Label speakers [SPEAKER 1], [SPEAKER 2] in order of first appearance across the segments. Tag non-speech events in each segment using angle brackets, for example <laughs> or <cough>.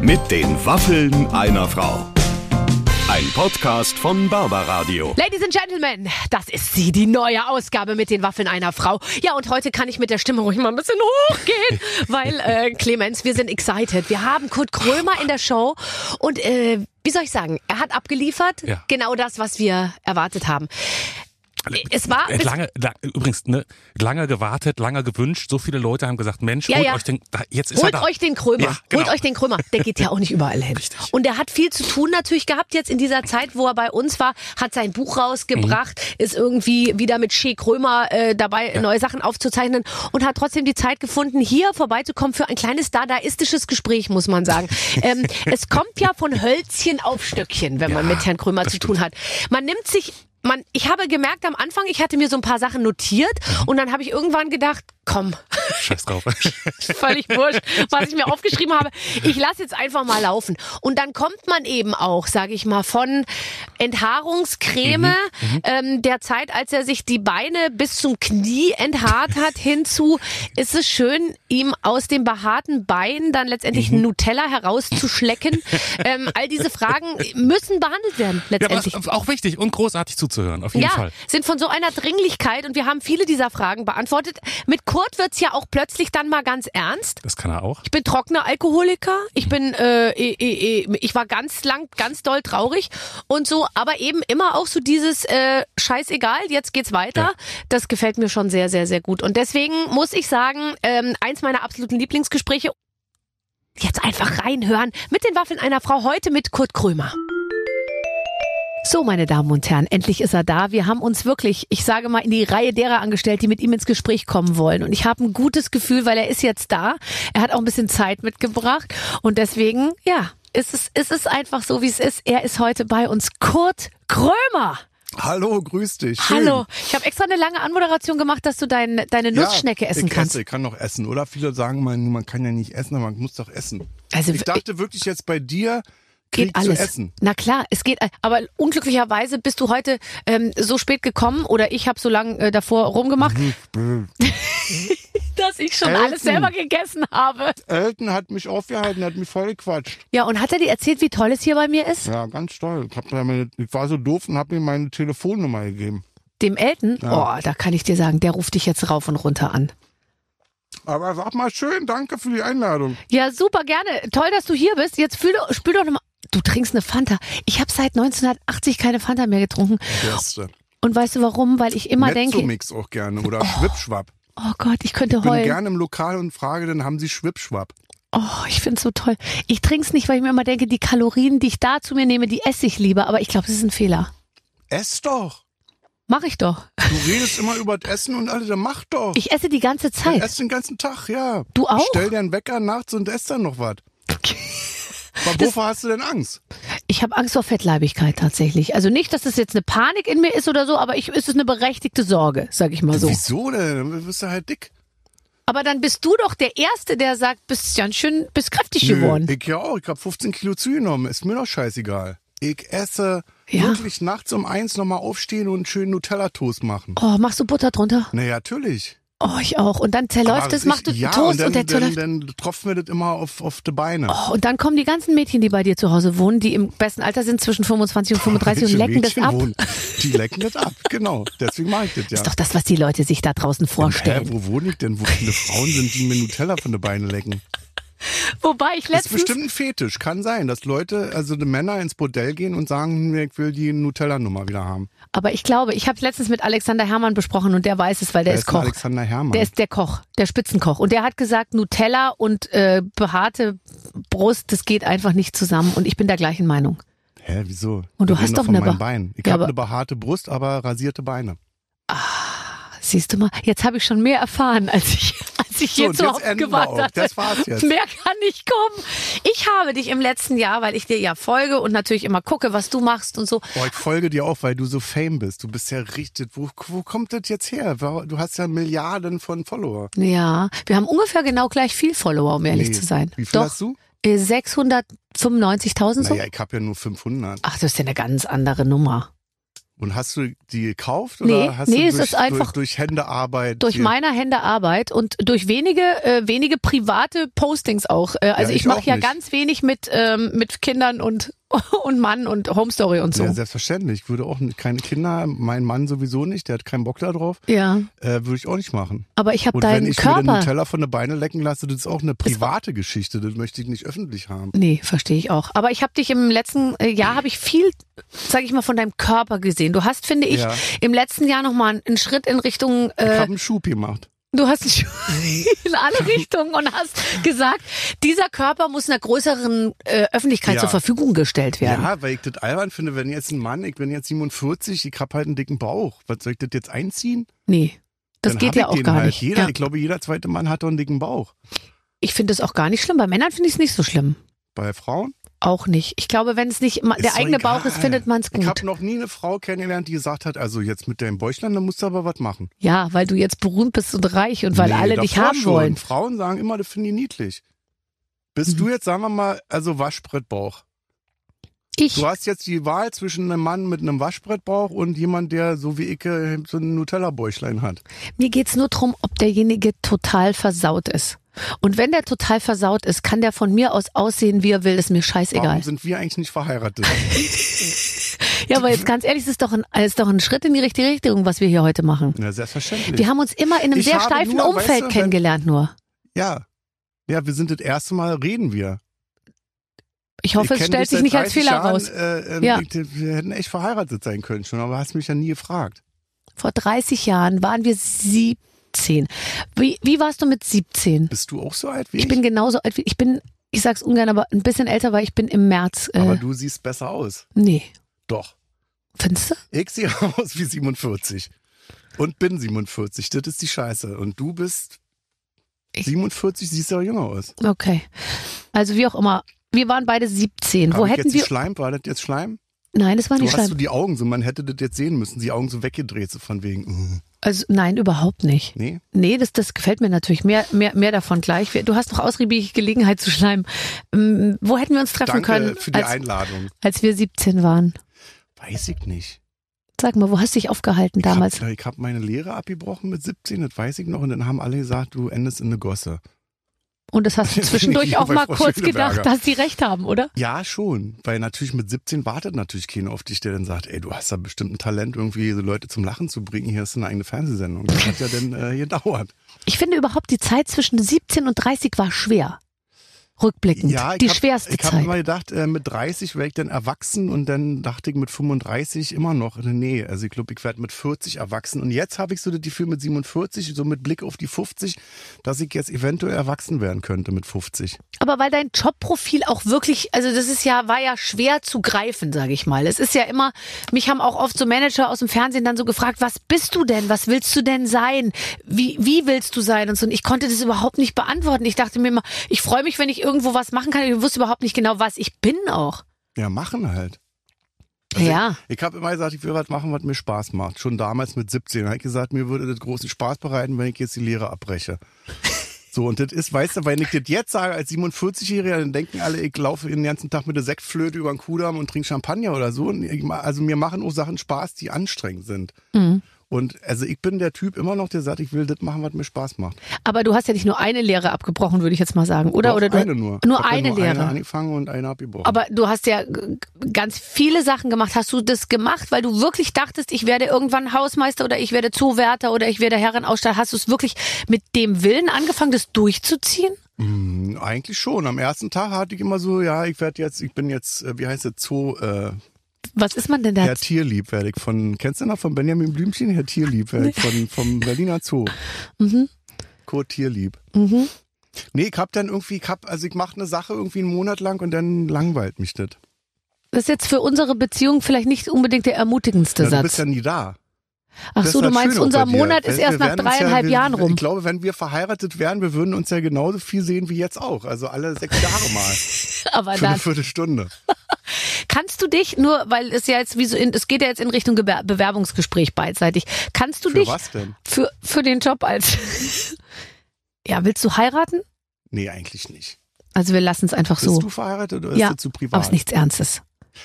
[SPEAKER 1] Mit den Waffeln einer Frau. Ein Podcast von Barbaradio.
[SPEAKER 2] Ladies and Gentlemen, das ist sie, die neue Ausgabe mit den Waffeln einer Frau. Ja, und heute kann ich mit der Stimme ruhig mal ein bisschen hochgehen, weil, äh, Clemens, wir sind excited. Wir haben Kurt Krömer in der Show und, äh, wie soll ich sagen, er hat abgeliefert.
[SPEAKER 3] Ja.
[SPEAKER 2] Genau das, was wir erwartet haben. Es war,
[SPEAKER 3] Äh, Lange, la- übrigens, ne, lange gewartet, lange gewünscht. So viele Leute haben gesagt, Mensch,
[SPEAKER 2] Ja,
[SPEAKER 3] holt
[SPEAKER 2] ja.
[SPEAKER 3] euch den, da, jetzt ist
[SPEAKER 2] Holt
[SPEAKER 3] er da.
[SPEAKER 2] euch den Krömer.
[SPEAKER 3] Ja, genau.
[SPEAKER 2] Holt euch den Krömer. Der geht ja auch nicht überall hin.
[SPEAKER 3] Richtig.
[SPEAKER 2] Und er hat viel zu tun natürlich gehabt jetzt in dieser Zeit, wo er bei uns war, hat sein Buch rausgebracht,
[SPEAKER 3] Mhm.
[SPEAKER 2] ist irgendwie wieder mit Shea Krömer äh, dabei, neue Sachen aufzuzeichnen und hat trotzdem die Zeit gefunden, hier vorbeizukommen für ein kleines dadaistisches Gespräch, muss man
[SPEAKER 3] <laughs>
[SPEAKER 2] sagen. ähm, es kommt ja von Hölzchen auf Stöckchen, wenn man mit Herrn Krömer zu tun hat. Man nimmt sich man, ich habe gemerkt am Anfang, ich hatte mir so ein paar Sachen notiert
[SPEAKER 3] Mhm.
[SPEAKER 2] und dann habe ich irgendwann gedacht, komm, <laughs>
[SPEAKER 3] Scheiß drauf.
[SPEAKER 2] völlig wurscht, was ich mir aufgeschrieben habe. Ich lasse jetzt einfach mal laufen. Und dann kommt man eben auch, sage ich mal, von Enthaarungscreme
[SPEAKER 3] Mhm,
[SPEAKER 2] ähm, der Zeit, als er sich die Beine bis zum Knie enthaart
[SPEAKER 3] <laughs>
[SPEAKER 2] hat, hinzu ist es schön, ihm aus dem behaarten Bein dann letztendlich
[SPEAKER 3] Mhm.
[SPEAKER 2] Nutella
[SPEAKER 3] <laughs>
[SPEAKER 2] herauszuschlecken. ähm, all diese Fragen müssen behandelt werden
[SPEAKER 3] ja,
[SPEAKER 2] letztendlich.
[SPEAKER 3] aber auch wichtig und großartig zuzuhören, auf jeden
[SPEAKER 2] Ja,
[SPEAKER 3] Fall.
[SPEAKER 2] sind von so einer Dringlichkeit und wir haben viele dieser Fragen beantwortet. Mit Kurt wird's ja auch plötzlich dann mal ganz ernst.
[SPEAKER 3] Das kann er auch.
[SPEAKER 2] Ich bin trockener Alkoholiker. Ich bin, äh, eh, eh, eh, ich war ganz lang, ganz doll traurig und so, aber eben immer auch so dieses äh, Scheißegal, jetzt geht's weiter.
[SPEAKER 3] Ja.
[SPEAKER 2] Das gefällt mir schon sehr, sehr, sehr gut. Und deswegen muss ich sagen, ähm, eins meiner absoluten Lieblingsgespräche. Jetzt einfach reinhören mit den Waffeln einer Frau heute mit Kurt Krömer. So, meine Damen und Herren, endlich ist er da. Wir haben uns wirklich, ich sage mal, in die Reihe derer angestellt, die mit ihm ins Gespräch kommen wollen. Und ich habe ein gutes Gefühl, weil er ist jetzt da. Er hat auch ein bisschen Zeit mitgebracht. Und deswegen, ja, es ist, es ist einfach so, wie es ist. Er ist heute bei uns Kurt Krömer.
[SPEAKER 4] Hallo, grüß dich. Schön.
[SPEAKER 2] Hallo. Ich habe extra eine lange Anmoderation gemacht, dass du dein, deine Nussschnecke
[SPEAKER 4] ja,
[SPEAKER 2] essen
[SPEAKER 4] ich
[SPEAKER 2] kannst.
[SPEAKER 4] Esse, ich kann doch essen. Oder viele sagen, man, man kann ja nicht essen, aber man muss doch essen.
[SPEAKER 2] Also,
[SPEAKER 4] ich dachte wirklich jetzt bei dir
[SPEAKER 2] geht
[SPEAKER 4] krieg
[SPEAKER 2] alles.
[SPEAKER 4] zu essen.
[SPEAKER 2] Na klar, es geht. all- Aber unglücklicherweise bist du heute ähm, so spät gekommen oder ich habe so lange äh, davor
[SPEAKER 4] Mhm.
[SPEAKER 2] rumgemacht, dass ich schon alles
[SPEAKER 4] Essen.
[SPEAKER 2] selber gegessen habe.
[SPEAKER 4] Elton hat mich aufgehalten, hat mich voll gequatscht.
[SPEAKER 2] Ja, und hat er dir erzählt, wie toll es hier bei mir ist?
[SPEAKER 4] Ja, ganz toll. Ich, hab da meine, ich war so doof und habe ihm meine Telefonnummer gegeben.
[SPEAKER 2] Dem Elton?
[SPEAKER 4] Ja.
[SPEAKER 2] Oh, da kann ich dir sagen, der ruft dich jetzt rauf und runter an.
[SPEAKER 4] Aber sag mal schön, danke für die Einladung.
[SPEAKER 2] Ja, super gerne. Toll, dass du hier bist. Jetzt fühl, spül doch nochmal. Du trinkst eine Fanta. Ich habe seit 1980 keine Fanta mehr getrunken.
[SPEAKER 4] Beste.
[SPEAKER 2] Und weißt du warum? Weil ich immer denke,
[SPEAKER 4] Mezzo-Mix auch gerne oder Schwipschwapp.
[SPEAKER 2] oh Gott, ich könnte
[SPEAKER 4] Bin
[SPEAKER 2] heulen.
[SPEAKER 4] gerne im Lokal und frage, dann haben sie Schwipschwapp.
[SPEAKER 2] Oh, ich find's so toll. Ich trink's nicht, weil ich mir immer denke, die Kalorien, die ich da zu mir nehme, die esse ich lieber. Aber ich glaube, das ist ein Fehler.
[SPEAKER 4] Ess doch.
[SPEAKER 2] Mache ich doch.
[SPEAKER 4] Du redest immer über das Essen und alles, dann mach doch.
[SPEAKER 2] Ich esse die ganze
[SPEAKER 4] Ich
[SPEAKER 2] Zeit.
[SPEAKER 4] esse den ganzen Tag, ja.
[SPEAKER 2] Du auch?
[SPEAKER 4] Stell dir einen Wecker nachts und ess dann noch was. Aber wovor hast du denn Angst?
[SPEAKER 2] Ich habe Angst vor Fettleibigkeit tatsächlich. Also nicht, dass das jetzt eine Panik in mir ist oder so, aber ich, es ist eine berechtigte Sorge, sag ich mal so.
[SPEAKER 4] Wieso denn? Dann bist du halt dick.
[SPEAKER 2] Aber dann bist du doch der Erste, der sagt, bist ganz schön, bist kräftig geworden.
[SPEAKER 4] ich ja auch. Ich habe 15 Kilo zugenommen. Ist mir doch scheißegal. Ich esse
[SPEAKER 2] Ja.
[SPEAKER 4] wirklich nachts um eins nochmal aufstehen und einen schönen Nutella-Toast machen.
[SPEAKER 2] Oh, machst du Butter drunter?
[SPEAKER 4] Naja, natürlich.
[SPEAKER 2] Oh, ich auch. Und dann zerläuft
[SPEAKER 4] Aber
[SPEAKER 2] es, machst du
[SPEAKER 4] ich- ja,
[SPEAKER 2] Toast
[SPEAKER 4] und dann,
[SPEAKER 2] und, der
[SPEAKER 4] dann,
[SPEAKER 2] zerläuft.
[SPEAKER 4] dann tropft mir das immer auf, auf die Beine.
[SPEAKER 2] Oh, und dann kommen die ganzen Mädchen, die bei dir zu Hause wohnen, die im besten Alter sind, zwischen 25 und 35 und
[SPEAKER 4] Welche
[SPEAKER 2] lecken das
[SPEAKER 4] Mädchen
[SPEAKER 2] ab.
[SPEAKER 4] wohnen- Die lecken das ab, genau. Deswegen mache ich das
[SPEAKER 2] <laughs>
[SPEAKER 4] ja.
[SPEAKER 2] Ist doch das, was die Leute sich da draußen
[SPEAKER 4] Hä,
[SPEAKER 2] vorstellen.
[SPEAKER 4] wo wohne ich denn? Wo viele Frauen sind, die mir Nutella von den Beinen lecken?
[SPEAKER 2] Wobei ich
[SPEAKER 4] Das ist
[SPEAKER 2] letztens...
[SPEAKER 4] bestimmt ein Fetisch. Kann sein, dass Leute, also die Männer ins Bordell gehen und sagen, nee, ich will die Nutella-Nummer wieder haben.
[SPEAKER 2] Aber ich glaube, ich habe es letztens mit Alexander Hermann besprochen und der weiß es, weil der
[SPEAKER 4] Wer
[SPEAKER 2] ist
[SPEAKER 4] denn
[SPEAKER 2] Koch.
[SPEAKER 4] Alexander Herrmann.
[SPEAKER 2] Der ist der Koch, der Spitzenkoch. Und der hat gesagt, Nutella und äh, behaarte Brust, das geht einfach nicht zusammen. Und ich bin der gleichen Meinung.
[SPEAKER 4] Hä, wieso?
[SPEAKER 2] Und du
[SPEAKER 4] Wir
[SPEAKER 2] hast
[SPEAKER 4] reden
[SPEAKER 2] doch
[SPEAKER 4] von
[SPEAKER 2] eine
[SPEAKER 4] meinem
[SPEAKER 2] Ba-
[SPEAKER 4] Bein. Ich
[SPEAKER 2] Ja,
[SPEAKER 4] habe
[SPEAKER 2] aber-
[SPEAKER 4] eine behaarte Brust, aber rasierte Beine.
[SPEAKER 2] Siehst du mal, jetzt habe ich schon mehr erfahren, als ich, <laughs> als ich hier
[SPEAKER 4] und
[SPEAKER 2] zu
[SPEAKER 4] jetzt
[SPEAKER 2] Hause
[SPEAKER 4] enden wir
[SPEAKER 2] gewartet
[SPEAKER 4] auch.
[SPEAKER 2] hatte.
[SPEAKER 4] Das war's jetzt.
[SPEAKER 2] Mehr kann nicht kommen. Ich habe dich im letzten Jahr, weil ich dir ja folge und natürlich immer gucke, was du machst und so.
[SPEAKER 4] Boah, ich folge dir auch, weil du so fame bist. Du bist ja richtig. Wo, wo kommt das jetzt her? Wa- Du hast ja Milliarden von Follower.
[SPEAKER 2] Ja, wir haben ungefähr genau gleich viel Follower, um ehrlich
[SPEAKER 4] Nee.
[SPEAKER 2] zu sein.
[SPEAKER 4] Wie viel
[SPEAKER 2] Doch,
[SPEAKER 4] hast du?
[SPEAKER 2] äh, 695.000 so.
[SPEAKER 4] Naja, ich habe ja nur 500.
[SPEAKER 2] Ach, das ist ja eine ganz andere Nummer.
[SPEAKER 4] Und hast du die gekauft
[SPEAKER 2] Nee,
[SPEAKER 4] oder hast
[SPEAKER 2] nee,
[SPEAKER 4] du
[SPEAKER 2] es
[SPEAKER 4] durch,
[SPEAKER 2] ist einfach-
[SPEAKER 4] durch, durch Händearbeit?
[SPEAKER 2] Durch
[SPEAKER 4] dir-
[SPEAKER 2] meiner Hände Arbeit und durch wenige, äh, wenige private Postings auch. Äh, also
[SPEAKER 4] Ja, ich
[SPEAKER 2] ich mache
[SPEAKER 4] auch
[SPEAKER 2] ja
[SPEAKER 4] nicht.
[SPEAKER 2] ganz wenig mit, ähm, mit Kindern und, <laughs> und Mann und Home Story und so.
[SPEAKER 4] Ja, selbstverständlich. Ich würde auch n- keine Kinder, mein Mann sowieso nicht, der hat keinen Bock da drauf.
[SPEAKER 2] Ja,
[SPEAKER 4] Äh, würde ich auch nicht machen.
[SPEAKER 2] aber ich habe
[SPEAKER 4] Und wenn
[SPEAKER 2] deinen
[SPEAKER 4] ich mir den
[SPEAKER 2] Körper.
[SPEAKER 4] Nutella von der Beine lecken lasse, das ist auch eine private Geschichte. Das möchte ich nicht öffentlich haben.
[SPEAKER 2] Nee, verstehe ich auch. Aber ich habe dich im letzten äh, Jahr habe ich viel, sage ich mal, von deinem Körper gesehen. Du hast, finde ich,
[SPEAKER 4] Ja.
[SPEAKER 2] im letzten Jahr nochmal einen Schritt in Richtung.
[SPEAKER 4] Ich
[SPEAKER 2] Äh,
[SPEAKER 4] habe einen Schub gemacht.
[SPEAKER 2] du hast einen Schritt <laughs> in alle Richtungen und hast gesagt, dieser Körper muss einer größeren äh, Öffentlichkeit
[SPEAKER 4] Ja.
[SPEAKER 2] zur Verfügung gestellt werden.
[SPEAKER 4] Ja, weil ich das albern finde, wenn jetzt ein Mann, ich bin jetzt 47, ich habe halt einen dicken Bauch. Was soll ich das jetzt einziehen?
[SPEAKER 2] Nee. Das
[SPEAKER 4] Dann hab
[SPEAKER 2] geht ja
[SPEAKER 4] ich
[SPEAKER 2] auch
[SPEAKER 4] den
[SPEAKER 2] gar
[SPEAKER 4] halt.
[SPEAKER 2] nicht.
[SPEAKER 4] Jeder,
[SPEAKER 2] ja.
[SPEAKER 4] Ich glaube, jeder zweite Mann hat doch einen dicken Bauch.
[SPEAKER 2] Ich finde es auch gar nicht schlimm. Bei Männern finde ich es nicht so schlimm.
[SPEAKER 4] Bei Frauen?
[SPEAKER 2] Auch nicht. Ich glaube, wenn es nicht ma-
[SPEAKER 4] Ist
[SPEAKER 2] der
[SPEAKER 4] doch
[SPEAKER 2] eigene
[SPEAKER 4] egal.
[SPEAKER 2] Bauch ist, findet man es
[SPEAKER 4] Ich habe
[SPEAKER 2] gut.
[SPEAKER 4] noch nie eine Frau kennengelernt, die gesagt hat, also jetzt mit deinem Bäuchlein, da musst du aber was machen.
[SPEAKER 2] Ja, weil du jetzt berühmt bist und reich und weil
[SPEAKER 4] Nee,
[SPEAKER 2] alle
[SPEAKER 4] davor
[SPEAKER 2] dich haben
[SPEAKER 4] schon.
[SPEAKER 2] wollen.
[SPEAKER 4] Frauen sagen immer, das finde ich niedlich. Bist
[SPEAKER 2] Mhm.
[SPEAKER 4] du jetzt, sagen wir mal, also Waschbrettbauch.
[SPEAKER 2] Ich,
[SPEAKER 4] Du hast jetzt die Wahl zwischen einem Mann mit einem Waschbrettbauch und jemand, der so wie ich äh, so ein Nutella-Bäuchlein hat.
[SPEAKER 2] mir geht's nur drum, ob derjenige total versaut ist. Und wenn der total versaut ist, kann der von mir aus aussehen, wie er will, ist mir scheißegal.
[SPEAKER 4] Warum sind wir eigentlich
[SPEAKER 2] <laughs>
[SPEAKER 4] nicht verheiratet?
[SPEAKER 2] Ja, aber jetzt ganz ehrlich, es ist doch ein, es ist doch ein Schritt in die richtige Richtung, was wir hier heute machen.
[SPEAKER 4] Na, selbstverständlich.
[SPEAKER 2] Wir haben uns immer in einem
[SPEAKER 4] Ich
[SPEAKER 2] sehr
[SPEAKER 4] habe
[SPEAKER 2] steifen
[SPEAKER 4] nur, weißt
[SPEAKER 2] Umfeld
[SPEAKER 4] du, wenn-
[SPEAKER 2] kennengelernt nur.
[SPEAKER 4] ja. Ja, wir sind das erste Mal, reden wir.
[SPEAKER 2] Ich hoffe, es
[SPEAKER 4] kenn
[SPEAKER 2] stellt
[SPEAKER 4] dich
[SPEAKER 2] sich
[SPEAKER 4] seit
[SPEAKER 2] nicht als
[SPEAKER 4] 30
[SPEAKER 2] Fehler
[SPEAKER 4] Jahren,
[SPEAKER 2] raus.
[SPEAKER 4] Äh, ähm,
[SPEAKER 2] Ja.
[SPEAKER 4] ich, wir hätten echt verheiratet sein können schon, aber hast mich ja nie gefragt.
[SPEAKER 2] Vor 30 Jahren waren wir 17. Wie, wie warst du mit 17?
[SPEAKER 4] Bist du auch so alt wie
[SPEAKER 2] Ich bin genauso alt wie ich bin, ich sag's ungern, aber ein bisschen älter, weil ich bin im März. Äh,
[SPEAKER 4] aber du siehst besser aus.
[SPEAKER 2] nee.
[SPEAKER 4] Doch.
[SPEAKER 2] Findest du?
[SPEAKER 4] Ich sehe <laughs> aus wie 47. Und bin 47. Das ist die Scheiße. Und du bist
[SPEAKER 2] Ich-
[SPEAKER 4] 47, siehst ja jünger aus.
[SPEAKER 2] Okay. Also wie auch immer. Wir waren beide 17.
[SPEAKER 4] Hab
[SPEAKER 2] Wo
[SPEAKER 4] ich
[SPEAKER 2] hätten
[SPEAKER 4] jetzt
[SPEAKER 2] wir.
[SPEAKER 4] die Schleim? War das jetzt Schleim?
[SPEAKER 2] nein, das war
[SPEAKER 4] Du
[SPEAKER 2] nicht
[SPEAKER 4] hast
[SPEAKER 2] schlimm.
[SPEAKER 4] du die Augen so, man hätte das jetzt sehen müssen, die Augen so weggedreht, so von wegen, äh,
[SPEAKER 2] Also nein, überhaupt nicht.
[SPEAKER 4] nee.
[SPEAKER 2] Nee, das, das gefällt mir natürlich. Mehr, mehr, mehr davon gleich. Wir- Du hast noch ausgiebig Gelegenheit zu schleimen. Ähm, wo hätten wir uns treffen
[SPEAKER 4] Danke
[SPEAKER 2] können,
[SPEAKER 4] für die
[SPEAKER 2] als,
[SPEAKER 4] Einladung.
[SPEAKER 2] als wir 17 waren?
[SPEAKER 4] Weiß ich nicht.
[SPEAKER 2] Sag mal, wo hast du dich aufgehalten damals?
[SPEAKER 4] Ich habe ich hab meine Lehre abgebrochen mit 17, das weiß ich noch. Und dann haben alle gesagt, du endest in eine Gosse.
[SPEAKER 2] Und das
[SPEAKER 4] <laughs>
[SPEAKER 2] hast du
[SPEAKER 4] Ich bin
[SPEAKER 2] zwischendurch
[SPEAKER 4] hier
[SPEAKER 2] auch
[SPEAKER 4] bei
[SPEAKER 2] mal
[SPEAKER 4] Frau
[SPEAKER 2] kurz
[SPEAKER 4] Schöneberger.
[SPEAKER 2] gedacht, dass die recht haben, oder?
[SPEAKER 4] Ja, schon. Weil natürlich mit 17 wartet natürlich keiner auf dich, der dann sagt, ey, du hast da bestimmt ein Talent, irgendwie so Leute zum Lachen zu bringen. Hier ist eine eigene Fernsehsendung. Das hat ja dann äh, <laughs> gedauert.
[SPEAKER 2] Ich finde überhaupt die Zeit zwischen 17 und 30 war schwer. Rückblickend.
[SPEAKER 4] Ja, ich
[SPEAKER 2] die
[SPEAKER 4] hab,
[SPEAKER 2] schwerste
[SPEAKER 4] Ich habe
[SPEAKER 2] Zeit.
[SPEAKER 4] immer gedacht, äh, mit 30 wäre ich dann erwachsen und dann dachte ich mit 35 immer noch, nee, also ich glaube, ich werde mit 40 erwachsen. Und jetzt habe ich so das Gefühl mit 47, so mit Blick auf die 50, dass ich jetzt eventuell erwachsen werden könnte mit 50.
[SPEAKER 2] Aber weil dein Jobprofil auch wirklich, also das ist ja, war ja schwer zu greifen, sage ich mal. Es ist ja immer, mich haben auch oft so Manager aus dem Fernsehen dann so gefragt, was bist du denn? Was willst du denn sein? Wie, wie willst du sein? Und so. Und ich konnte das überhaupt nicht beantworten. Ich dachte mir immer, ich freue mich, wenn ich irgendwo was machen kann. Ich wusste überhaupt nicht genau, was ich bin auch.
[SPEAKER 4] Ja, machen halt. Also
[SPEAKER 2] ja.
[SPEAKER 4] Ich habe immer gesagt, ich will was machen, was mir Spaß macht. Schon damals mit 17 habe ich gesagt, mir würde das großen Spaß bereiten, wenn ich jetzt die
[SPEAKER 2] <laughs>
[SPEAKER 4] Lehre abbreche. So, und das ist, weißt du, wenn ich das jetzt sage als 47-Jähriger, dann denken alle, ich laufe den ganzen Tag mit der Sektflöte über den Kudamm und trinke Champagner oder so. Und ich, ma- also mir machen auch Sachen Spaß, die anstrengend sind.
[SPEAKER 2] Mhm.
[SPEAKER 4] Und also ich bin der Typ immer noch, der sagt, ich will das machen, was mir Spaß macht.
[SPEAKER 2] Aber du hast ja nicht nur eine Lehre abgebrochen, würde ich jetzt mal sagen, oder?
[SPEAKER 4] Doch,
[SPEAKER 2] oder du,
[SPEAKER 4] eine nur. Ich
[SPEAKER 2] Nur
[SPEAKER 4] hab ja
[SPEAKER 2] eine
[SPEAKER 4] nur
[SPEAKER 2] Lehre.
[SPEAKER 4] Eine angefangen und eine abgebrochen.
[SPEAKER 2] Aber du hast ja g- g- ganz viele Sachen gemacht. Hast du das gemacht, weil du wirklich dachtest, ich werde irgendwann Hausmeister oder ich werde Zuwärter oder ich werde Herrenausstatter? Hast du es wirklich mit dem Willen angefangen, das durchzuziehen?
[SPEAKER 4] Mm, Eigentlich schon. Am ersten Tag hatte ich immer so, ja, ich werde jetzt, ich bin jetzt, äh, wie heißt das, Zoo, äh,
[SPEAKER 2] Was ist man denn da?
[SPEAKER 4] Herr Tierlieb werde ich von, kennst du noch von Benjamin Blümchen? Herr Tierlieb werde ich von, vom Berliner
[SPEAKER 2] <laughs>
[SPEAKER 4] Zoo.
[SPEAKER 2] Mhm.
[SPEAKER 4] Kurt Tierlieb.
[SPEAKER 2] Mhm.
[SPEAKER 4] Nee, ich hab dann irgendwie, ich hab, also ich mache eine Sache irgendwie einen Monat lang und dann langweilt mich das.
[SPEAKER 2] Das ist jetzt für unsere Beziehung vielleicht nicht unbedingt der ermutigendste
[SPEAKER 4] Ja, du bist
[SPEAKER 2] Satz.
[SPEAKER 4] ja nie da.
[SPEAKER 2] Ach
[SPEAKER 4] Das
[SPEAKER 2] so,
[SPEAKER 4] ist
[SPEAKER 2] du
[SPEAKER 4] das
[SPEAKER 2] meinst,
[SPEAKER 4] Schöne
[SPEAKER 2] unser
[SPEAKER 4] bei dir.
[SPEAKER 2] Monat ist
[SPEAKER 4] Weißt,
[SPEAKER 2] erst nach
[SPEAKER 4] wir werden uns
[SPEAKER 2] dreieinhalb
[SPEAKER 4] ja, wir,
[SPEAKER 2] Jahren rum.
[SPEAKER 4] Ich glaube, wenn wir verheiratet wären, wir würden uns ja genauso viel sehen wie jetzt auch. Also alle sechs Jahre
[SPEAKER 2] <laughs>
[SPEAKER 4] mal.
[SPEAKER 2] Aber
[SPEAKER 4] Für eine
[SPEAKER 2] dann
[SPEAKER 4] Viertelstunde.
[SPEAKER 2] kannst du dich nur, weil es ja jetzt wie so, in, es geht ja jetzt in Richtung Gewer- Bewerbungsgespräch beidseitig. Kannst du
[SPEAKER 4] Für
[SPEAKER 2] dich
[SPEAKER 4] was denn?
[SPEAKER 2] für für den Job als <laughs> ja willst du heiraten?
[SPEAKER 4] Nee, eigentlich nicht.
[SPEAKER 2] Also wir lassen es einfach
[SPEAKER 4] Bist
[SPEAKER 2] so.
[SPEAKER 4] du verheiratet oder
[SPEAKER 2] Ja,
[SPEAKER 4] ist das zu privat?
[SPEAKER 2] Aber es ist nichts Ernstes.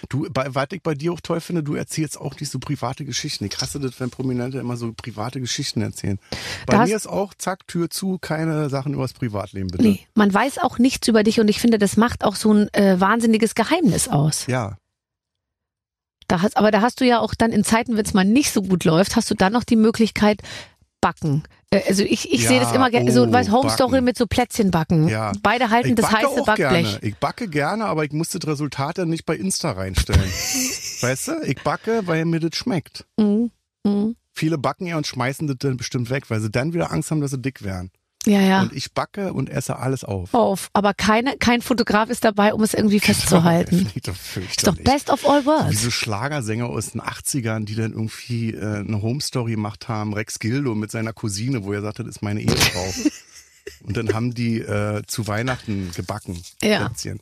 [SPEAKER 4] Du, bei, was ich bei dir auch toll finde, du erzählst auch nicht so private Geschichten. Ich hasse das, wenn Prominente immer so private Geschichten erzählen. Bei
[SPEAKER 2] Da hast-
[SPEAKER 4] mir ist auch, zack, Tür zu, keine Sachen übers Privatleben, bitte.
[SPEAKER 2] Nee, man weiß auch nichts über dich und ich finde, das macht auch so ein äh, wahnsinniges Geheimnis aus.
[SPEAKER 4] Ja,
[SPEAKER 2] Da hast, aber da hast du ja auch dann in Zeiten, wenn es mal nicht so gut läuft, hast du dann noch die Möglichkeit, backen. Äh, Also ich, ich
[SPEAKER 4] Ja,
[SPEAKER 2] sehe das immer gerne,
[SPEAKER 4] oh,
[SPEAKER 2] so weiß Home
[SPEAKER 4] backen.
[SPEAKER 2] Story mit so Plätzchen backen.
[SPEAKER 4] Ja.
[SPEAKER 2] Beide halten
[SPEAKER 4] ich
[SPEAKER 2] das
[SPEAKER 4] backe
[SPEAKER 2] heiße
[SPEAKER 4] auch
[SPEAKER 2] Backblech.
[SPEAKER 4] gerne. Ich backe gerne, aber ich muss das Resultat dann nicht bei
[SPEAKER 2] <laughs>
[SPEAKER 4] Insta reinstellen. weißt du, ich backe, weil mir das schmeckt.
[SPEAKER 2] Mhm. Mhm.
[SPEAKER 4] Viele backen ja und schmeißen das dann bestimmt weg, weil sie dann wieder Angst haben, dass sie dick werden.
[SPEAKER 2] Ja, ja.
[SPEAKER 4] Und ich backe und esse alles auf.
[SPEAKER 2] Auf. Aber keine, kein Fotograf ist dabei, um es irgendwie
[SPEAKER 4] Genau, <laughs>
[SPEAKER 2] festzuhalten.
[SPEAKER 4] Ist doch
[SPEAKER 2] Ist doch
[SPEAKER 4] fürchterlich.
[SPEAKER 2] best of all worlds.
[SPEAKER 4] Diese Schlagersänger aus den 80ern, die dann irgendwie äh, eine Home-Story gemacht haben, Rex Gildo mit seiner Cousine, wo er sagte, das ist
[SPEAKER 2] <laughs>
[SPEAKER 4] meine Ehefrau. Und dann haben die äh, zu Weihnachten gebacken.
[SPEAKER 2] Ja.
[SPEAKER 4] Plätzchen.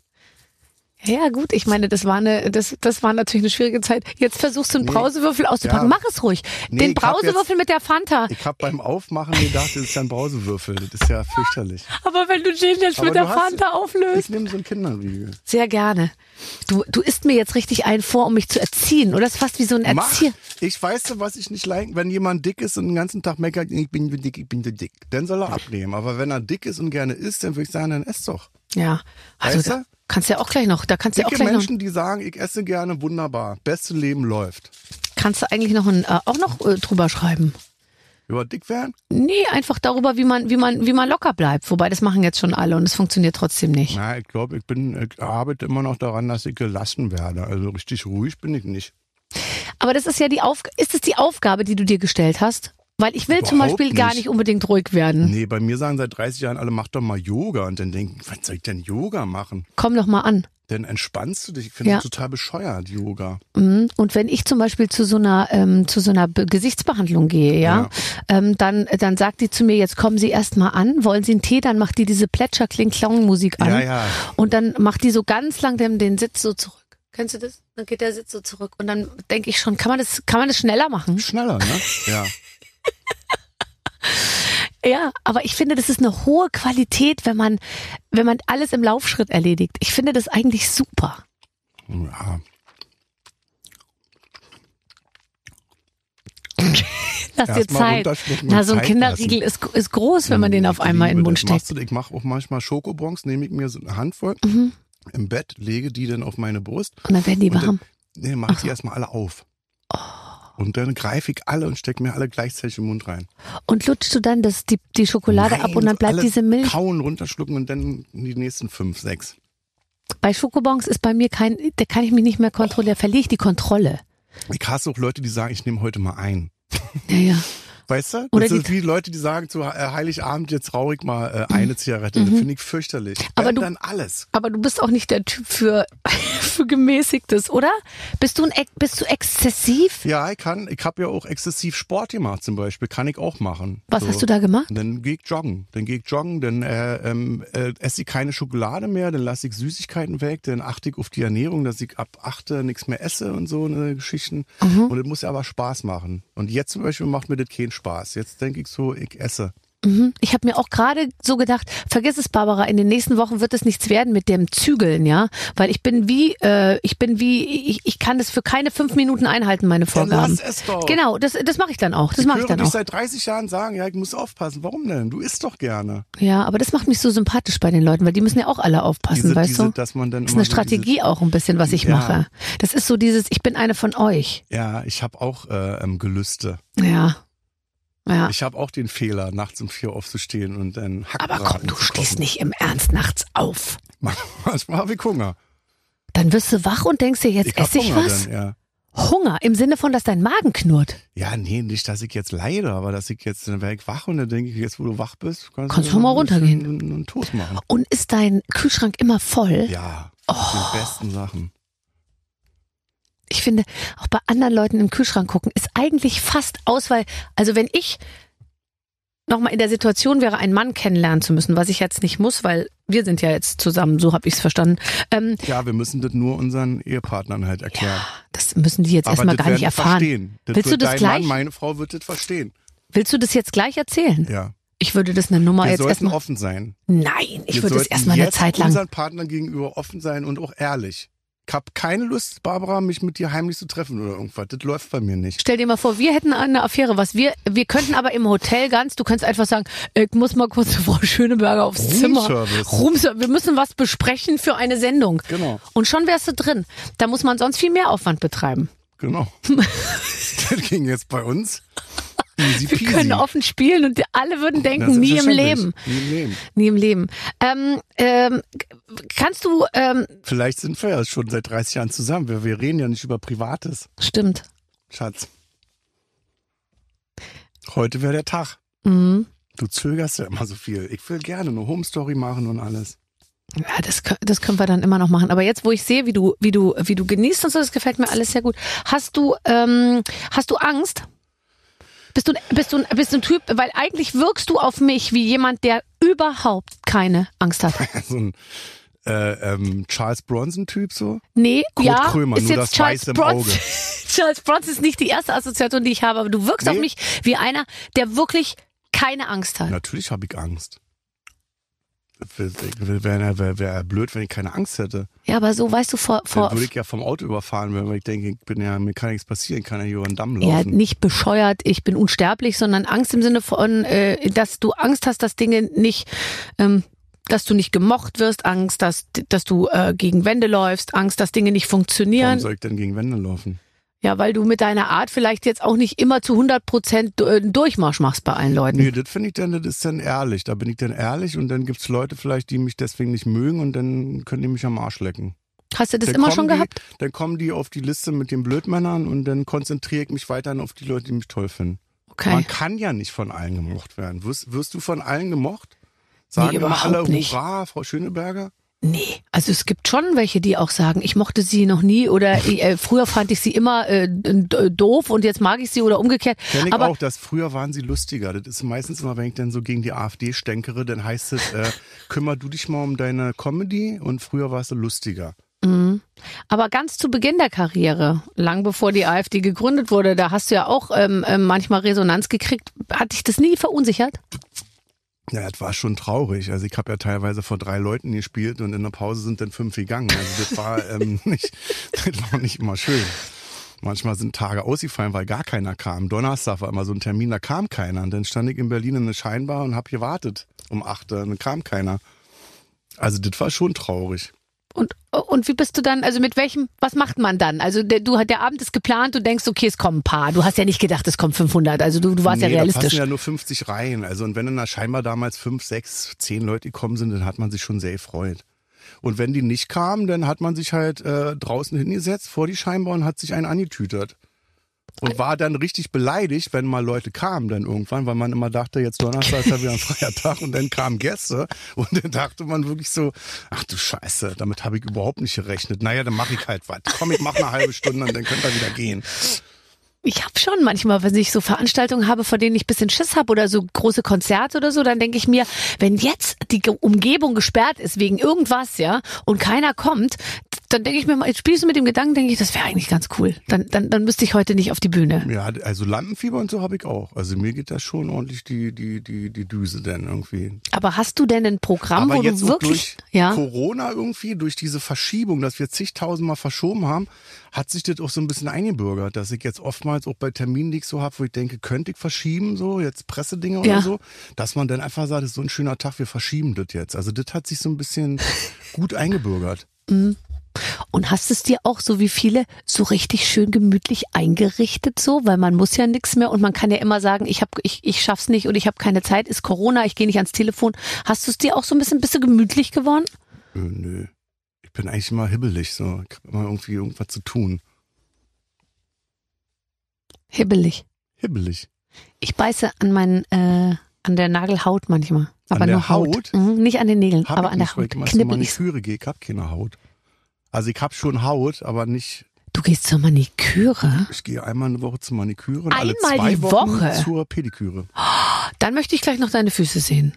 [SPEAKER 2] Ja, gut, ich meine, das war eine, das, das war natürlich eine schwierige Zeit. Jetzt versuchst du einen
[SPEAKER 4] Nee.
[SPEAKER 2] Brausewürfel auszupacken.
[SPEAKER 4] Ja.
[SPEAKER 2] Mach es ruhig.
[SPEAKER 4] Nee,
[SPEAKER 2] Den
[SPEAKER 4] ich hab
[SPEAKER 2] Brausewürfel mit der Fanta.
[SPEAKER 4] Ich habe beim Aufmachen gedacht, das ist ja ein Brausewürfel. Das ist ja fürchterlich.
[SPEAKER 2] Aber wenn du den jetzt
[SPEAKER 4] Aber
[SPEAKER 2] mit der
[SPEAKER 4] du hast-
[SPEAKER 2] Fanta auflöst.
[SPEAKER 4] Ich nehme so ein Kinderriegel.
[SPEAKER 2] Sehr gerne. Du, du isst mir jetzt richtig ein vor, um mich zu erziehen, oder? Das ist fast wie so ein
[SPEAKER 4] Mach.
[SPEAKER 2] Erzieher.
[SPEAKER 4] Ich weiß, was ich nicht like. Wenn jemand dick ist und den ganzen Tag meckert, ich bin so dick, ich bin so dick, dann soll er abnehmen. Aber wenn er dick ist und gerne isst, dann würde ich sagen, dann ess doch.
[SPEAKER 2] Ja. Also,
[SPEAKER 4] Weißt
[SPEAKER 2] da
[SPEAKER 4] du?
[SPEAKER 2] kannst du ja auch gleich noch, da kannst du ja auch
[SPEAKER 4] Dicke
[SPEAKER 2] gleich noch,
[SPEAKER 4] Menschen, die sagen, ich esse gerne, wunderbar. Beste Leben läuft.
[SPEAKER 2] kannst du eigentlich noch ein, äh, auch noch äh, drüber schreiben.
[SPEAKER 4] Über dick werden?
[SPEAKER 2] Nee, einfach darüber, wie man, wie man, wie man locker bleibt. Wobei, das machen jetzt schon alle und es funktioniert trotzdem nicht.
[SPEAKER 4] Na, ich glaube, ich bin, ich arbeite immer noch daran, dass ich gelassen werde. Also richtig ruhig bin ich nicht.
[SPEAKER 2] Aber das ist ja die Aufgabe, ist es die Aufgabe, die du dir gestellt hast? Weil ich will zum
[SPEAKER 4] Überhaupt
[SPEAKER 2] Beispiel gar
[SPEAKER 4] nicht.
[SPEAKER 2] nicht unbedingt ruhig werden.
[SPEAKER 4] Nee, bei mir sagen seit 30 Jahren alle, mach doch mal Yoga. Und dann denken, was soll ich denn Yoga machen?
[SPEAKER 2] Komm doch mal an.
[SPEAKER 4] Dann entspannst du dich. Ich finde
[SPEAKER 2] Ja.
[SPEAKER 4] das total bescheuert, Yoga.
[SPEAKER 2] Mhm. Und wenn ich zum Beispiel zu so einer, ähm, zu so einer Be Gesichtsbehandlung gehe, ja, Ähm, dann, dann sagt die zu mir, jetzt kommen Sie erst mal an, wollen Sie einen Tee, dann macht die diese plätscher kling klong musik an.
[SPEAKER 4] Ja, ja.
[SPEAKER 2] Und dann macht die so ganz lang den, den Sitz so zurück. Kennst du das? Dann geht der Sitz so zurück. Und dann denke ich schon, kann man das, kann man das schneller machen? <laughs>
[SPEAKER 4] Schneller, ne? Ja.
[SPEAKER 2] Ja, aber ich finde, das ist eine hohe Qualität, wenn man, wenn man alles im Laufschritt erledigt. Ich finde das eigentlich super.
[SPEAKER 4] ja.
[SPEAKER 2] Lass dir
[SPEAKER 4] Erst mal
[SPEAKER 2] Zeit.
[SPEAKER 4] runterschlucken
[SPEAKER 2] Na,
[SPEAKER 4] und
[SPEAKER 2] so ein
[SPEAKER 4] Zeit
[SPEAKER 2] Kinderriegel ist, ist groß, wenn man den auf
[SPEAKER 4] Ich
[SPEAKER 2] einmal in den
[SPEAKER 4] liebe
[SPEAKER 2] Mund
[SPEAKER 4] das. Machst
[SPEAKER 2] steckt.
[SPEAKER 4] du- Ich mache auch manchmal Schokobons, nehme ich mir so eine Handvoll
[SPEAKER 2] Mhm.
[SPEAKER 4] im Bett, lege die dann auf meine Brust
[SPEAKER 2] Und dann werden die
[SPEAKER 4] Und dann-
[SPEAKER 2] warm.
[SPEAKER 4] Nee, mach ich die erstmal alle auf.
[SPEAKER 2] Oh.
[SPEAKER 4] Und dann greife ich alle und stecke mir alle gleichzeitig im Mund rein.
[SPEAKER 2] Und lutschst du dann das, die, die Schokolade ab und dann
[SPEAKER 4] so
[SPEAKER 2] bleibt
[SPEAKER 4] alle
[SPEAKER 2] diese Milch.
[SPEAKER 4] Kauen, runterschlucken und dann die nächsten fünf, sechs.
[SPEAKER 2] Bei Schokobons ist bei mir kein, da kann ich mich nicht mehr kontrollieren, da verliere ich die Kontrolle.
[SPEAKER 4] Ich hasse auch Leute, die sagen, ich nehme heute mal ein.
[SPEAKER 2] Ja, ja.
[SPEAKER 4] Weißt du?
[SPEAKER 2] Oder
[SPEAKER 4] das
[SPEAKER 2] die-
[SPEAKER 4] ist wie Leute, die sagen zu äh, Heiligabend jetzt traurig mal äh, eine Zigarette. Das finde ich fürchterlich.
[SPEAKER 2] Mhm. Aber
[SPEAKER 4] Wenn,
[SPEAKER 2] du-
[SPEAKER 4] dann alles.
[SPEAKER 2] Aber du bist auch nicht der Typ für, <laughs> für Gemäßigtes, oder? Bist du ein, Ex- bist du exzessiv?
[SPEAKER 4] Ja, ich kann, ich habe ja auch exzessiv Sport gemacht zum Beispiel. Kann ich auch machen.
[SPEAKER 2] Was
[SPEAKER 4] So.
[SPEAKER 2] hast du da gemacht?
[SPEAKER 4] Dann gehe ich joggen. Dann gehe ich joggen, dann äh, ähm, äh, esse ich keine Schokolade mehr, dann lasse ich Süßigkeiten weg, dann achte ich auf die Ernährung, dass ich ab 8 nichts mehr esse und so ne, Geschichten.
[SPEAKER 2] Mhm.
[SPEAKER 4] Und das muss ja aber Spaß machen. Und jetzt zum Beispiel macht mir das keinen Spaß. Jetzt denke ich so, ich esse.
[SPEAKER 2] Mhm. Ich habe mir auch gerade so gedacht, vergiss es, Barbara, in den nächsten Wochen wird es nichts werden mit dem Zügeln, ja? Weil ich bin wie, äh, ich bin wie, ich, ich kann das für keine fünf Minuten einhalten, meine
[SPEAKER 4] Dann
[SPEAKER 2] Vorgaben.
[SPEAKER 4] lass es doch.
[SPEAKER 2] Genau, das, das mache ich dann auch. Das mache ich
[SPEAKER 4] höre
[SPEAKER 2] dann
[SPEAKER 4] dich
[SPEAKER 2] auch.
[SPEAKER 4] seit 30 Jahren sagen, ja, ich muss aufpassen. Warum denn? Du isst doch gerne.
[SPEAKER 2] Ja, aber das macht mich so sympathisch bei den Leuten, weil die müssen ja auch alle aufpassen,
[SPEAKER 4] Diese,
[SPEAKER 2] weißt
[SPEAKER 4] diese,
[SPEAKER 2] du?
[SPEAKER 4] dass man dann
[SPEAKER 2] Das ist
[SPEAKER 4] immer
[SPEAKER 2] eine
[SPEAKER 4] so diese-
[SPEAKER 2] Strategie auch ein bisschen, was ich
[SPEAKER 4] Ja.
[SPEAKER 2] mache. Das ist so dieses, ich bin eine von euch.
[SPEAKER 4] ja, ich habe auch äh, ähm, Gelüste.
[SPEAKER 2] Ja. Ja.
[SPEAKER 4] Ich habe auch den Fehler, nachts um vier aufzustehen und dann Hackbraten
[SPEAKER 2] Aber komm, du
[SPEAKER 4] zu kochen.
[SPEAKER 2] stehst nicht im Ernst nachts auf.
[SPEAKER 4] <laughs> Manchmal habe ich Hunger.
[SPEAKER 2] Dann wirst du wach und denkst dir, jetzt
[SPEAKER 4] hab
[SPEAKER 2] esse ich
[SPEAKER 4] Hunger
[SPEAKER 2] was?
[SPEAKER 4] Dann, ja.
[SPEAKER 2] Hunger, im Sinne von, dass dein Magen knurrt.
[SPEAKER 4] ja, nee, nicht, dass ich jetzt leide, aber dass ich jetzt, dann wäre ich wach und dann denke ich, jetzt wo du wach bist, kannst,
[SPEAKER 2] Kannst
[SPEAKER 4] du
[SPEAKER 2] du mal
[SPEAKER 4] ein bisschen
[SPEAKER 2] runtergehen. Oh.
[SPEAKER 4] Einen, einen Toast machen.
[SPEAKER 2] Und ist dein Kühlschrank immer voll?
[SPEAKER 4] Ja,
[SPEAKER 2] Oh.
[SPEAKER 4] die besten Sachen.
[SPEAKER 2] Ich finde, auch bei anderen Leuten im Kühlschrank gucken ist eigentlich fast aus, weil, also wenn ich nochmal in der Situation wäre, einen Mann kennenlernen zu müssen, was ich jetzt nicht muss, weil wir sind ja jetzt zusammen, so habe ich es verstanden. Ähm,
[SPEAKER 4] Ja, wir müssen das nur unseren Ehepartnern halt erklären.
[SPEAKER 2] das müssen die jetzt
[SPEAKER 4] aber
[SPEAKER 2] erstmal
[SPEAKER 4] das
[SPEAKER 2] gar nicht
[SPEAKER 4] werden die
[SPEAKER 2] erfahren.
[SPEAKER 4] Verstehen. Das
[SPEAKER 2] Willst du
[SPEAKER 4] wird
[SPEAKER 2] das
[SPEAKER 4] dein
[SPEAKER 2] gleich?
[SPEAKER 4] Mann, meine Frau wird das verstehen.
[SPEAKER 2] Willst du das jetzt gleich erzählen?
[SPEAKER 4] Ja.
[SPEAKER 2] Ich würde das eine Nummer
[SPEAKER 4] Wir
[SPEAKER 2] jetzt
[SPEAKER 4] sollten
[SPEAKER 2] erstmal.
[SPEAKER 4] offen sein.
[SPEAKER 2] Nein, ich
[SPEAKER 4] wir
[SPEAKER 2] würde das
[SPEAKER 4] sollten
[SPEAKER 2] erstmal eine
[SPEAKER 4] jetzt
[SPEAKER 2] Zeit lang.
[SPEAKER 4] unseren Partnern gegenüber offen sein und auch ehrlich. Ich habe keine Lust, Barbara, mich mit dir heimlich zu treffen oder irgendwas. Das läuft bei mir nicht.
[SPEAKER 2] Stell dir mal vor, wir hätten eine Affäre, was wir, wir könnten aber im Hotel ganz, du kannst einfach sagen, ich muss mal kurz <laughs> zu Frau Schöneberger aufs
[SPEAKER 4] Roomservice.
[SPEAKER 2] Zimmer. Roomservice. Wir müssen was besprechen für eine Sendung.
[SPEAKER 4] Genau.
[SPEAKER 2] Und schon wärst du drin. Da muss man sonst viel mehr Aufwand betreiben. <laughs>
[SPEAKER 4] Genau. <laughs> das ging jetzt bei uns. Easy
[SPEAKER 2] Wir
[SPEAKER 4] peasy.
[SPEAKER 2] können offen spielen und alle würden
[SPEAKER 4] Na,
[SPEAKER 2] denken, nie im
[SPEAKER 4] selbstverständlich.
[SPEAKER 2] Leben.
[SPEAKER 4] Nie im Leben.
[SPEAKER 2] Nie im Leben. Ähm, ähm, kannst du, ähm,
[SPEAKER 4] Vielleicht sind wir ja schon seit 30 Jahren zusammen. Wir, wir reden ja nicht über Privates,
[SPEAKER 2] stimmt.
[SPEAKER 4] Schatz. Heute wäre der Tag.
[SPEAKER 2] Mhm.
[SPEAKER 4] Du zögerst ja immer so viel. Ich will gerne eine Home Story machen und alles. <laughs>
[SPEAKER 2] Ja, das, kö- das können wir dann immer noch machen. Aber jetzt, wo ich sehe, wie du, wie du, wie du genießt und so, das gefällt mir alles sehr gut. Hast du, ähm, hast du Angst? Bist du, bist du, bist du ein Typ, weil eigentlich wirkst du auf mich wie jemand, der überhaupt keine Angst
[SPEAKER 4] <laughs>
[SPEAKER 2] hat.
[SPEAKER 4] So ein äh, ähm, Charles Bronson-Typ so.
[SPEAKER 2] Nee,
[SPEAKER 4] Kurt
[SPEAKER 2] ja,
[SPEAKER 4] Krömer,
[SPEAKER 2] ist
[SPEAKER 4] nur
[SPEAKER 2] jetzt
[SPEAKER 4] das
[SPEAKER 2] Charles
[SPEAKER 4] Weiße im
[SPEAKER 2] Bronson.
[SPEAKER 4] Auge.
[SPEAKER 2] <laughs> Charles Bronson ist nicht die erste Assoziation, die ich habe, aber du wirkst auf
[SPEAKER 4] Nee.
[SPEAKER 2] mich wie einer, der wirklich keine Angst hat.
[SPEAKER 4] Natürlich habe ich Angst. Wäre wär, wär, wär blöd, wenn ich keine Angst hätte.
[SPEAKER 2] Ja, aber so, weißt du, vor, vor,
[SPEAKER 4] Dann würde ich ja vom Auto überfahren werden, weil ich denke, ich bin ja, mir kann nichts passieren, ich kann ja hier über den Damm
[SPEAKER 2] Ja,
[SPEAKER 4] laufen.
[SPEAKER 2] nicht bescheuert, ich bin unsterblich, sondern Angst im Sinne von, äh, dass du Angst hast, dass Dinge nicht, ähm, dass du nicht gemocht wirst, Angst, dass, dass du äh, gegen Wände läufst, Angst, dass Dinge nicht
[SPEAKER 4] Warum
[SPEAKER 2] funktionieren.
[SPEAKER 4] soll ich denn gegen Wände laufen?
[SPEAKER 2] Ja, weil du mit deiner Art vielleicht jetzt auch nicht immer zu 100 Prozent äh, Durchmarsch machst bei allen Leuten.
[SPEAKER 4] Nee, das finde ich dann, das ist dann ehrlich. Da bin ich dann ehrlich und dann gibt es Leute vielleicht, die mich deswegen nicht mögen und dann können die mich am Arsch lecken.
[SPEAKER 2] Hast du das
[SPEAKER 4] Dann
[SPEAKER 2] immer
[SPEAKER 4] kommen
[SPEAKER 2] schon
[SPEAKER 4] die,
[SPEAKER 2] gehabt?
[SPEAKER 4] Dann kommen die auf die Liste mit den Blödmännern und dann konzentriere ich mich weiterhin auf die Leute, die mich toll finden.
[SPEAKER 2] Okay.
[SPEAKER 4] Man kann ja nicht von allen gemocht werden. Wirst, wirst du von allen gemocht? Sagen immer
[SPEAKER 2] überhaupt
[SPEAKER 4] alle
[SPEAKER 2] nicht.
[SPEAKER 4] Hurra, Frau Schöneberger?
[SPEAKER 2] Nee. Also es gibt schon welche, die auch sagen, ich mochte sie noch nie oder äh, früher fand ich sie immer äh, d- doof und jetzt mag ich sie oder umgekehrt.
[SPEAKER 4] Kenn ich
[SPEAKER 2] Aber
[SPEAKER 4] auch, dass früher waren sie lustiger. Das ist meistens immer, wenn ich dann so gegen die AfD stänkere, dann heißt es, äh, kümmer du dich mal um deine Comedy und früher warst du lustiger.
[SPEAKER 2] Aber ganz zu Beginn der Karriere, lang bevor die AfD gegründet wurde, da hast du ja auch ähm, ähm, manchmal Resonanz gekriegt. Hat dich das nie verunsichert?
[SPEAKER 4] Ja, das war schon traurig. Also ich habe ja teilweise vor drei Leuten gespielt und in der Pause sind dann fünf gegangen. Also das war, ähm, nicht, das war nicht immer schön. Manchmal sind Tage ausgefallen, weil gar keiner kam. Donnerstag war immer so ein Termin, da kam keiner. Und dann stand ich in Berlin in der Scheinbar und habe gewartet um 8 Uhr und dann kam keiner. Also das war schon traurig.
[SPEAKER 2] Und, und wie bist du dann, also mit welchem, was macht man dann? Also der, du, der Abend ist geplant, du denkst, okay, es kommen ein paar. Du hast ja nicht gedacht, es kommen 500. Also du, du warst ja
[SPEAKER 4] nee, Da
[SPEAKER 2] realistisch.
[SPEAKER 4] passen ja nur 50 Reihen. Also und wenn dann da scheinbar damals fünf, sechs, zehn Leute gekommen sind, dann hat man sich schon sehr gefreut. Und wenn die nicht kamen, dann hat man sich halt äh, draußen hingesetzt vor die Scheinbar und hat sich einen angetütert. Und war dann richtig beleidigt, wenn mal Leute kamen dann irgendwann, weil man immer dachte, jetzt Donnerstag ist ja wieder
[SPEAKER 2] <laughs>
[SPEAKER 4] ein freier Tag und dann kamen Gäste und dann dachte man wirklich so, ach du Scheiße, damit habe ich überhaupt nicht gerechnet. Naja, dann mache ich halt was. Komm, ich mache eine halbe Stunde und dann könnt ihr wieder gehen.
[SPEAKER 2] Ich habe schon manchmal, wenn ich so Veranstaltungen habe, vor denen ich bisschen Schiss habe oder so große Konzerte oder so, dann denke ich mir, wenn jetzt die Ge- Umgebung gesperrt ist wegen irgendwas, ja, und keiner kommt, dann denke ich mir mal, jetzt spielst du mit dem Gedanken, denke ich, das wäre eigentlich ganz cool. Dann, dann, dann müsste ich heute nicht auf die Bühne.
[SPEAKER 4] Ja, also Lampenfieber und so habe ich auch. Also mir geht da schon ordentlich die, die, die, die Düse dann irgendwie.
[SPEAKER 2] Aber hast du denn ein Programm,
[SPEAKER 4] Aber
[SPEAKER 2] wo
[SPEAKER 4] jetzt
[SPEAKER 2] du
[SPEAKER 4] auch
[SPEAKER 2] wirklich,
[SPEAKER 4] durch
[SPEAKER 2] ja,
[SPEAKER 4] Corona irgendwie, durch diese Verschiebung, dass wir zigtausendmal verschoben haben, hat sich das auch so ein bisschen eingebürgert, dass ich jetzt oftmals auch bei Terminen, die ich so habe, wo ich denke, könnte ich verschieben, so jetzt Pressedinge
[SPEAKER 2] Ja.
[SPEAKER 4] oder so, dass man dann einfach sagt, es ist so ein schöner Tag, wir verschieben das jetzt. Also das hat sich so
[SPEAKER 2] <laughs>
[SPEAKER 4] ein bisschen gut eingebürgert.
[SPEAKER 2] und hast es dir auch so wie viele so richtig schön gemütlich eingerichtet so, weil man muss ja nichts mehr und man kann ja immer sagen, ich hab, ich, ich schaff's nicht und ich habe keine Zeit, ist Corona, ich gehe nicht ans Telefon. Hast du es dir auch so ein bisschen, bist du gemütlich geworden?
[SPEAKER 4] Äh, nö. Ich bin eigentlich immer hibbelig, so. Ich habe immer irgendwie irgendwas zu tun.
[SPEAKER 2] Hibbelig.
[SPEAKER 4] Hibbelig.
[SPEAKER 2] Ich beiße an meinen, äh, an der Nagelhaut manchmal. Aber
[SPEAKER 4] der
[SPEAKER 2] nur Haut.
[SPEAKER 4] Haut?
[SPEAKER 2] Mhm, nicht an den Nägeln,
[SPEAKER 4] Hab
[SPEAKER 2] aber
[SPEAKER 4] ich
[SPEAKER 2] an
[SPEAKER 4] nicht,
[SPEAKER 2] der
[SPEAKER 4] weil
[SPEAKER 2] Haut.
[SPEAKER 4] Ich immer zur
[SPEAKER 2] Knibbel ich.
[SPEAKER 4] Maniküre gehe, ich habe keine Haut. Also ich habe schon Haut, aber nicht.
[SPEAKER 2] Du gehst zur Maniküre?
[SPEAKER 4] Ich gehe einmal eine Woche zur Maniküre und alle
[SPEAKER 2] Einmal
[SPEAKER 4] zwei
[SPEAKER 2] die
[SPEAKER 4] Wochen
[SPEAKER 2] Woche?
[SPEAKER 4] zur Pediküre.
[SPEAKER 2] Dann möchte ich gleich noch deine Füße sehen.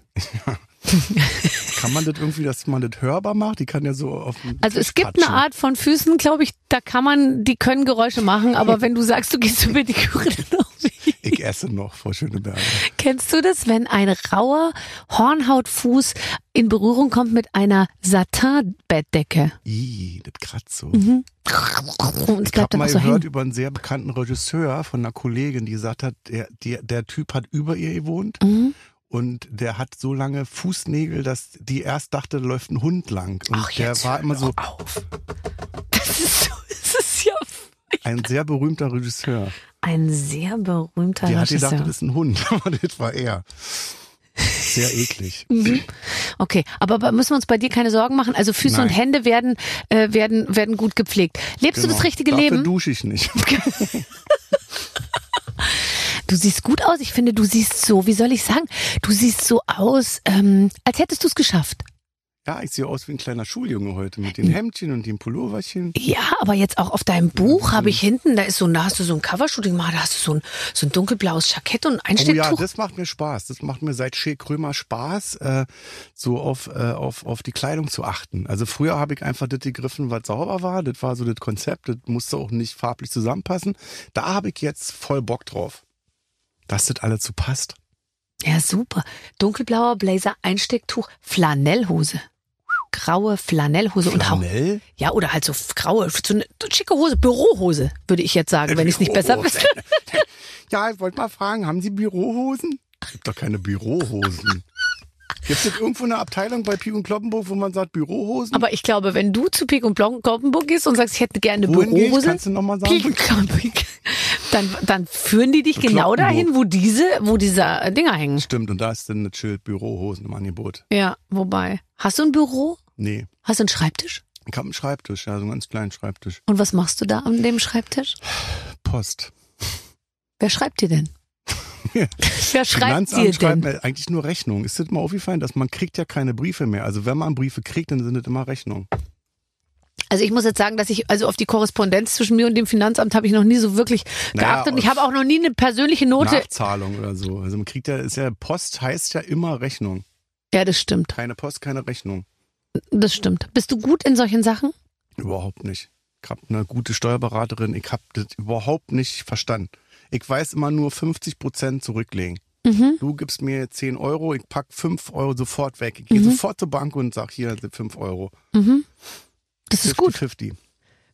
[SPEAKER 4] Kann man das irgendwie, dass man das hörbar macht? Die kann ja so auf den
[SPEAKER 2] Also
[SPEAKER 4] Tisch
[SPEAKER 2] es gibt eine
[SPEAKER 4] patschen.
[SPEAKER 2] Art von
[SPEAKER 4] <laughs>
[SPEAKER 2] Füßen, glaube ich, da kann man, die können Geräusche machen, aber wenn du sagst, du gehst zur Maniküre, <laughs> dann auch nicht.
[SPEAKER 4] Ich esse noch vor Schöneberger.
[SPEAKER 2] Kennst du das, wenn ein rauer Hornhautfuß in Berührung kommt mit einer Satin-Bettdecke?
[SPEAKER 4] Ih, das kratzt so.
[SPEAKER 2] Mhm. Und es
[SPEAKER 4] Ich
[SPEAKER 2] bleibt
[SPEAKER 4] habe
[SPEAKER 2] dann auch
[SPEAKER 4] mal
[SPEAKER 2] so
[SPEAKER 4] gehört
[SPEAKER 2] hängen.
[SPEAKER 4] über einen sehr bekannten Regisseur von einer Kollegin, die gesagt hat, der, der, der Typ hat über ihr gewohnt
[SPEAKER 2] Mhm.
[SPEAKER 4] und der hat so lange Fußnägel, dass die erst dachte, da läuft ein Hund lang. Und
[SPEAKER 2] Ach,
[SPEAKER 4] der
[SPEAKER 2] jetzt
[SPEAKER 4] war
[SPEAKER 2] hör
[SPEAKER 4] immer so
[SPEAKER 2] doch auf. Das ist, so, <laughs> das ist ja
[SPEAKER 4] ein sehr berühmter Regisseur.
[SPEAKER 2] ein sehr berühmter
[SPEAKER 4] Die hat
[SPEAKER 2] Regisseur.
[SPEAKER 4] gedacht, das ist ein Hund, <laughs> aber das war er. Sehr
[SPEAKER 2] <laughs>
[SPEAKER 4] eklig.
[SPEAKER 2] Mhm. Okay, aber bei- müssen wir uns bei dir keine Sorgen machen. Also Füße
[SPEAKER 4] Nein.
[SPEAKER 2] und Hände werden, äh, werden, werden gut gepflegt. Lebst du das
[SPEAKER 4] Genau.
[SPEAKER 2] richtige
[SPEAKER 4] Dafür
[SPEAKER 2] Leben?
[SPEAKER 4] dusche ich nicht. <laughs>
[SPEAKER 2] Du siehst gut aus. Ich finde, du siehst so, wie soll ich sagen, du siehst so aus, ähm, als hättest du es geschafft.
[SPEAKER 4] Ja, ich sehe aus wie ein kleiner Schuljunge heute mit den Hemdchen und den Pulloverchen.
[SPEAKER 2] Ja, aber jetzt auch auf deinem Buch habe ich hinten, da ist so, da hast du so ein Covershooting gemacht, da hast du so ein, so ein dunkelblaues Jackett und ein
[SPEAKER 4] Oh ja,
[SPEAKER 2] Einstecktuch.
[SPEAKER 4] das macht mir Spaß. Das macht mir seit Shea Krömer Spaß, äh, so auf, äh, auf, auf die Kleidung zu achten. Also früher habe ich einfach das gegriffen, was sauber war. Das war so das Konzept. Das musste auch nicht farblich zusammenpassen. Da habe ich jetzt voll Bock drauf, dass das alles so passt.
[SPEAKER 2] ja, super. Dunkelblauer Blazer, Einstecktuch, Flanellhose. Graue Flanellhose und auch
[SPEAKER 4] Flanell?
[SPEAKER 2] Ja, oder halt so graue, so eine schicke Hose, Bürohose, würde ich jetzt sagen, Also wenn ich es nicht besser wüsste.
[SPEAKER 4] <laughs> Ja, ich wollte mal fragen, haben Sie Bürohosen? Gibt doch keine Bürohosen. Gibt es irgendwo eine Abteilung bei Pik und Kloppenburg, wo man sagt Bürohosen?
[SPEAKER 2] Aber ich glaube, wenn du zu Pik und Kloppenburg gehst und sagst, ich hätte gerne eine
[SPEAKER 4] Wohin gehe ich?
[SPEAKER 2] Bürohose,
[SPEAKER 4] Kannst du noch mal sagen?
[SPEAKER 2] Pik und Kloppenburg, dann, dann führen die dich genau
[SPEAKER 4] Kloppenburg.
[SPEAKER 2] dahin, wo diese, wo diese äh, Dinger hängen.
[SPEAKER 4] Stimmt, und da ist dann das Schild Bürohosen im Angebot.
[SPEAKER 2] Ja, wobei. Hast du ein Büro?
[SPEAKER 4] Nee,
[SPEAKER 2] Hast du einen Schreibtisch?
[SPEAKER 4] ich habe einen Schreibtisch, ja, so einen ganz kleinen Schreibtisch.
[SPEAKER 2] Und was machst du da an dem Schreibtisch?
[SPEAKER 4] Post.
[SPEAKER 2] Wer schreibt dir denn?
[SPEAKER 4] <laughs>
[SPEAKER 2] Wer schreibt dir
[SPEAKER 4] Finanzamt schreibt
[SPEAKER 2] denn?
[SPEAKER 4] mir eigentlich nur Rechnungen. Ist das mal aufgefallen, dass man kriegt ja keine Briefe mehr. Also wenn man Briefe kriegt, dann sind das immer Rechnungen.
[SPEAKER 2] Also ich muss jetzt sagen, dass ich also auf die Korrespondenz zwischen mir und dem Finanzamt habe ich noch nie so wirklich
[SPEAKER 4] Naja,
[SPEAKER 2] geachtet und ich habe auch noch nie eine persönliche Note.
[SPEAKER 4] Nachzahlung oder so. Also man kriegt ja, ist ja, Post heißt ja immer Rechnung.
[SPEAKER 2] Ja, das stimmt.
[SPEAKER 4] Keine Post, keine Rechnung.
[SPEAKER 2] Das stimmt. Bist du gut in solchen Sachen?
[SPEAKER 4] Überhaupt nicht. Ich habe eine gute Steuerberaterin, ich habe das überhaupt nicht verstanden. Ich weiß immer nur 50 Prozent zurücklegen.
[SPEAKER 2] Mhm.
[SPEAKER 4] Du gibst mir 10 Euro, ich pack 5 Euro sofort weg. Ich gehe sofort zur Bank und sag hier sind 5 Euro.
[SPEAKER 2] Mhm. Das ist gut.
[SPEAKER 4] 50.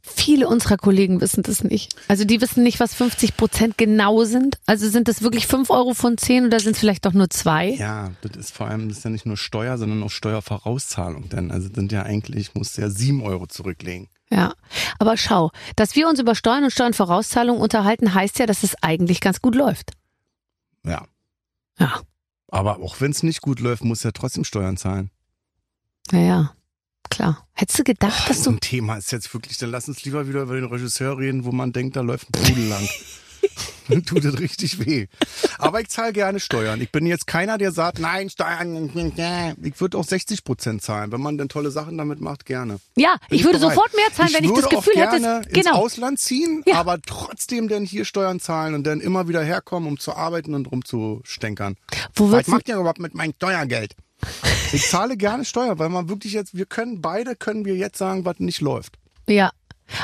[SPEAKER 2] Viele unserer Kollegen wissen das nicht. Also die wissen nicht, was 50 Prozent genau sind. Also sind das wirklich 5 Euro von 10 oder sind es vielleicht doch nur 2?
[SPEAKER 4] Ja, das ist vor allem, das ist ja nicht nur Steuer, sondern auch Steuervorauszahlung. Denn also sind ja eigentlich, muss ja 7 Euro zurücklegen.
[SPEAKER 2] Ja, aber schau, dass wir uns über Steuern und Steuernvorauszahlungen unterhalten, heißt ja, dass es eigentlich ganz gut läuft.
[SPEAKER 4] Ja.
[SPEAKER 2] Ja,
[SPEAKER 4] Aber auch wenn es nicht gut läuft, muss ja trotzdem Steuern zahlen.
[SPEAKER 2] naja, klar. Hättest du gedacht, dass
[SPEAKER 4] so
[SPEAKER 2] du.
[SPEAKER 4] ein Thema ist jetzt wirklich, dann lass uns lieber wieder über den Regisseur reden, wo man denkt, da läuft ein Pudel
[SPEAKER 2] <laughs>
[SPEAKER 4] lang. Dann tut das richtig weh. Aber ich zahle gerne Steuern. Ich bin jetzt keiner, der sagt, nein, Steuern. Ich würde auch 60 Prozent zahlen, wenn man dann tolle Sachen damit macht, gerne.
[SPEAKER 2] Ja,
[SPEAKER 4] Bin
[SPEAKER 2] ich würde
[SPEAKER 4] bereit.
[SPEAKER 2] sofort mehr zahlen, wenn ich das
[SPEAKER 4] würde auch
[SPEAKER 2] Gefühl
[SPEAKER 4] gerne
[SPEAKER 2] hätte.
[SPEAKER 4] ins
[SPEAKER 2] Genau.
[SPEAKER 4] Ausland ziehen,
[SPEAKER 2] Ja.
[SPEAKER 4] aber trotzdem dann hier Steuern zahlen und dann immer wieder herkommen, um zu arbeiten und rumzustänkern.
[SPEAKER 2] Wo
[SPEAKER 4] Was
[SPEAKER 2] wird's,
[SPEAKER 4] macht ihr überhaupt mit meinem Steuergeld? Ich zahle gerne Steuer, weil man wirklich jetzt, wir können beide, können wir jetzt sagen, was nicht läuft.
[SPEAKER 2] ja.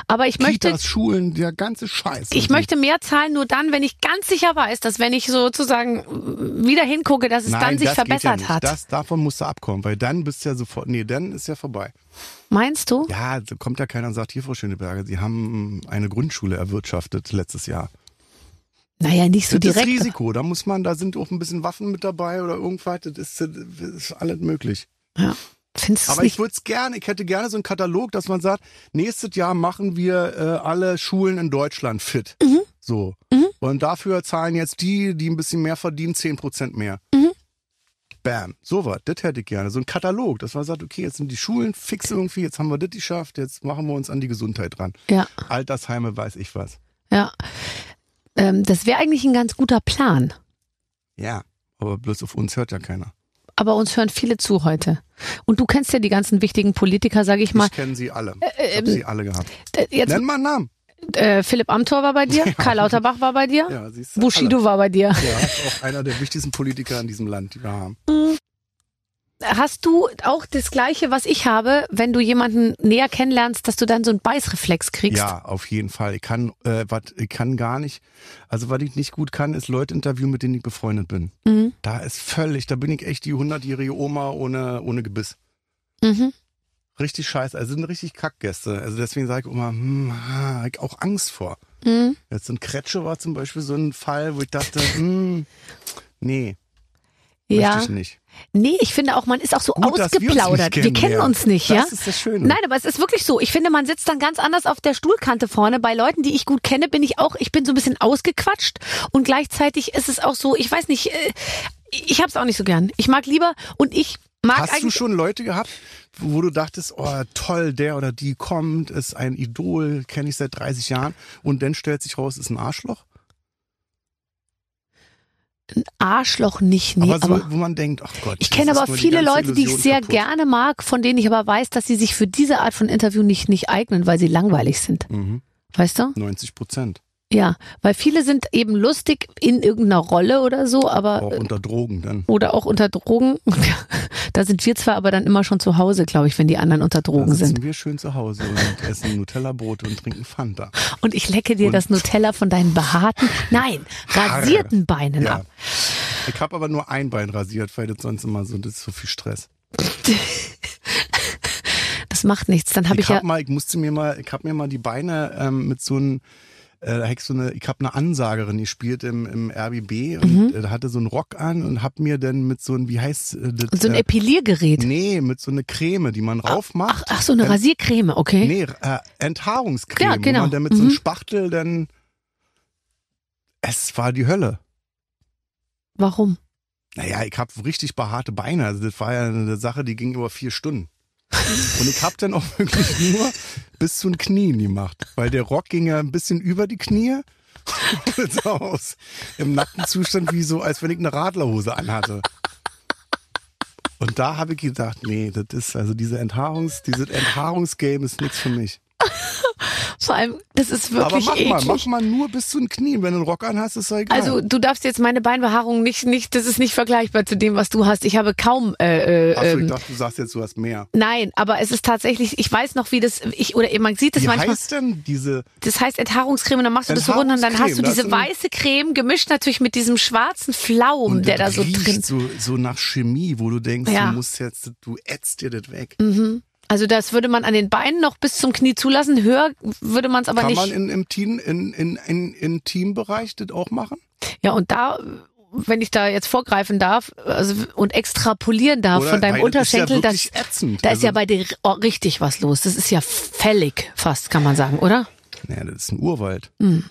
[SPEAKER 2] Aber ich möchte,
[SPEAKER 4] Kitas, Schulen, der ganze Scheiß.
[SPEAKER 2] ich möchte mehr zahlen, nur dann, wenn ich ganz sicher weiß, dass wenn ich sozusagen wieder hingucke, dass es
[SPEAKER 4] Nein,
[SPEAKER 2] dann sich
[SPEAKER 4] das geht ja
[SPEAKER 2] verbessert
[SPEAKER 4] nicht.
[SPEAKER 2] hat.
[SPEAKER 4] Das, davon musst du abkommen, weil dann bist du ja sofort, nee, dann ist ja vorbei.
[SPEAKER 2] Meinst du?
[SPEAKER 4] Ja, da kommt ja keiner und sagt, hier, Frau Schöneberger, Sie haben eine Grundschule erwirtschaftet letztes Jahr.
[SPEAKER 2] Naja, nicht so
[SPEAKER 4] das ist
[SPEAKER 2] direkt.
[SPEAKER 4] Risiko, da muss man, da sind auch ein bisschen Waffen mit dabei oder irgendwas, das ist, das ist alles möglich.
[SPEAKER 2] Ja. Findest du es
[SPEAKER 4] Aber ich
[SPEAKER 2] nicht?
[SPEAKER 4] würde es gerne, ich hätte gerne so einen Katalog, dass man sagt, nächstes Jahr machen wir äh, alle Schulen in Deutschland fit.
[SPEAKER 2] Mhm.
[SPEAKER 4] So. Und dafür zahlen jetzt die, die ein bisschen mehr verdienen, 10% mehr.
[SPEAKER 2] Mhm.
[SPEAKER 4] Bam. So was, das hätte ich gerne. So ein Katalog, dass man sagt, okay, jetzt sind die Schulen fix irgendwie, jetzt haben wir das geschafft, jetzt machen wir uns an die Gesundheit dran.
[SPEAKER 2] Ja,
[SPEAKER 4] Altersheime, weiß ich was.
[SPEAKER 2] ja. Ähm, das wäre eigentlich ein ganz guter Plan.
[SPEAKER 4] Ja. Aber bloß auf uns hört ja keiner.
[SPEAKER 2] aber uns hören viele zu heute. Und du kennst ja die ganzen wichtigen Politiker, sage ich mal.
[SPEAKER 4] Ich kenne sie alle. Ich
[SPEAKER 2] ähm,
[SPEAKER 4] habe sie alle gehabt.
[SPEAKER 2] D- Jetzt
[SPEAKER 4] Nenn mal einen Namen.
[SPEAKER 2] äh, Philipp Amthor war bei
[SPEAKER 4] <laughs>
[SPEAKER 2] dir, Karl Lauterbach war bei dir,
[SPEAKER 4] Ja, siehst du.
[SPEAKER 2] Bushido war bei dir.
[SPEAKER 4] Alle. Ja, ist auch einer der wichtigsten Politiker in diesem Land, die wir haben.
[SPEAKER 2] hast du auch das Gleiche, was ich habe, wenn du jemanden näher kennenlernst, dass du dann so einen Beißreflex kriegst?
[SPEAKER 4] Ja, auf jeden Fall. Ich kann, äh, wat, ich kann gar nicht. Also, was ich nicht gut kann, ist Leute interviewen, mit denen ich befreundet bin.
[SPEAKER 2] Mhm.
[SPEAKER 4] Da ist völlig, da bin ich echt die hundertjährige Oma ohne, ohne Gebiss.
[SPEAKER 2] Mhm.
[SPEAKER 4] Richtig scheiße. Also sind richtig Kackgäste. Also deswegen sage ich immer, hm, ah, hab ich auch Angst vor.
[SPEAKER 2] Mhm.
[SPEAKER 4] Jetzt so ein Kretsche war zum Beispiel so ein Fall, wo
[SPEAKER 2] <laughs>
[SPEAKER 4] ich dachte, hm, nee,
[SPEAKER 2] Ja.
[SPEAKER 4] möchte ich nicht.
[SPEAKER 2] Nee, ich finde auch, man ist auch so
[SPEAKER 4] Gut, dass wir uns nicht
[SPEAKER 2] ausgeplaudert. Wir,
[SPEAKER 4] kennen,
[SPEAKER 2] kennen
[SPEAKER 4] ja.
[SPEAKER 2] uns nicht,
[SPEAKER 4] das
[SPEAKER 2] ja?
[SPEAKER 4] Das ist das Schöne.
[SPEAKER 2] Nein, aber es ist wirklich so. Ich finde, man sitzt dann ganz anders auf der Stuhlkante vorne. Bei Leuten, die ich gut kenne, bin ich auch, ich bin so ein bisschen ausgequatscht und gleichzeitig ist es auch so, ich weiß nicht, äh, ich hab's auch nicht so gern. Ich mag lieber und ich mag
[SPEAKER 4] Hast du
[SPEAKER 2] eigentlich
[SPEAKER 4] schon Leute gehabt, wo du dachtest, oh toll, der oder die kommt, ist ein Idol, kenne ich seit 30 Jahren und dann stellt sich raus, ist ein Arschloch?
[SPEAKER 2] Arschloch nicht, nee,
[SPEAKER 4] aber so, wo man denkt, ach Gott.
[SPEAKER 2] Ich
[SPEAKER 4] das
[SPEAKER 2] kenne
[SPEAKER 4] ist
[SPEAKER 2] aber
[SPEAKER 4] nur
[SPEAKER 2] viele
[SPEAKER 4] ganze
[SPEAKER 2] Leute, die ich
[SPEAKER 4] Illusion
[SPEAKER 2] sehr
[SPEAKER 4] kaputt.
[SPEAKER 2] gerne mag, von denen ich aber weiß, dass sie sich für diese Art von Interview nicht, nicht eignen, weil sie langweilig sind.
[SPEAKER 4] Mhm,
[SPEAKER 2] Weißt du?
[SPEAKER 4] 90 Prozent.
[SPEAKER 2] Ja, weil viele sind eben lustig in irgendeiner Rolle oder so, aber
[SPEAKER 4] Auch unter Drogen dann.
[SPEAKER 2] oder auch unter Drogen. <laughs> da sind wir zwar aber dann immer schon zu Hause, glaube ich, wenn die anderen unter Drogen
[SPEAKER 4] Dann sitzen
[SPEAKER 2] sind.
[SPEAKER 4] wir schön zu Hause
[SPEAKER 2] <laughs>
[SPEAKER 4] und essen Nutella-Brote und trinken Fanta.
[SPEAKER 2] Und ich lecke dir das Nutella von deinen behaarten, nein,
[SPEAKER 4] Haare.
[SPEAKER 2] rasierten Beinen
[SPEAKER 4] Ja.
[SPEAKER 2] ab.
[SPEAKER 4] Ich habe aber nur ein Bein rasiert, weil das sonst immer so, das ist so viel Stress.
[SPEAKER 2] Das macht nichts. Dann habe ich,
[SPEAKER 4] ich hab
[SPEAKER 2] ja.
[SPEAKER 4] mal, ich musste mir mal, ich hab mir mal die Beine ähm, mit so einem, äh, da hab ich so eine, ich hab eine Ansagerin gespielt im, im RBB und
[SPEAKER 2] Mhm.
[SPEAKER 4] äh, da hatte so einen Rock an und hab mir dann mit so einem, wie heißt äh, das?
[SPEAKER 2] So ein
[SPEAKER 4] äh,
[SPEAKER 2] Epiliergerät.
[SPEAKER 4] nee, mit so einer Creme, die man
[SPEAKER 2] Ach,
[SPEAKER 4] raufmacht.
[SPEAKER 2] ach, so eine Rasiercreme, okay.
[SPEAKER 4] Nee, äh, Enthaarungscreme.
[SPEAKER 2] Ja, genau.
[SPEAKER 4] Wo man dann mit so einem
[SPEAKER 2] Mhm.
[SPEAKER 4] Spachtel dann, es war die Hölle.
[SPEAKER 2] Warum?
[SPEAKER 4] Naja, ich habe richtig behaarte Beine. Also das war ja eine Sache, die ging über vier Stunden. Und ich habe dann auch <laughs> wirklich nur bis zu den Knien gemacht. Weil der Rock ging ja ein bisschen über die Knie. Und das sah aus im nackten Zustand wie so, als wenn ich eine Radlerhose anhatte. Und da habe ich gedacht, nee, das ist also diese Enthaarungs, dieses Enthaarungsgame ist nichts für mich.
[SPEAKER 2] Vor allem, das ist wirklich
[SPEAKER 4] Aber mach
[SPEAKER 2] eklig.
[SPEAKER 4] mal, mach mal nur bis zu den Knien. Wenn du einen Rock anhast, ist doch egal.
[SPEAKER 2] Also du darfst jetzt meine Beinbehaarung nicht, nicht, das ist nicht vergleichbar zu dem, was du hast. Ich habe kaum, äh,
[SPEAKER 4] Achso,
[SPEAKER 2] äh,
[SPEAKER 4] ich
[SPEAKER 2] ähm,
[SPEAKER 4] dachte, du sagst jetzt, du hast mehr.
[SPEAKER 2] nein, aber es ist tatsächlich, ich weiß noch, wie das, ich, oder eben, man sieht das
[SPEAKER 4] Wie
[SPEAKER 2] manchmal.
[SPEAKER 4] heißt denn diese
[SPEAKER 2] Das heißt Enthaarungscreme, dann machst du das so runter und dann hast du
[SPEAKER 4] Enthaarungscreme,
[SPEAKER 2] diese
[SPEAKER 4] das ist
[SPEAKER 2] weiße
[SPEAKER 4] ein-
[SPEAKER 2] Creme gemischt natürlich mit diesem schwarzen Flaum,
[SPEAKER 4] Und
[SPEAKER 2] der da
[SPEAKER 4] das
[SPEAKER 2] so
[SPEAKER 4] riecht
[SPEAKER 2] drin.
[SPEAKER 4] So, so nach Chemie, wo du denkst,
[SPEAKER 2] Ja.
[SPEAKER 4] du musst jetzt, du ätzt dir das weg.
[SPEAKER 2] Also das würde man an den Beinen noch bis zum Knie zulassen, höher würde man es aber
[SPEAKER 4] Kann
[SPEAKER 2] nicht.
[SPEAKER 4] man in, im Team, in, in, in, im Teambereich das auch machen?
[SPEAKER 2] ja, und da wenn ich da jetzt vorgreifen darf also, und extrapolieren darf von deinem
[SPEAKER 4] weil das ist ja
[SPEAKER 2] Unterschenkel, das,
[SPEAKER 4] wirklich ätzend.
[SPEAKER 2] da ist
[SPEAKER 4] Also-
[SPEAKER 2] ja bei dir ri- oh, richtig was los. Das ist ja fällig fast, kann man sagen, oder?
[SPEAKER 4] Naja, das ist ein Urwald.
[SPEAKER 2] Mhm.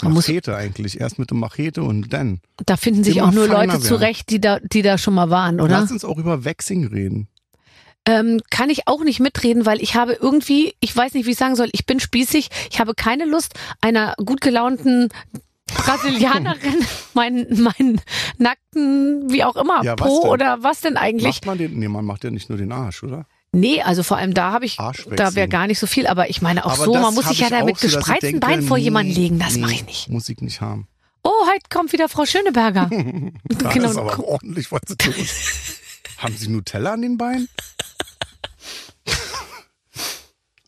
[SPEAKER 2] Man muss-
[SPEAKER 4] Machete eigentlich. Erst mit der Machete und dann.
[SPEAKER 2] Da finden sich
[SPEAKER 4] Immer
[SPEAKER 2] auch nur
[SPEAKER 4] feiner
[SPEAKER 2] Leute
[SPEAKER 4] werden.
[SPEAKER 2] zurecht, die da, die da schon mal waren, oder?
[SPEAKER 4] Lass uns auch über Waxing reden.
[SPEAKER 2] Ähm, kann ich auch nicht mitreden, weil ich habe irgendwie, ich weiß nicht, wie ich sagen soll, ich bin spießig, ich habe keine Lust, einer gut gelaunten
[SPEAKER 4] <laughs>
[SPEAKER 2] Brasilianerin meinen meinen nackten, wie auch immer,
[SPEAKER 4] Ja, was
[SPEAKER 2] Po
[SPEAKER 4] denn?
[SPEAKER 2] oder was denn eigentlich?
[SPEAKER 4] Macht man den? Nee, man macht ja nicht nur den Arsch, oder?
[SPEAKER 2] Nee, also vor allem da habe ich,
[SPEAKER 4] Arschwechsel.
[SPEAKER 2] da wäre gar nicht so viel, aber ich meine auch
[SPEAKER 4] Aber
[SPEAKER 2] so,
[SPEAKER 4] das
[SPEAKER 2] man muss
[SPEAKER 4] hab
[SPEAKER 2] sich ja
[SPEAKER 4] ich
[SPEAKER 2] da
[SPEAKER 4] auch
[SPEAKER 2] mit
[SPEAKER 4] so, dass ich
[SPEAKER 2] gespreizten
[SPEAKER 4] denke,
[SPEAKER 2] Beinen vor
[SPEAKER 4] nee,
[SPEAKER 2] jemanden legen, das
[SPEAKER 4] nee,
[SPEAKER 2] mache ich nicht.
[SPEAKER 4] Muss ich nicht haben.
[SPEAKER 2] Oh, heute kommt wieder Frau
[SPEAKER 4] <laughs>
[SPEAKER 2] Schöneberger.
[SPEAKER 4] Da
[SPEAKER 2] Genau.
[SPEAKER 4] ist aber ordentlich was
[SPEAKER 2] <laughs>
[SPEAKER 4] zu tun. Haben Sie Nutella an den Beinen?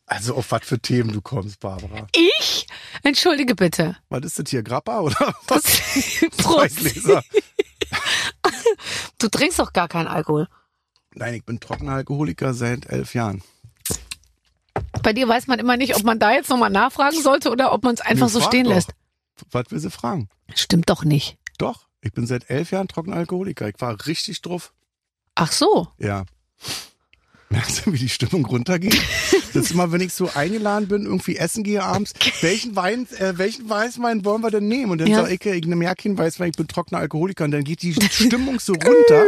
[SPEAKER 4] Also auf was für Themen du kommst, Barbara.
[SPEAKER 2] ich? Entschuldige bitte.
[SPEAKER 4] Was ist das hier, Grappa oder was?
[SPEAKER 2] Das, <laughs> Prost.
[SPEAKER 4] Weißgläser?
[SPEAKER 2] Du trinkst doch gar keinen Alkohol.
[SPEAKER 4] Nein, ich bin trockener Alkoholiker seit elf Jahren.
[SPEAKER 2] Bei dir weiß man immer nicht, ob man da jetzt nochmal nachfragen sollte oder ob man es einfach
[SPEAKER 4] Nee,
[SPEAKER 2] so
[SPEAKER 4] frag
[SPEAKER 2] stehen
[SPEAKER 4] doch.
[SPEAKER 2] lässt.
[SPEAKER 4] Was will sie fragen?
[SPEAKER 2] Stimmt doch nicht.
[SPEAKER 4] Doch, ich bin seit elf Jahren trockener Alkoholiker. Ich war richtig drauf.
[SPEAKER 2] Ach so.
[SPEAKER 4] Ja. Merkst du, wie die Stimmung runtergeht? Das ist immer, wenn ich so eingeladen bin, irgendwie essen gehe abends. Welchen Wein, äh, welchen Weißwein wollen wir denn nehmen? Und dann
[SPEAKER 2] Ja.
[SPEAKER 4] sag ich, ich nehme ja keinen Weißwein, ich bin trockener Alkoholiker. Und dann geht die Stimmung so runter.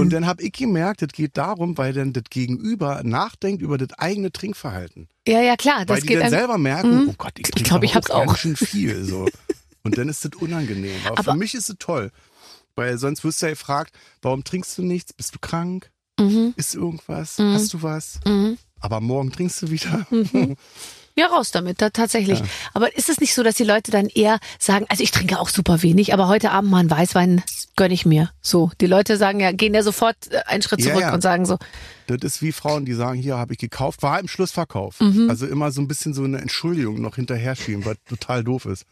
[SPEAKER 4] Und dann habe ich gemerkt, es geht darum, weil dann das Gegenüber nachdenkt über das eigene Trinkverhalten.
[SPEAKER 2] Ja, ja, klar.
[SPEAKER 4] Weil
[SPEAKER 2] Das
[SPEAKER 4] die
[SPEAKER 2] geht
[SPEAKER 4] dann
[SPEAKER 2] einem- Mhm.
[SPEAKER 4] selber merken, oh Gott, ich
[SPEAKER 2] Ich
[SPEAKER 4] trinke
[SPEAKER 2] glaub, ich
[SPEAKER 4] aber
[SPEAKER 2] hab's auch.
[SPEAKER 4] ganz schön viel.
[SPEAKER 2] <laughs>
[SPEAKER 4] So. Und dann ist das unangenehm. Aber,
[SPEAKER 2] Aber-
[SPEAKER 4] für mich ist es toll. Weil sonst wirst du ja gefragt, warum trinkst du nichts? Bist du krank? Ist irgendwas? Hast du was?
[SPEAKER 2] Mhm.
[SPEAKER 4] Aber morgen trinkst du wieder.
[SPEAKER 2] Ja, raus damit, da, tatsächlich. Aber ist es nicht so, dass die Leute dann eher sagen, also ich trinke auch super wenig, aber heute Abend mal einen Weißwein gönne ich mir. So, die Leute sagen ja, gehen ja sofort äh, einen Schritt
[SPEAKER 4] Ja,
[SPEAKER 2] zurück
[SPEAKER 4] ja.
[SPEAKER 2] und sagen so,
[SPEAKER 4] Das ist wie Frauen, die sagen, hier habe ich gekauft, war im Schlussverkauf.
[SPEAKER 2] Mhm.
[SPEAKER 4] Also immer so ein bisschen so eine Entschuldigung noch hinterher schieben, was total doof ist.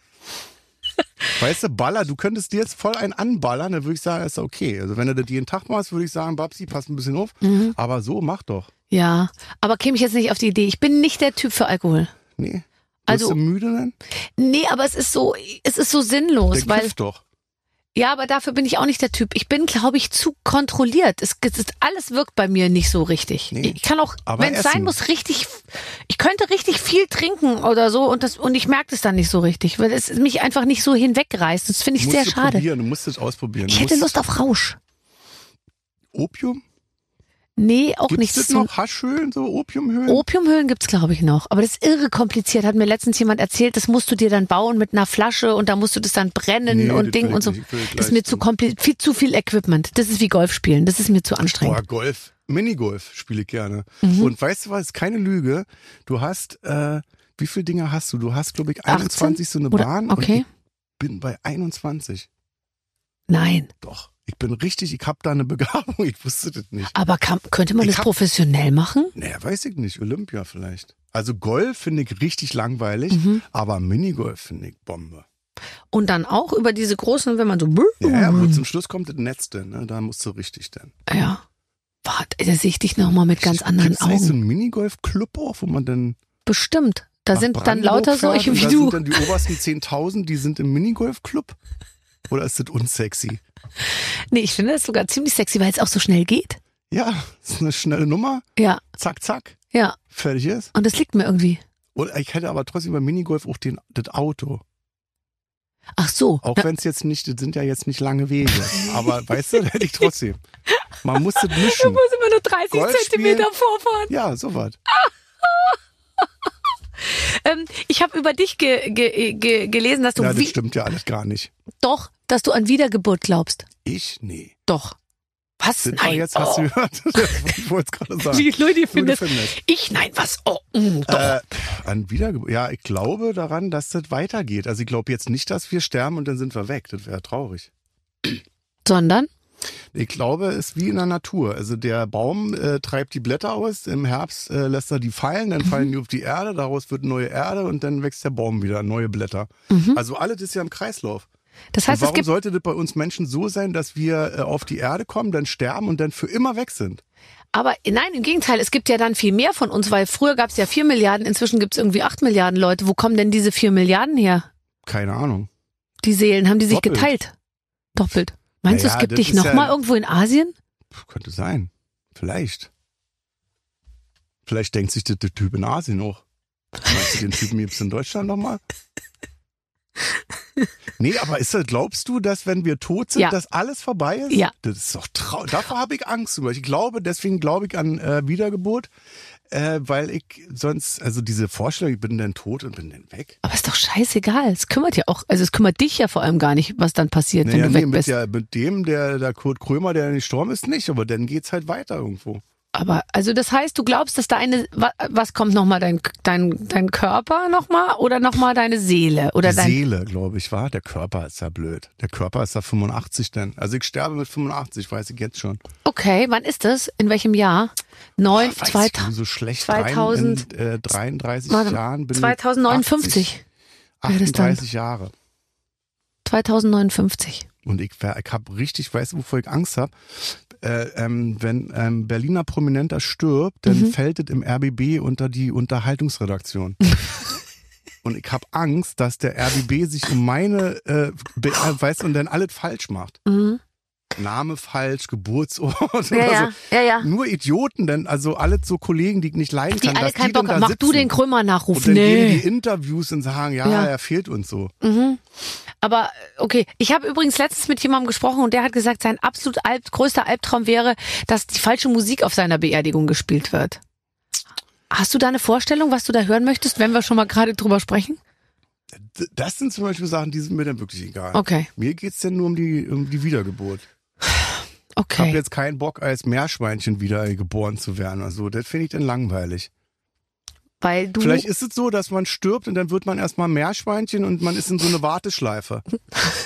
[SPEAKER 2] <laughs>
[SPEAKER 4] Weißt du, Baller, du könntest dir jetzt voll einen anballern, dann würde ich sagen, ist okay. Also wenn du das jeden Tag machst, würde ich sagen, Babsi, pass ein bisschen auf.
[SPEAKER 2] Mhm.
[SPEAKER 4] Aber so, mach doch.
[SPEAKER 2] ja, aber käme ich jetzt nicht auf die Idee, ich bin nicht der Typ für Alkohol.
[SPEAKER 4] Nee.
[SPEAKER 2] Also-
[SPEAKER 4] Bist du müde dann?
[SPEAKER 2] Nee, aber es ist so, es ist so sinnlos,
[SPEAKER 4] Der
[SPEAKER 2] weil
[SPEAKER 4] kifft doch.
[SPEAKER 2] ja, aber dafür bin ich auch nicht der Typ. Ich bin, glaube ich, zu kontrolliert. Es, es ist, alles wirkt bei mir nicht so richtig.
[SPEAKER 4] Nee.
[SPEAKER 2] Ich kann auch,
[SPEAKER 4] Aber
[SPEAKER 2] wenn es sein
[SPEAKER 4] essen.
[SPEAKER 2] muss, richtig, ich könnte richtig viel trinken oder so und das und ich merke das dann nicht so richtig, weil es mich einfach nicht so hinwegreißt. Das finde ich
[SPEAKER 4] musst
[SPEAKER 2] sehr
[SPEAKER 4] du
[SPEAKER 2] schade.
[SPEAKER 4] Probieren. Du musst es ausprobieren.
[SPEAKER 2] Ich
[SPEAKER 4] du
[SPEAKER 2] hätte
[SPEAKER 4] musst
[SPEAKER 2] Lust auf Rausch.
[SPEAKER 4] Opium?
[SPEAKER 2] Nee, auch
[SPEAKER 4] Gibt's
[SPEAKER 2] nichts
[SPEAKER 4] das
[SPEAKER 2] zu.
[SPEAKER 4] noch? Haschhöhlen, so Opiumhöhlen?
[SPEAKER 2] Opiumhüllen gibt's glaube ich noch, aber das ist irre kompliziert. Hat mir letztens jemand erzählt, das musst du dir dann bauen mit einer Flasche und da musst du das dann brennen
[SPEAKER 4] Nee, das
[SPEAKER 2] und
[SPEAKER 4] will
[SPEAKER 2] Ding
[SPEAKER 4] ich
[SPEAKER 2] und so.
[SPEAKER 4] nicht. Ich will gleich
[SPEAKER 2] Das ist mir zu
[SPEAKER 4] zum-
[SPEAKER 2] kompliziert, viel zu viel Equipment. Das ist wie Golf spielen, das ist mir zu anstrengend.
[SPEAKER 4] Boah, Golf. Minigolf spiele ich gerne.
[SPEAKER 2] Mhm.
[SPEAKER 4] Und weißt du was, keine Lüge. Du hast, äh, wie viele Dinge hast du? Du hast, glaube ich, 21 so eine
[SPEAKER 2] Oder-
[SPEAKER 4] Bahn.
[SPEAKER 2] okay.
[SPEAKER 4] Und ich bin bei 21.
[SPEAKER 2] Nein,
[SPEAKER 4] Doch. Ich bin richtig, ich habe da eine Begabung. <laughs> Ich wusste das nicht.
[SPEAKER 2] aber kann, könnte man
[SPEAKER 4] Ich
[SPEAKER 2] das
[SPEAKER 4] hab-
[SPEAKER 2] professionell machen?
[SPEAKER 4] Naja, weiß ich nicht. Olympia vielleicht. Also Golf finde ich richtig langweilig,
[SPEAKER 2] Mhm.
[SPEAKER 4] aber Minigolf finde ich Bombe.
[SPEAKER 2] Und dann auch über diese großen, wenn man so.
[SPEAKER 4] Ja, ja, wo zum Schluss kommt das Netz denn, ne? Da musst du richtig denn.
[SPEAKER 2] ja. Warte, da sehe ich dich nochmal mit ganz anderen
[SPEAKER 4] Gibt's eigentlich so
[SPEAKER 2] Augen.
[SPEAKER 4] einen Minigolf-Club auf, wo man dann
[SPEAKER 2] Bestimmt. Da
[SPEAKER 4] nach
[SPEAKER 2] sind dann
[SPEAKER 4] Brandenburg
[SPEAKER 2] lauter
[SPEAKER 4] fährt
[SPEAKER 2] solche
[SPEAKER 4] und
[SPEAKER 2] wie
[SPEAKER 4] da
[SPEAKER 2] du.
[SPEAKER 4] sind dann die obersten 10.000, die sind im Minigolf-Club? Oder ist das unsexy?
[SPEAKER 2] Nee, ich finde das sogar ziemlich sexy, weil es auch so schnell geht.
[SPEAKER 4] Ja, ist eine schnelle Nummer.
[SPEAKER 2] Ja,
[SPEAKER 4] Zack, zack,
[SPEAKER 2] ja.
[SPEAKER 4] fertig ist.
[SPEAKER 2] Und das liegt mir irgendwie.
[SPEAKER 4] Und ich hätte aber trotzdem beim Minigolf auch den, das Auto.
[SPEAKER 2] Ach so.
[SPEAKER 4] Auch wenn es jetzt nicht, das sind ja jetzt nicht lange Wege. Aber weißt du, <laughs> das hätte ich trotzdem. Man muss das mischen.
[SPEAKER 2] muss immer nur 30
[SPEAKER 4] Golf spielen.
[SPEAKER 2] Zentimeter vorfahren.
[SPEAKER 4] Ja, sowas.
[SPEAKER 2] Ähm, ich habe über dich ge ge ge gelesen, dass du
[SPEAKER 4] Ja, das
[SPEAKER 2] wie
[SPEAKER 4] stimmt ja alles gar nicht.
[SPEAKER 2] doch, dass du an Wiedergeburt glaubst.
[SPEAKER 4] Ich? Nee.
[SPEAKER 2] Doch. Was?
[SPEAKER 4] Das war
[SPEAKER 2] nein.
[SPEAKER 4] jetzt hast du
[SPEAKER 2] oh.
[SPEAKER 4] gehört. <laughs> ich wollte es gerade sagen.
[SPEAKER 2] Wie Leute findet.
[SPEAKER 4] findest.
[SPEAKER 2] Ich nein, was? Oh, mm, doch.
[SPEAKER 4] Äh, an Wiedergeburt. Ja, ich glaube daran, dass das weitergeht. Also ich glaube jetzt nicht, dass wir sterben und dann sind wir weg. Das wäre traurig.
[SPEAKER 2] Sondern
[SPEAKER 4] Ich glaube, es ist wie in der Natur. Also der Baum äh, treibt die Blätter aus, im Herbst äh, lässt er die fallen,
[SPEAKER 2] Mhm.
[SPEAKER 4] dann fallen die auf die Erde, daraus wird neue Erde und dann wächst der Baum wieder, neue Blätter. Also alles ist ja im Kreislauf.
[SPEAKER 2] Mhm. das heißt,
[SPEAKER 4] und
[SPEAKER 2] es
[SPEAKER 4] warum
[SPEAKER 2] gibt
[SPEAKER 4] sollte das bei uns Menschen so sein, dass wir äh, auf die Erde kommen, dann sterben und dann für immer weg sind?
[SPEAKER 2] aber nein, im Gegenteil, es gibt ja dann viel mehr von uns, weil früher gab es ja 4 Milliarden, inzwischen gibt es irgendwie 8 Milliarden Leute. Wo kommen denn diese 4 Milliarden her?
[SPEAKER 4] Keine Ahnung.
[SPEAKER 2] Die Seelen haben die sich
[SPEAKER 4] Doppelt.
[SPEAKER 2] geteilt. Doppelt. Meinst du,
[SPEAKER 4] Naja,
[SPEAKER 2] es gibt
[SPEAKER 4] das
[SPEAKER 2] dich
[SPEAKER 4] ist ja-
[SPEAKER 2] nochmal mal irgendwo in Asien?
[SPEAKER 4] Puh, Könnte sein. Vielleicht. Vielleicht denkt sich der, der Typ in Asien auch. Meinst du, den Typen gibt's in Deutschland nochmal? Nee, aber ist das, glaubst du, dass wenn wir tot sind,
[SPEAKER 2] Ja.
[SPEAKER 4] dass alles vorbei ist?
[SPEAKER 2] Ja.
[SPEAKER 4] Das ist doch traurig. Davor habe ich Angst. sogar. Ich glaube, deswegen glaube ich an äh, Wiedergeburt, äh, weil ich sonst, also diese Vorstellung, ich bin dann tot und bin dann weg.
[SPEAKER 2] Aber ist doch scheißegal. Es kümmert ja auch, also es kümmert dich ja vor allem gar nicht, was dann passiert, wenn
[SPEAKER 4] Naja,
[SPEAKER 2] du
[SPEAKER 4] nee,
[SPEAKER 2] weg
[SPEAKER 4] mit,
[SPEAKER 2] bist.
[SPEAKER 4] der, mit dem, der, der Kurt Krömer, der gestorben ist, nicht, aber dann geht's halt weiter irgendwo.
[SPEAKER 2] Aber also das heißt, du glaubst, dass da eine wa- was kommt nochmal dein dein dein Körper nochmal oder nochmal deine Seele oder
[SPEAKER 4] Die
[SPEAKER 2] dein
[SPEAKER 4] Seele, glaube ich, war. Der Körper ist ja blöd. Der Körper ist ja 85 denn. Also ich sterbe mit 85, weiß ich jetzt schon.
[SPEAKER 2] Okay, wann ist das? In welchem Jahr? Neun,
[SPEAKER 4] Weiß
[SPEAKER 2] zwei,
[SPEAKER 4] ich, so schlecht
[SPEAKER 2] 2000
[SPEAKER 4] rein in äh, 33
[SPEAKER 2] Warte,
[SPEAKER 4] Jahren bin
[SPEAKER 2] 2059.
[SPEAKER 4] ich 80,
[SPEAKER 2] wäre das dann.
[SPEAKER 4] 38 Jahre.
[SPEAKER 2] 2059.
[SPEAKER 4] Und ich, wär- ich habe richtig, weißt du, wovor ich Angst habe? Äh, ähm, wenn ähm, Berliner Prominenter stirbt, dann
[SPEAKER 2] Mhm.
[SPEAKER 4] fällt es im RBB unter
[SPEAKER 2] <laughs>
[SPEAKER 4] die Unterhaltungsredaktion. und ich habe Angst, dass der RBB sich um meine, äh, be- äh, weißt du, und dann alles falsch macht.
[SPEAKER 2] Mhm.
[SPEAKER 4] Name falsch, Geburtsort <laughs> oder so.
[SPEAKER 2] ja, ja.
[SPEAKER 4] Nur Idioten, denn also alle so Kollegen, die ich nicht leiden
[SPEAKER 2] Die
[SPEAKER 4] kann,
[SPEAKER 2] alle
[SPEAKER 4] dass
[SPEAKER 2] keinen
[SPEAKER 4] die denn
[SPEAKER 2] Bock
[SPEAKER 4] da
[SPEAKER 2] haben. Mach
[SPEAKER 4] sitzen.
[SPEAKER 2] du den
[SPEAKER 4] Und
[SPEAKER 2] Krömer-Nachruf.
[SPEAKER 4] dann gehen
[SPEAKER 2] Nee.
[SPEAKER 4] die Interviews und sagen, ja,
[SPEAKER 2] Ja.
[SPEAKER 4] er fehlt uns so.
[SPEAKER 2] Aber äh, okay, ich habe übrigens letztens mit jemandem gesprochen und der hat gesagt, sein absolut alb größter Albtraum wäre, dass die falsche Musik auf seiner Beerdigung gespielt wird. Hast du da eine Vorstellung, was du da hören möchtest, wenn wir schon mal gerade drüber sprechen?
[SPEAKER 4] D- Das sind zum Beispiel Sachen, die sind mir dann wirklich egal.
[SPEAKER 2] Okay,
[SPEAKER 4] Mir geht's denn nur um die, um die Wiedergeburt. Ich habe
[SPEAKER 2] okay.
[SPEAKER 4] jetzt keinen Bock, als Meerschweinchen wieder geboren zu werden. Also, das finde ich dann langweilig.
[SPEAKER 2] Weil du.
[SPEAKER 4] Vielleicht ist es so, dass man stirbt und dann wird man erstmal Meerschweinchen und man ist in so
[SPEAKER 2] <laughs>
[SPEAKER 4] eine Warteschleife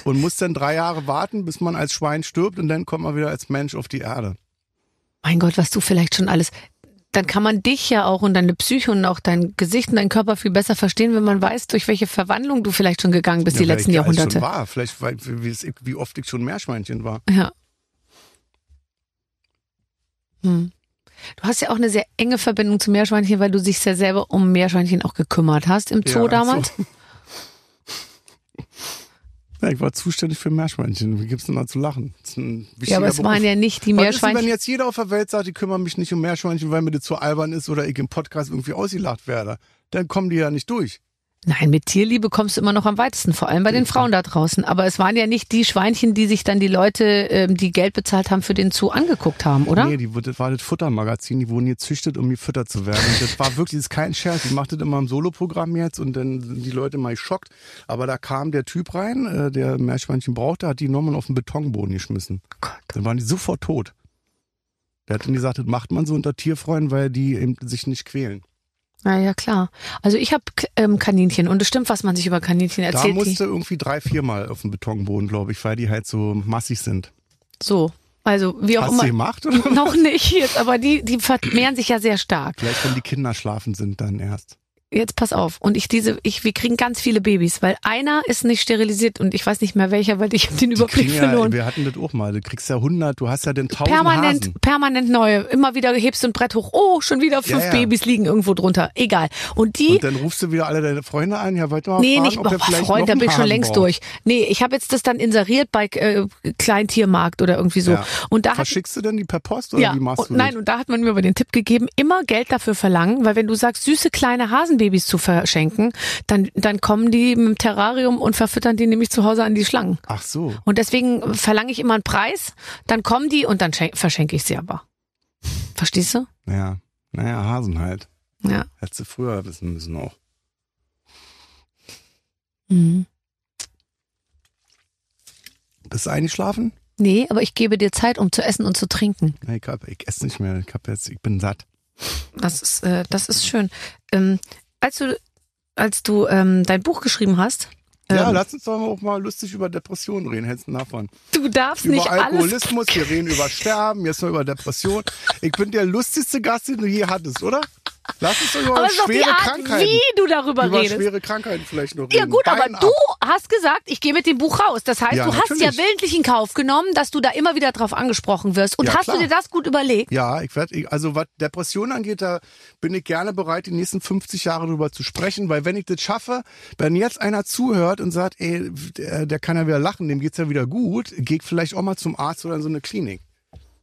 [SPEAKER 4] und muss dann drei Jahre warten, bis man als Schwein stirbt und dann kommt man wieder als Mensch auf die Erde.
[SPEAKER 2] mein Gott, was du vielleicht schon alles. Dann kann man dich ja auch und deine Psyche und auch dein Gesicht und deinen Körper viel besser verstehen, wenn man weiß, durch welche Verwandlung du vielleicht schon gegangen bist die
[SPEAKER 4] Ja,
[SPEAKER 2] letzten
[SPEAKER 4] vielleicht alles Schon
[SPEAKER 2] Jahrhunderte.
[SPEAKER 4] war. Vielleicht, weil, wie, es- wie oft ich schon Meerschweinchen war.
[SPEAKER 2] Ja. Hm. Du hast ja auch eine sehr enge Verbindung zu Meerschweinchen, weil du dich ja selber um Meerschweinchen auch gekümmert hast im Zoo
[SPEAKER 4] Ja, also.
[SPEAKER 2] damals.
[SPEAKER 4] so. <laughs> Ja, ich war zuständig für Meerschweinchen. Wie gibt's denn da zu lachen? Das ist ein
[SPEAKER 2] Ja, aber es waren ja nicht die
[SPEAKER 4] Was ist denn, wenn
[SPEAKER 2] Meerschweinchen.
[SPEAKER 4] jetzt jeder auf der Welt sagt, ich kümmere mich nicht um Meerschweinchen, weil mir das zu albern ist oder ich im Podcast irgendwie ausgelacht werde? Dann kommen die ja nicht durch.
[SPEAKER 2] Nein, mit Tierliebe kommst du immer noch am weitesten, vor allem bei den Frauen da draußen. Aber es waren ja nicht die Schweinchen, die sich dann die Leute, ähm, die Geld bezahlt haben, für den Zoo angeguckt haben, oder?
[SPEAKER 4] Nee, die, das war das Futtermagazin, die wurden gezüchtet, um gefüttert zu werden. Und das war wirklich, das ist kein Scherz. Ich mache das immer im Soloprogramm jetzt und dann sind die Leute mal geschockt. Aber da kam der Typ rein, äh, der Meerschweinchen brauchte, hat die genommen und auf den Betonboden geschmissen. Dann waren die sofort tot. Der hat dann gesagt, das macht man so unter Tierfreunden, weil die eben sich nicht quälen.
[SPEAKER 2] Na ja, klar. Also ich habe ähm, Kaninchen und es stimmt, was man sich über Kaninchen
[SPEAKER 4] da
[SPEAKER 2] erzählt.
[SPEAKER 4] musste
[SPEAKER 2] die.
[SPEAKER 4] irgendwie drei, viermal auf den Betonboden, glaube ich, weil die halt so massig sind.
[SPEAKER 2] So, also wie auch
[SPEAKER 4] Hast du
[SPEAKER 2] <laughs> immer.
[SPEAKER 4] gemacht? Oder?
[SPEAKER 2] Noch nicht jetzt, aber die, die vermehren sich ja sehr stark.
[SPEAKER 4] Vielleicht, wenn die Kinder schlafen sind, dann erst.
[SPEAKER 2] jetzt pass auf. Und ich diese, ich, wir kriegen ganz viele Babys, weil einer ist nicht sterilisiert und ich weiß nicht mehr welcher, weil ich habe den
[SPEAKER 4] Die
[SPEAKER 2] Überblick
[SPEAKER 4] kriegen ja,
[SPEAKER 2] verloren.
[SPEAKER 4] wir hatten das auch mal. Du kriegst ja 100, du hast ja den 1000
[SPEAKER 2] Permanent,
[SPEAKER 4] Hasen.
[SPEAKER 2] permanent neue. Immer wieder hebst du ein Brett hoch. Oh, schon wieder fünf
[SPEAKER 4] ja.
[SPEAKER 2] Babys liegen irgendwo drunter. Egal. Und die,
[SPEAKER 4] Und dann rufst du wieder alle deine Freunde an. Ja, weiter mal
[SPEAKER 2] nee,
[SPEAKER 4] fragen,
[SPEAKER 2] nicht,
[SPEAKER 4] ob
[SPEAKER 2] oh,
[SPEAKER 4] der vielleicht noch
[SPEAKER 2] Freund, da
[SPEAKER 4] einen
[SPEAKER 2] bin ich schon
[SPEAKER 4] Hasen
[SPEAKER 2] längst
[SPEAKER 4] braucht.
[SPEAKER 2] durch. Nee, ich habe jetzt das dann inseriert bei äh, Kleintiermarkt oder irgendwie so.
[SPEAKER 4] Ja.
[SPEAKER 2] Und da hat
[SPEAKER 4] Verschickst du denn die per Post oder wie machst
[SPEAKER 2] und,
[SPEAKER 4] du
[SPEAKER 2] nein,
[SPEAKER 4] das?
[SPEAKER 2] und da hat man mir aber den Tipp gegeben, immer Geld dafür verlangen, weil wenn du sagst, süße kleine Hasenbabys zu verschenken, dann, dann kommen die mit dem Terrarium und verfüttern die nämlich zu Hause an die Schlangen.
[SPEAKER 4] Ach so.
[SPEAKER 2] Und deswegen verlange ich immer einen Preis, dann kommen die und dann schen- verschenke ich sie aber. Verstehst du?
[SPEAKER 4] Ja. Naja, Hasen halt.
[SPEAKER 2] Ja.
[SPEAKER 4] Hättest du früher wissen müssen auch.
[SPEAKER 2] Mhm.
[SPEAKER 4] Bist du eingeschlafen?
[SPEAKER 2] Nee, aber ich gebe dir Zeit, um zu essen und zu trinken.
[SPEAKER 4] Nee, ich, hab, ich esse nicht mehr. Ich, hab jetzt, ich bin satt.
[SPEAKER 2] Das ist, äh, das ist schön. Ähm, als du, als du ähm, dein Buch geschrieben hast,
[SPEAKER 4] Ja,
[SPEAKER 2] ähm,
[SPEAKER 4] lass uns doch auch mal lustig über Depressionen reden. Hältst du davon?
[SPEAKER 2] du darfst
[SPEAKER 4] Über
[SPEAKER 2] nicht alles
[SPEAKER 4] Alkoholismus, wir reden über Sterben, jetzt mal über Depressionen. Ich bin der lustigste Gast, den du je hattest, oder? Lass uns doch über
[SPEAKER 2] Aber es ist doch die
[SPEAKER 4] schwere
[SPEAKER 2] Art,
[SPEAKER 4] Krankheiten.
[SPEAKER 2] wie du darüber
[SPEAKER 4] über
[SPEAKER 2] redest.
[SPEAKER 4] schwere Krankheiten vielleicht noch reden.
[SPEAKER 2] Ja gut, aber
[SPEAKER 4] Bein
[SPEAKER 2] du
[SPEAKER 4] ab.
[SPEAKER 2] hast gesagt, ich gehe mit dem Buch raus. Das heißt,
[SPEAKER 4] Ja,
[SPEAKER 2] du hast ja
[SPEAKER 4] natürlich.
[SPEAKER 2] willentlich in Kauf genommen, dass du da immer wieder drauf angesprochen wirst. Und
[SPEAKER 4] Ja,
[SPEAKER 2] hast
[SPEAKER 4] klar.
[SPEAKER 2] du dir das gut überlegt?
[SPEAKER 4] Ja, ich werde, also was Depressionen angeht, da bin ich gerne bereit, die nächsten 50 Jahre drüber zu sprechen, weil wenn ich das schaffe, wenn jetzt einer zuhört und sagt, ey, der, der kann ja wieder lachen, dem geht's ja wieder gut, geh ich vielleicht auch mal zum Arzt oder in so eine Klinik.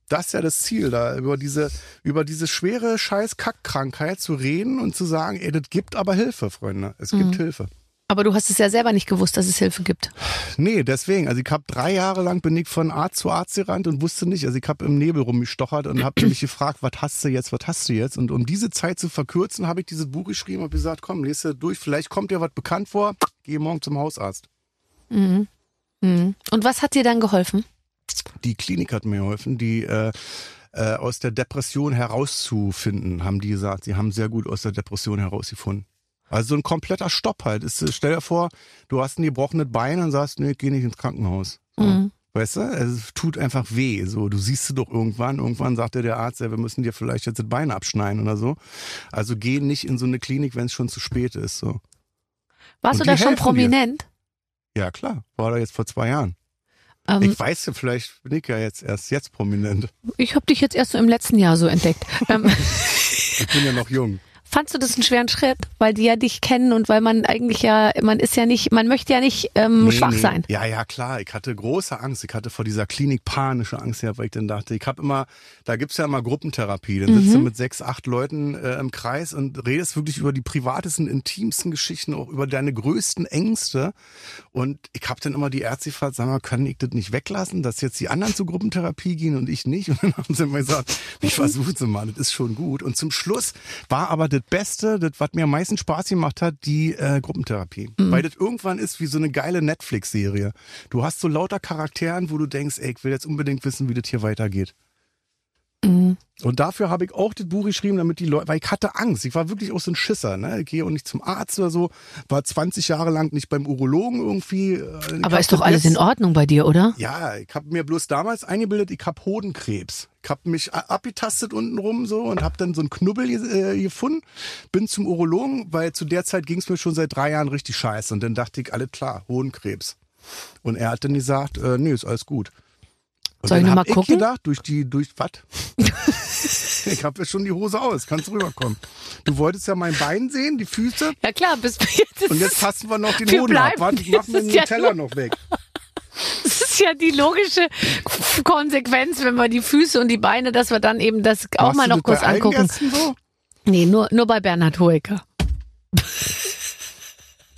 [SPEAKER 4] Das ist ja das Ziel, da über diese, über diese schwere scheiß Kackkrankheit zu reden und zu sagen, ey, das gibt aber Hilfe, Freunde. Es gibt Hilfe.
[SPEAKER 2] Aber du hast es ja selber nicht gewusst, dass es Hilfe gibt.
[SPEAKER 4] Nee, deswegen. Also ich habe drei Jahre lang bin ich von Arzt zu Arzt gerannt und wusste nicht. Also ich habe im Nebel rumgestochert und habe mich gefragt, was hast du jetzt, was hast du jetzt? Und um diese Zeit zu verkürzen, habe ich dieses Buch geschrieben und gesagt, komm, lese durch, vielleicht kommt dir was bekannt vor, geh morgen zum Hausarzt.
[SPEAKER 2] Mhm. Und was hat dir dann geholfen?
[SPEAKER 4] Die Klinik hat mir geholfen, die äh, äh, aus der Depression herauszufinden, haben die gesagt. Sie haben sehr gut aus der Depression herausgefunden. Also so ein kompletter Stopp halt. Ist, äh, stell dir vor, du hast ein gebrochenes Bein und sagst, nee, ich geh nicht ins Krankenhaus. So.
[SPEAKER 2] Mhm.
[SPEAKER 4] Weißt du, Also, es tut einfach weh. So, du siehst sie doch irgendwann. Irgendwann sagt dir der Arzt, ja, wir müssen dir vielleicht jetzt das Bein abschneiden oder so. Also geh nicht in so eine Klinik, wenn es schon zu spät ist. So.
[SPEAKER 2] Warst
[SPEAKER 4] Und
[SPEAKER 2] du da
[SPEAKER 4] die
[SPEAKER 2] schon
[SPEAKER 4] helfen dir.
[SPEAKER 2] prominent?
[SPEAKER 4] Ja, klar. War da jetzt vor zwei Jahren.
[SPEAKER 2] Ähm,
[SPEAKER 4] Ich weiß ja, vielleicht bin ich ja jetzt erst jetzt prominent.
[SPEAKER 2] ich habe dich jetzt erst so im letzten Jahr so
[SPEAKER 4] <laughs>
[SPEAKER 2] entdeckt. ähm,
[SPEAKER 4] Ich bin ja noch jung.
[SPEAKER 2] fandst du das einen schweren Schritt, weil die ja dich kennen und weil man eigentlich ja, man ist ja nicht, man möchte ja nicht ähm,
[SPEAKER 4] Nee,
[SPEAKER 2] schwach
[SPEAKER 4] nee.
[SPEAKER 2] sein.
[SPEAKER 4] Ja, ja, klar. Ich hatte große Angst. Ich hatte vor dieser Klinik panische Angst, gehabt, weil ich dann dachte, ich habe immer, da gibt's ja immer Gruppentherapie. Dann
[SPEAKER 2] Mhm.
[SPEAKER 4] sitzt du mit sechs, acht Leuten äh, im Kreis und redest wirklich über die privatesten, intimsten Geschichten, auch über deine größten Ängste. Und ich habe dann immer die Ärzte gefragt, sag mal, kann ich das nicht weglassen, dass jetzt die anderen zur Gruppentherapie gehen und ich nicht? Und dann haben sie immer gesagt, ich
[SPEAKER 2] Mhm.
[SPEAKER 4] versuche sie mal, das ist schon gut. Und zum Schluss war aber das Beste, das, was mir am meisten Spaß gemacht hat, die äh, Gruppentherapie.
[SPEAKER 2] Mhm.
[SPEAKER 4] Weil das irgendwann ist wie so eine geile Netflix-Serie. Du hast so lauter Charakteren, wo du denkst, ey, ich will jetzt unbedingt wissen, wie das hier weitergeht.
[SPEAKER 2] Mhm.
[SPEAKER 4] Und dafür habe ich auch das Buch geschrieben, damit die Leute, weil ich hatte Angst. Ich war wirklich auch so ein Schisser, ne? Ich gehe auch nicht zum Arzt oder so, war 20 Jahre lang nicht beim Urologen irgendwie. äh, Ich
[SPEAKER 2] Aber
[SPEAKER 4] hab
[SPEAKER 2] ist doch
[SPEAKER 4] das
[SPEAKER 2] alles
[SPEAKER 4] jetzt-
[SPEAKER 2] in Ordnung bei dir, oder?
[SPEAKER 4] Ja, ich habe mir bloß damals eingebildet, ich habe Hodenkrebs. Ich habe mich a- abgetastet untenrum so und habe dann so einen Knubbel ge- äh, gefunden, bin zum Urologen, weil zu der Zeit ging es mir schon seit drei Jahren richtig scheiße. Und dann dachte ich, alles klar, Hodenkrebs. Und er hat dann gesagt, äh, nee, ist alles gut. Und
[SPEAKER 2] Soll ich
[SPEAKER 4] dann
[SPEAKER 2] noch
[SPEAKER 4] hab
[SPEAKER 2] mal gucken?
[SPEAKER 4] Ich gedacht, durch die, durch was? <laughs> ich habe ja schon die Hose aus, kannst rüberkommen. Du wolltest ja mein Bein sehen, die Füße.
[SPEAKER 2] Ja klar, bis <laughs> jetzt ist
[SPEAKER 4] Und jetzt tasten wir noch den
[SPEAKER 2] Wir
[SPEAKER 4] Hoden ab.
[SPEAKER 2] bleiben-
[SPEAKER 4] Warte, ich mach mir
[SPEAKER 2] das
[SPEAKER 4] den
[SPEAKER 2] ist ja
[SPEAKER 4] Teller noch weg.
[SPEAKER 2] Das ist ja die logische Konsequenz, wenn wir die Füße und die Beine, dass wir dann eben das auch
[SPEAKER 4] Machst
[SPEAKER 2] mal
[SPEAKER 4] du
[SPEAKER 2] noch
[SPEAKER 4] das
[SPEAKER 2] kurz
[SPEAKER 4] bei allen
[SPEAKER 2] angucken.
[SPEAKER 4] Gästen So?
[SPEAKER 2] Nee, nur, nur bei Bernhard Hoeker.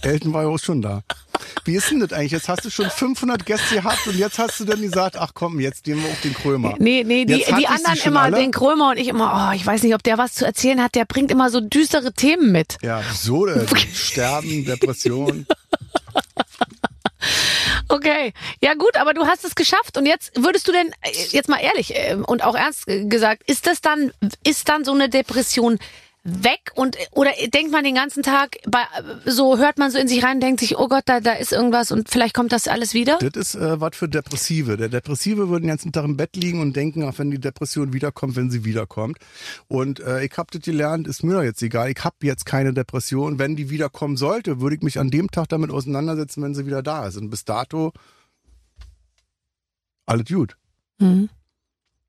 [SPEAKER 4] Elton war ja auch schon da. Wie ist denn das eigentlich? Jetzt hast du schon 500 Gäste gehabt und jetzt hast du dann gesagt, ach komm, jetzt nehmen wir auch den Krömer.
[SPEAKER 2] Nee, nee, die,
[SPEAKER 4] Jetzt hatte
[SPEAKER 2] die
[SPEAKER 4] ich sie
[SPEAKER 2] anderen
[SPEAKER 4] schon
[SPEAKER 2] immer,
[SPEAKER 4] alle.
[SPEAKER 2] den Krömer und ich immer, oh, ich weiß nicht, ob der was zu erzählen hat, der bringt immer so düstere Themen mit.
[SPEAKER 4] Ja, so
[SPEAKER 2] <laughs>
[SPEAKER 4] äh, Sterben, Depression.
[SPEAKER 2] <laughs> Okay, ja gut, aber du hast es geschafft und jetzt würdest du denn, äh, jetzt mal ehrlich äh, und auch ernst äh, gesagt, ist das dann, ist dann so eine Depression weg und äh, oder denkt man den ganzen Tag bei äh, so hört man so in sich rein denkt sich oh Gott da da ist irgendwas und vielleicht kommt das alles wieder
[SPEAKER 4] Das ist äh, was für Depressive. Der Depressive würde den ganzen Tag im Bett liegen und denken, auch wenn die Depression wiederkommt, wenn sie wiederkommt. Und äh, ich habe das gelernt, ist mir doch jetzt egal. Ich habe jetzt keine Depression. Wenn die wiederkommen sollte, würde ich mich an dem Tag damit auseinandersetzen, wenn sie wieder da ist. Und bis dato alles gut.
[SPEAKER 2] Mhm.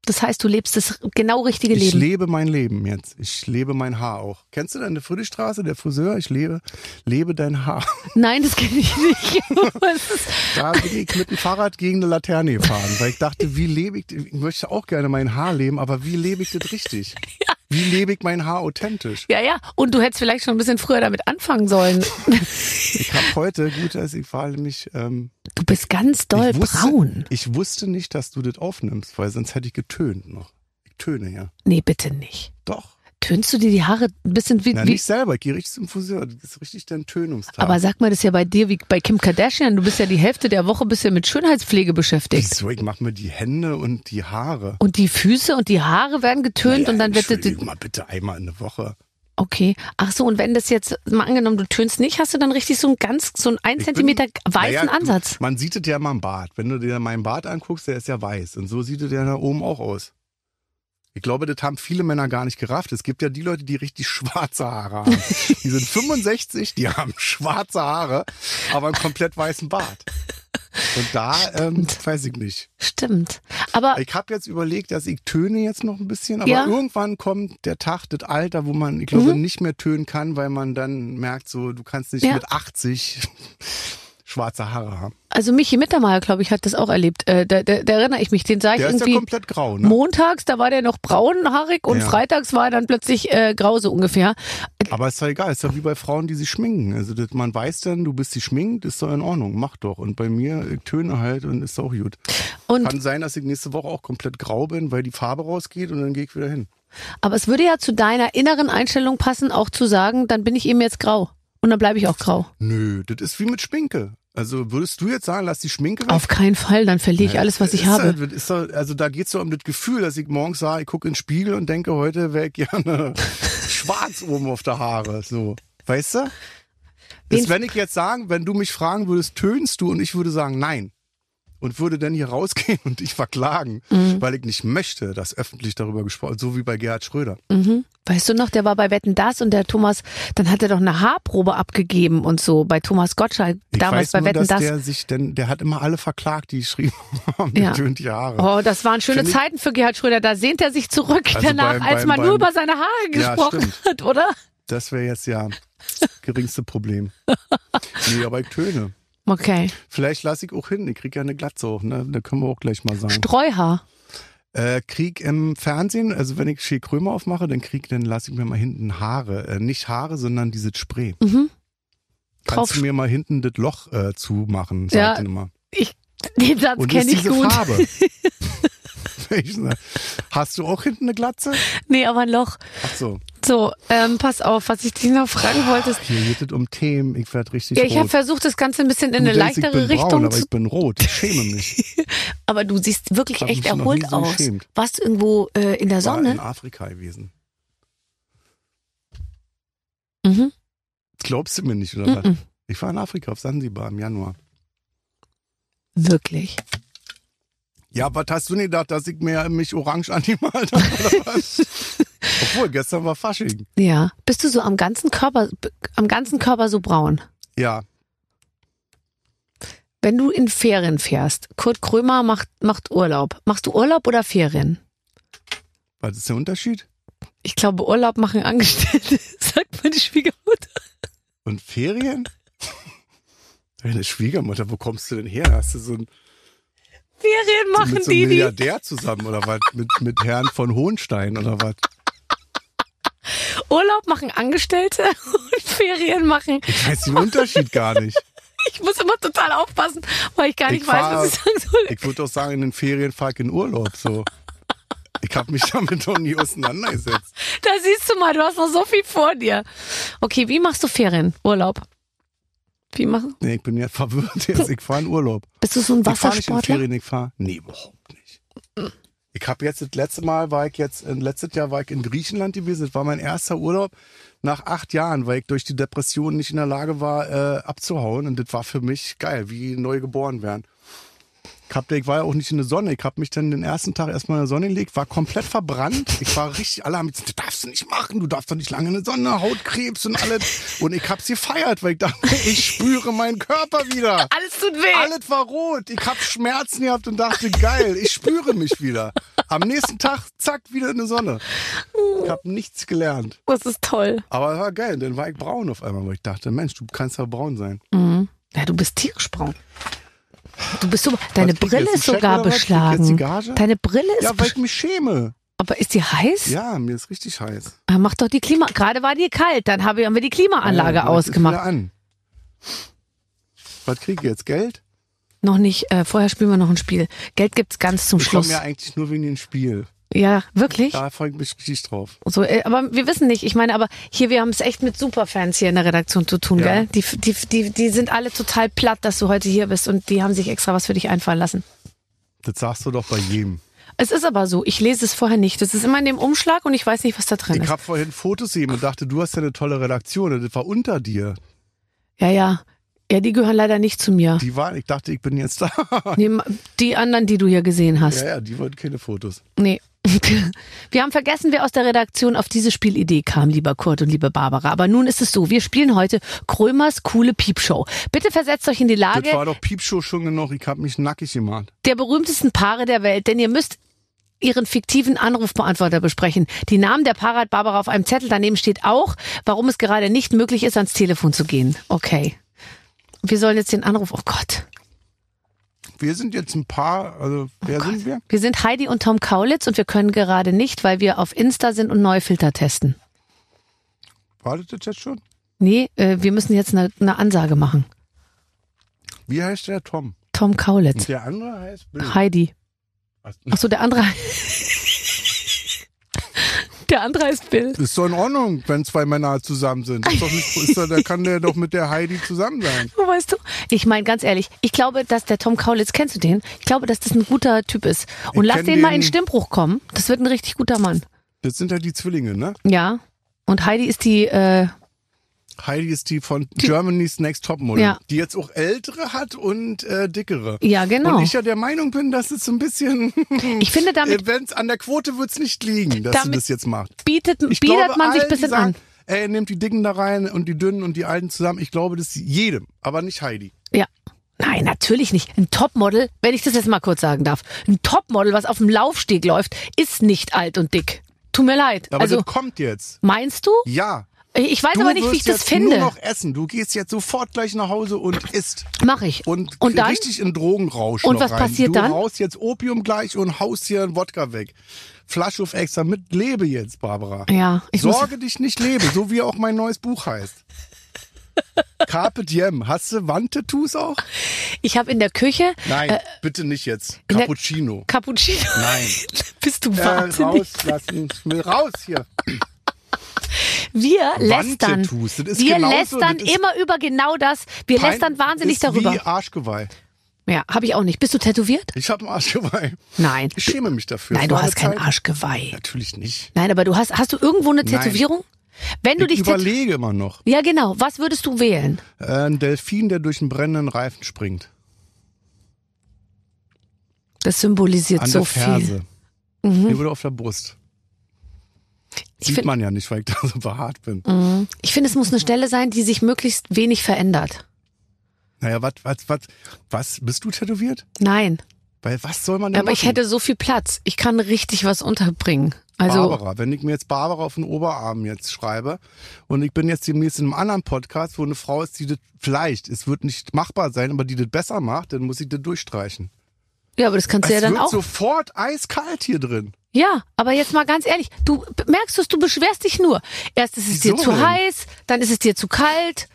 [SPEAKER 2] Das heißt, du lebst das genau richtige
[SPEAKER 4] Ich
[SPEAKER 2] Leben.
[SPEAKER 4] lebe mein Leben jetzt. Ich lebe mein Haar auch. Kennst du deine Friedrichstraße, der Friseur? Ich lebe, lebe dein Haar. <laughs>
[SPEAKER 2] Nein, das kenne ich nicht. <laughs> Das ist-
[SPEAKER 4] Da bin ich mit dem Fahrrad gegen eine Laterne gefahren, weil ich dachte, wie lebe ich, ich möchte auch gerne mein Haar leben, aber wie lebe ich
[SPEAKER 2] <laughs>
[SPEAKER 4] das richtig? Wie lebe ich mein Haar authentisch?
[SPEAKER 2] ja, ja. Und du hättest vielleicht schon ein bisschen früher damit anfangen sollen.
[SPEAKER 4] Ich habe heute, gut, dass ich war nämlich, ähm,
[SPEAKER 2] Du bist ganz doll
[SPEAKER 4] ich, wusste,
[SPEAKER 2] braun.
[SPEAKER 4] ich wusste nicht, dass du das aufnimmst, weil sonst hätte ich getönt noch. Ich töne ja.
[SPEAKER 2] Nee, bitte nicht.
[SPEAKER 4] Doch.
[SPEAKER 2] Tönst du dir die Haare ein bisschen wie.
[SPEAKER 4] Na,
[SPEAKER 2] wie
[SPEAKER 4] nicht selber, ich gehe richtig zum Friseur. Das ist richtig dein Tönungstag.
[SPEAKER 2] aber sag mal, das ist ja bei dir wie bei Kim Kardashian. Du bist ja die Hälfte der Woche bist ja mit Schönheitspflege beschäftigt.
[SPEAKER 4] Wieso? Ich mache mir die Hände und die Haare.
[SPEAKER 2] Und die Füße und die Haare werden getönt
[SPEAKER 4] Naja,
[SPEAKER 2] und dann wird das.
[SPEAKER 4] Entschuldigung, mal bitte einmal in der Woche.
[SPEAKER 2] Okay. Ach so, und wenn das jetzt mal angenommen, du tönst nicht, hast du dann richtig so einen ganz, so einen 1
[SPEAKER 4] Ich
[SPEAKER 2] Zentimeter
[SPEAKER 4] bin-
[SPEAKER 2] weißen
[SPEAKER 4] Naja,
[SPEAKER 2] Ansatz.
[SPEAKER 4] Du, man sieht es ja immer im Bart. Wenn du dir meinen Bart anguckst, der ist ja weiß. Und so sieht es ja da oben auch aus. Ich glaube, das haben viele Männer gar nicht gerafft. Es gibt ja die Leute, die richtig <laughs> schwarze Haare haben. Die sind 65, die haben schwarze Haare, aber einen komplett weißen Bart. Und da, ähm, weiß ich nicht.
[SPEAKER 2] Stimmt. Aber
[SPEAKER 4] Ich habe jetzt überlegt, dass ich töne jetzt noch ein bisschen, aber
[SPEAKER 2] Ja. Mhm.
[SPEAKER 4] irgendwann kommt der Tag, das Alter, wo man, ich glaube, nicht mehr tönen kann, weil man dann merkt, so, du kannst nicht
[SPEAKER 2] Ja.
[SPEAKER 4] mit 80 <laughs> schwarze Haare haben.
[SPEAKER 2] Also Michi Mittermeier, glaube ich, hat das auch erlebt. Äh, da, da, da erinnere ich mich. Den sah ich
[SPEAKER 4] Der ist ja
[SPEAKER 2] irgendwie
[SPEAKER 4] komplett grau, ne?
[SPEAKER 2] montags, da war der noch braunhaarig und
[SPEAKER 4] Ja.
[SPEAKER 2] freitags war er dann plötzlich äh, grau so ungefähr.
[SPEAKER 4] Aber ist doch egal, ist doch wie bei Frauen, die sich schminken. Also das, man weiß dann, du bist sie schminkt, ist doch in Ordnung, mach doch. Und bei mir, ich töne halt und ist auch gut.
[SPEAKER 2] Und
[SPEAKER 4] Kann sein, dass ich nächste Woche auch komplett grau bin, weil die Farbe rausgeht und dann gehe ich wieder hin.
[SPEAKER 2] aber es würde ja zu deiner inneren Einstellung passen, auch zu sagen, dann bin ich eben jetzt grau und dann bleibe ich auch grau.
[SPEAKER 4] Nö, das ist wie mit Schminke. Also würdest du jetzt sagen, lass die Schminke weg?
[SPEAKER 2] Auf keinen Fall, dann verliere ich alles, was ich
[SPEAKER 4] ist
[SPEAKER 2] habe.
[SPEAKER 4] Halt, ist halt, also da geht's doch um das Gefühl, dass ich morgens sage, ich gucke in den Spiegel und denke, heute wäre
[SPEAKER 2] <laughs>
[SPEAKER 4] ich gerne schwarz oben auf der Haare. So. Weißt du?
[SPEAKER 2] Wen-
[SPEAKER 4] Ist, wenn ich jetzt sagen, wenn du mich fragen würdest, tönst du und ich würde sagen, nein. Und würde dann hier rausgehen <laughs> und dich verklagen,
[SPEAKER 2] Mhm.
[SPEAKER 4] weil ich nicht möchte, dass öffentlich darüber gesprochen so wie bei Gerhard Schröder.
[SPEAKER 2] Mhm. Weißt du noch, der war bei Wetten das und der Thomas, dann hat er doch eine Haarprobe abgegeben und so bei Thomas Gottschalk
[SPEAKER 4] Ich
[SPEAKER 2] damals
[SPEAKER 4] weiß
[SPEAKER 2] bei
[SPEAKER 4] nur,
[SPEAKER 2] Wetten
[SPEAKER 4] dass
[SPEAKER 2] das.
[SPEAKER 4] der sich denn, der hat immer alle verklagt, die geschrieben <laughs> haben,
[SPEAKER 2] Ja.
[SPEAKER 4] ja. tönt die Haare.
[SPEAKER 2] Oh, das waren schöne
[SPEAKER 4] Find ich-
[SPEAKER 2] Zeiten für Gerhard Schröder. Da sehnt er sich zurück
[SPEAKER 4] Also
[SPEAKER 2] danach,
[SPEAKER 4] beim-
[SPEAKER 2] als
[SPEAKER 4] beim-
[SPEAKER 2] man nur
[SPEAKER 4] beim-
[SPEAKER 2] über seine Haare
[SPEAKER 4] Ja,
[SPEAKER 2] gesprochen hat, oder?
[SPEAKER 4] Das wäre jetzt ja
[SPEAKER 2] <laughs>
[SPEAKER 4] geringste Problem. Nee, aber ich töne.
[SPEAKER 2] Okay.
[SPEAKER 4] Vielleicht lasse ich auch hin. Ich krieg ja eine Glatze auch, ne? Da können wir auch gleich mal sagen.
[SPEAKER 2] Streuhaar.
[SPEAKER 4] Äh, krieg im Fernsehen, also wenn ich Shea Krömer aufmache, dann krieg, dann lasse ich mir mal hinten Haare. Äh, nicht Haare, sondern dieses Spray.
[SPEAKER 2] Mhm.
[SPEAKER 4] Kannst
[SPEAKER 2] Drauf-
[SPEAKER 4] du mir mal hinten das Loch äh, zumachen, sag
[SPEAKER 2] Ja,
[SPEAKER 4] ich dir mal.
[SPEAKER 2] Ich, den Satz
[SPEAKER 4] Und
[SPEAKER 2] <laughs>
[SPEAKER 4] ist
[SPEAKER 2] kenne ich
[SPEAKER 4] diese
[SPEAKER 2] gut.
[SPEAKER 4] Farbe. Conversation. Hast du auch hinten eine Glatze?
[SPEAKER 2] Nee, aber ein Loch.
[SPEAKER 4] Ach so.
[SPEAKER 2] So, ähm, pass auf, was ich dich noch fragen wollte. Ist,
[SPEAKER 4] Hier geht es um Themen. Ich werde richtig
[SPEAKER 2] ja,
[SPEAKER 4] rot.
[SPEAKER 2] ich habe versucht, das Ganze ein bisschen in
[SPEAKER 4] Du
[SPEAKER 2] eine
[SPEAKER 4] denkst, ich bin
[SPEAKER 2] leichtere Richtung
[SPEAKER 4] braun, aber
[SPEAKER 2] zu.
[SPEAKER 4] ich bin rot. Ich schäme
[SPEAKER 2] <laughs>
[SPEAKER 4] mich.
[SPEAKER 2] Aber du siehst wirklich
[SPEAKER 4] Hab
[SPEAKER 2] echt
[SPEAKER 4] mich noch
[SPEAKER 2] erholt
[SPEAKER 4] nie so
[SPEAKER 2] aus.
[SPEAKER 4] geschämt.
[SPEAKER 2] Warst du irgendwo äh, in der
[SPEAKER 4] Ich war in
[SPEAKER 2] Sonne?
[SPEAKER 4] Afrika gewesen.
[SPEAKER 2] Mhm.
[SPEAKER 4] Das glaubst du mir nicht, oder was?
[SPEAKER 2] Mhm.
[SPEAKER 4] Ich war in Afrika auf Sansibar im Januar.
[SPEAKER 2] Wirklich.
[SPEAKER 4] Ja, was hast du denn gedacht, dass ich mir mich orange angemalt habe? Oder was? Obwohl, gestern war Fasching.
[SPEAKER 2] Ja. Bist du so am ganzen Körper, b- am ganzen Körper so braun?
[SPEAKER 4] Ja,
[SPEAKER 2] Wenn du in Ferien fährst, Kurt Krömer macht, macht Urlaub. Machst du Urlaub oder Ferien?
[SPEAKER 4] was ist der Unterschied?
[SPEAKER 2] Ich glaube, Urlaub machen Angestellte, <laughs> sagt meine Schwiegermutter.
[SPEAKER 4] Und Ferien? <laughs> Deine Schwiegermutter, wo kommst du denn her? Hast du so einen,
[SPEAKER 2] Ferien machen
[SPEAKER 4] mit so
[SPEAKER 2] die,
[SPEAKER 4] einem
[SPEAKER 2] die.
[SPEAKER 4] Milliardär zusammen oder was? Mit, mit Herrn von Hohenstein oder was?
[SPEAKER 2] Urlaub machen Angestellte <laughs> und Ferien machen.
[SPEAKER 4] Ich weiß den Unterschied gar nicht.
[SPEAKER 2] Ich muss immer total aufpassen, weil ich gar nicht
[SPEAKER 4] Ich
[SPEAKER 2] weiß,
[SPEAKER 4] fahr-
[SPEAKER 2] was ich sagen soll.
[SPEAKER 4] Ich würde auch sagen, in den Ferien fahr ich in Urlaub. So. Ich habe mich damit noch nie auseinandergesetzt.
[SPEAKER 2] Da siehst du mal, du hast noch so viel vor dir. Okay, wie machst du Ferien? Urlaub? Wie machst
[SPEAKER 4] Nee, ich bin ja verwirrt jetzt. Ich fahre in Urlaub.
[SPEAKER 2] Bist du so ein
[SPEAKER 4] Ich fahre nicht in
[SPEAKER 2] Wassersportler?
[SPEAKER 4] Ferien, ich fahre. Nee, überhaupt nicht. Ich habe jetzt das letzte Mal war ich jetzt, äh, letztes Jahr war ich in Griechenland gewesen. Das war mein erster Urlaub nach acht Jahren, weil ich durch die Depression nicht in der Lage war, äh, abzuhauen. Und das war für mich geil, wie neu geboren werden. Ich, hab, ich war ja auch nicht in der Sonne. Ich habe mich dann den ersten Tag erstmal in der Sonne gelegt, war komplett verbrannt. Ich war richtig, alle haben gesagt, das darfst du nicht machen, du darfst doch nicht lange in der Sonne, Hautkrebs und alles. Und ich hab's gefeiert, weil ich dachte, <laughs> ich spüre meinen Körper wieder.
[SPEAKER 2] Alles tut weh.
[SPEAKER 4] Alles war rot. Ich habe Schmerzen gehabt und dachte, geil, ich spüre mich wieder. Am nächsten Tag, zack, wieder in die Sonne. Ich habe nichts gelernt.
[SPEAKER 2] Oh, Das ist toll.
[SPEAKER 4] Aber war geil. Dann war ich braun auf einmal, weil ich dachte, Mensch, du kannst ja braun sein.
[SPEAKER 2] Ja, du bist tierisch braun. Du bist so, deine
[SPEAKER 4] krieg ich
[SPEAKER 2] Brille
[SPEAKER 4] jetzt,
[SPEAKER 2] ist
[SPEAKER 4] einen Scheck
[SPEAKER 2] sogar
[SPEAKER 4] oder was? Krieg ich jetzt die
[SPEAKER 2] beschlagen.
[SPEAKER 4] Gage?
[SPEAKER 2] Deine Brille ist,
[SPEAKER 4] Ja, weil
[SPEAKER 2] besch-
[SPEAKER 4] ich mich schäme.
[SPEAKER 2] aber ist die heiß?
[SPEAKER 4] Ja, mir ist richtig heiß.
[SPEAKER 2] Ah, Mach doch die Klima, gerade war die kalt, dann habe- haben wir die Klimaanlage
[SPEAKER 4] Ja, jetzt ist wieder
[SPEAKER 2] ausgemacht.
[SPEAKER 4] An. Was krieg ich jetzt? Geld?
[SPEAKER 2] Noch nicht, äh, vorher spielen wir noch ein Spiel. Geld gibt's ganz zum
[SPEAKER 4] Ich komme
[SPEAKER 2] Schluss.
[SPEAKER 4] ja eigentlich nur wegen dem Spiel.
[SPEAKER 2] Ja, wirklich?
[SPEAKER 4] Da freue ich mich richtig drauf.
[SPEAKER 2] So, äh, aber wir wissen nicht. Ich meine, aber hier, wir haben es echt mit Superfans hier in der Redaktion zu tun,
[SPEAKER 4] Ja.
[SPEAKER 2] gell? Die, die, die, die sind alle total platt, dass du heute hier bist und die haben sich extra was für dich einfallen lassen.
[SPEAKER 4] Das sagst du doch bei jedem.
[SPEAKER 2] Es ist aber so, ich lese es vorher nicht. Das ist immer in dem Umschlag und ich weiß nicht, was da drin
[SPEAKER 4] Ich
[SPEAKER 2] ist.
[SPEAKER 4] habe vorhin Fotos gesehen und dachte, du hast ja eine tolle Redaktion. Und Das war unter dir.
[SPEAKER 2] Ja, ja. Ja, die gehören leider nicht zu mir.
[SPEAKER 4] Die waren, ich dachte, ich bin jetzt da.
[SPEAKER 2] Die, die anderen, die du hier gesehen hast.
[SPEAKER 4] ja, ja, die wollten keine Fotos.
[SPEAKER 2] Nee. <laughs> Wir haben vergessen, wer aus der Redaktion auf diese Spielidee kam, lieber Kurt und liebe Barbara. Aber nun ist es so, wir spielen heute Krömers coole Piepshow. Bitte versetzt euch in die Lage,
[SPEAKER 4] Das war doch Piepshow schon genug. Ich habe mich nackig gemacht.
[SPEAKER 2] der berühmtesten Paare der Welt, denn ihr müsst ihren fiktiven Anrufbeantworter besprechen. Die Namen der Paare hat Barbara auf einem Zettel. Daneben steht auch, warum es gerade nicht möglich ist, ans Telefon zu gehen. Okay. Wir sollen jetzt den Anruf. Oh Gott.
[SPEAKER 4] Wir sind jetzt ein paar,
[SPEAKER 2] Oh
[SPEAKER 4] also wer sind wir?
[SPEAKER 2] Wir sind Heidi und Tom Kaulitz und wir können gerade nicht, weil wir auf Insta sind und neue Filter testen.
[SPEAKER 4] Wartet das jetzt schon?
[SPEAKER 2] Nee, äh, wir müssen jetzt eine, eine Ansage machen.
[SPEAKER 4] Wie heißt der Tom?
[SPEAKER 2] Tom Kaulitz.
[SPEAKER 4] Der andere heißt Bill.
[SPEAKER 2] Heidi.
[SPEAKER 4] Ach,
[SPEAKER 2] Ach so, der andere. <laughs> der andere heißt Bill.
[SPEAKER 4] Ist doch in Ordnung, wenn zwei Männer zusammen sind. Ist doch nicht, ist doch, da kann der doch mit der Heidi zusammen sein.
[SPEAKER 2] Wo Weißt du, ich meine ganz ehrlich, ich glaube, dass der Tom Kaulitz, kennst du den? Ich glaube, dass das ein guter Typ ist. Und
[SPEAKER 4] Ich
[SPEAKER 2] lass
[SPEAKER 4] kenn
[SPEAKER 2] den, mal in
[SPEAKER 4] den-
[SPEAKER 2] Stimmbruch kommen. Das wird ein richtig guter Mann.
[SPEAKER 4] Das sind ja die Zwillinge, ne?
[SPEAKER 2] Ja. Und Heidi ist die, äh,
[SPEAKER 4] Heidi ist die von Germany's Next Topmodel,
[SPEAKER 2] Ja.
[SPEAKER 4] die jetzt auch ältere hat und äh, dickere.
[SPEAKER 2] ja genau.
[SPEAKER 4] Und ich
[SPEAKER 2] Ich,
[SPEAKER 4] ja der Meinung bin, dass es so ein bisschen,
[SPEAKER 2] finde, damit
[SPEAKER 4] wenn es an der Quote wird es nicht liegen, dass sie
[SPEAKER 2] Damit-
[SPEAKER 4] das jetzt macht.
[SPEAKER 2] bietet,
[SPEAKER 4] Ich
[SPEAKER 2] bietet
[SPEAKER 4] glaube,
[SPEAKER 2] man sich ein
[SPEAKER 4] allen, die
[SPEAKER 2] bisschen
[SPEAKER 4] sagen,
[SPEAKER 2] an.
[SPEAKER 4] Ey, nehmt die Dicken da rein und die Dünnen und die Alten zusammen. Ich glaube, das ist jedem, aber nicht Heidi.
[SPEAKER 2] Ja. Nein, natürlich nicht. Ein Topmodel, wenn ich das jetzt mal kurz sagen darf, ein Topmodel, was auf dem Laufsteg läuft, ist nicht alt und dick. Tut mir leid.
[SPEAKER 4] Aber
[SPEAKER 2] also,
[SPEAKER 4] das kommt jetzt.
[SPEAKER 2] meinst du?
[SPEAKER 4] Ja.
[SPEAKER 2] Ich weiß
[SPEAKER 4] du
[SPEAKER 2] aber nicht,
[SPEAKER 4] wirst
[SPEAKER 2] wie ich das
[SPEAKER 4] jetzt
[SPEAKER 2] finde.
[SPEAKER 4] nur noch essen. Du gehst jetzt sofort gleich nach Hause und isst.
[SPEAKER 2] Mach ich.
[SPEAKER 4] Und,
[SPEAKER 2] und dann?
[SPEAKER 4] richtig in Drogenrausch
[SPEAKER 2] Und
[SPEAKER 4] noch
[SPEAKER 2] was
[SPEAKER 4] rein.
[SPEAKER 2] passiert
[SPEAKER 4] du
[SPEAKER 2] dann?
[SPEAKER 4] Du haust jetzt Opium gleich und haust hier einen Wodka weg. Flasche auf extra mit. Lebe jetzt, Barbara.
[SPEAKER 2] Ja, ich muss- <laughs>
[SPEAKER 4] Sorge dich nicht, lebe. So wie auch mein neues Buch heißt. Carpe Diem. Hast du Wandtattoos auch?
[SPEAKER 2] Ich habe in der Küche
[SPEAKER 4] Nein, bitte nicht jetzt.
[SPEAKER 2] in der-
[SPEAKER 4] Cappuccino.
[SPEAKER 2] Cappuccino.
[SPEAKER 4] Nein.
[SPEAKER 2] <laughs> Bist du
[SPEAKER 4] Äh,
[SPEAKER 2] wahnsinnig?
[SPEAKER 4] rauslassen. Ich will raus hier.
[SPEAKER 2] Wir lästern.
[SPEAKER 4] Wandtattoos, das ist
[SPEAKER 2] Wir
[SPEAKER 4] genauso,
[SPEAKER 2] lästern
[SPEAKER 4] das ist
[SPEAKER 2] immer über genau das. Wir
[SPEAKER 4] Pein-
[SPEAKER 2] lästern wahnsinnig
[SPEAKER 4] ist Wie
[SPEAKER 2] darüber.
[SPEAKER 4] Arschgeweih.
[SPEAKER 2] Ja, habe ich auch nicht. Bist du tätowiert?
[SPEAKER 4] Ich habe ein Arschgeweih.
[SPEAKER 2] Nein.
[SPEAKER 4] Ich schäme mich dafür.
[SPEAKER 2] Nein,
[SPEAKER 4] Es
[SPEAKER 2] du
[SPEAKER 4] war
[SPEAKER 2] hast
[SPEAKER 4] eine
[SPEAKER 2] kein
[SPEAKER 4] Zeit-
[SPEAKER 2] Arschgeweih.
[SPEAKER 4] Natürlich nicht.
[SPEAKER 2] Nein, aber du hast hast du irgendwo eine
[SPEAKER 4] Nein.
[SPEAKER 2] Tätowierung? Wenn du
[SPEAKER 4] Ich
[SPEAKER 2] dich tätowierst.
[SPEAKER 4] überlege immer noch.
[SPEAKER 2] Ja, genau. Was würdest du wählen?
[SPEAKER 4] Äh, ein Delfin, der durch einen brennenden Reifen springt.
[SPEAKER 2] Das symbolisiert
[SPEAKER 4] An
[SPEAKER 2] so
[SPEAKER 4] der
[SPEAKER 2] viel. Mhm.
[SPEAKER 4] Ferse. Mir wurde auf der Brust.
[SPEAKER 2] Ich Mhm.
[SPEAKER 4] Sieht
[SPEAKER 2] finde,
[SPEAKER 4] man ja nicht, weil ich da so behaart bin.
[SPEAKER 2] ich find, es muss eine Stelle sein, die sich möglichst wenig verändert.
[SPEAKER 4] Naja, was, was, was, was, bist du tätowiert?
[SPEAKER 2] Nein,
[SPEAKER 4] Weil was soll man denn
[SPEAKER 2] aber ich
[SPEAKER 4] machen?
[SPEAKER 2] hätte so viel Platz. Ich kann richtig was unterbringen. Also
[SPEAKER 4] Barbara, wenn ich mir jetzt Barbara auf den Oberarm jetzt schreibe und ich bin jetzt demnächst in einem anderen Podcast, wo eine Frau ist, die das vielleicht, es wird nicht machbar sein, aber die das besser macht, dann muss ich das durchstreichen.
[SPEAKER 2] ja, aber das kannst du ja
[SPEAKER 4] es
[SPEAKER 2] dann
[SPEAKER 4] wird
[SPEAKER 2] auch.
[SPEAKER 4] sofort eiskalt hier drin.
[SPEAKER 2] Ja, aber jetzt mal ganz ehrlich, du b- merkst es, du beschwerst dich nur. Erst ist es dir
[SPEAKER 4] Wieso
[SPEAKER 2] zu
[SPEAKER 4] denn?
[SPEAKER 2] heiß, dann ist es dir zu kalt.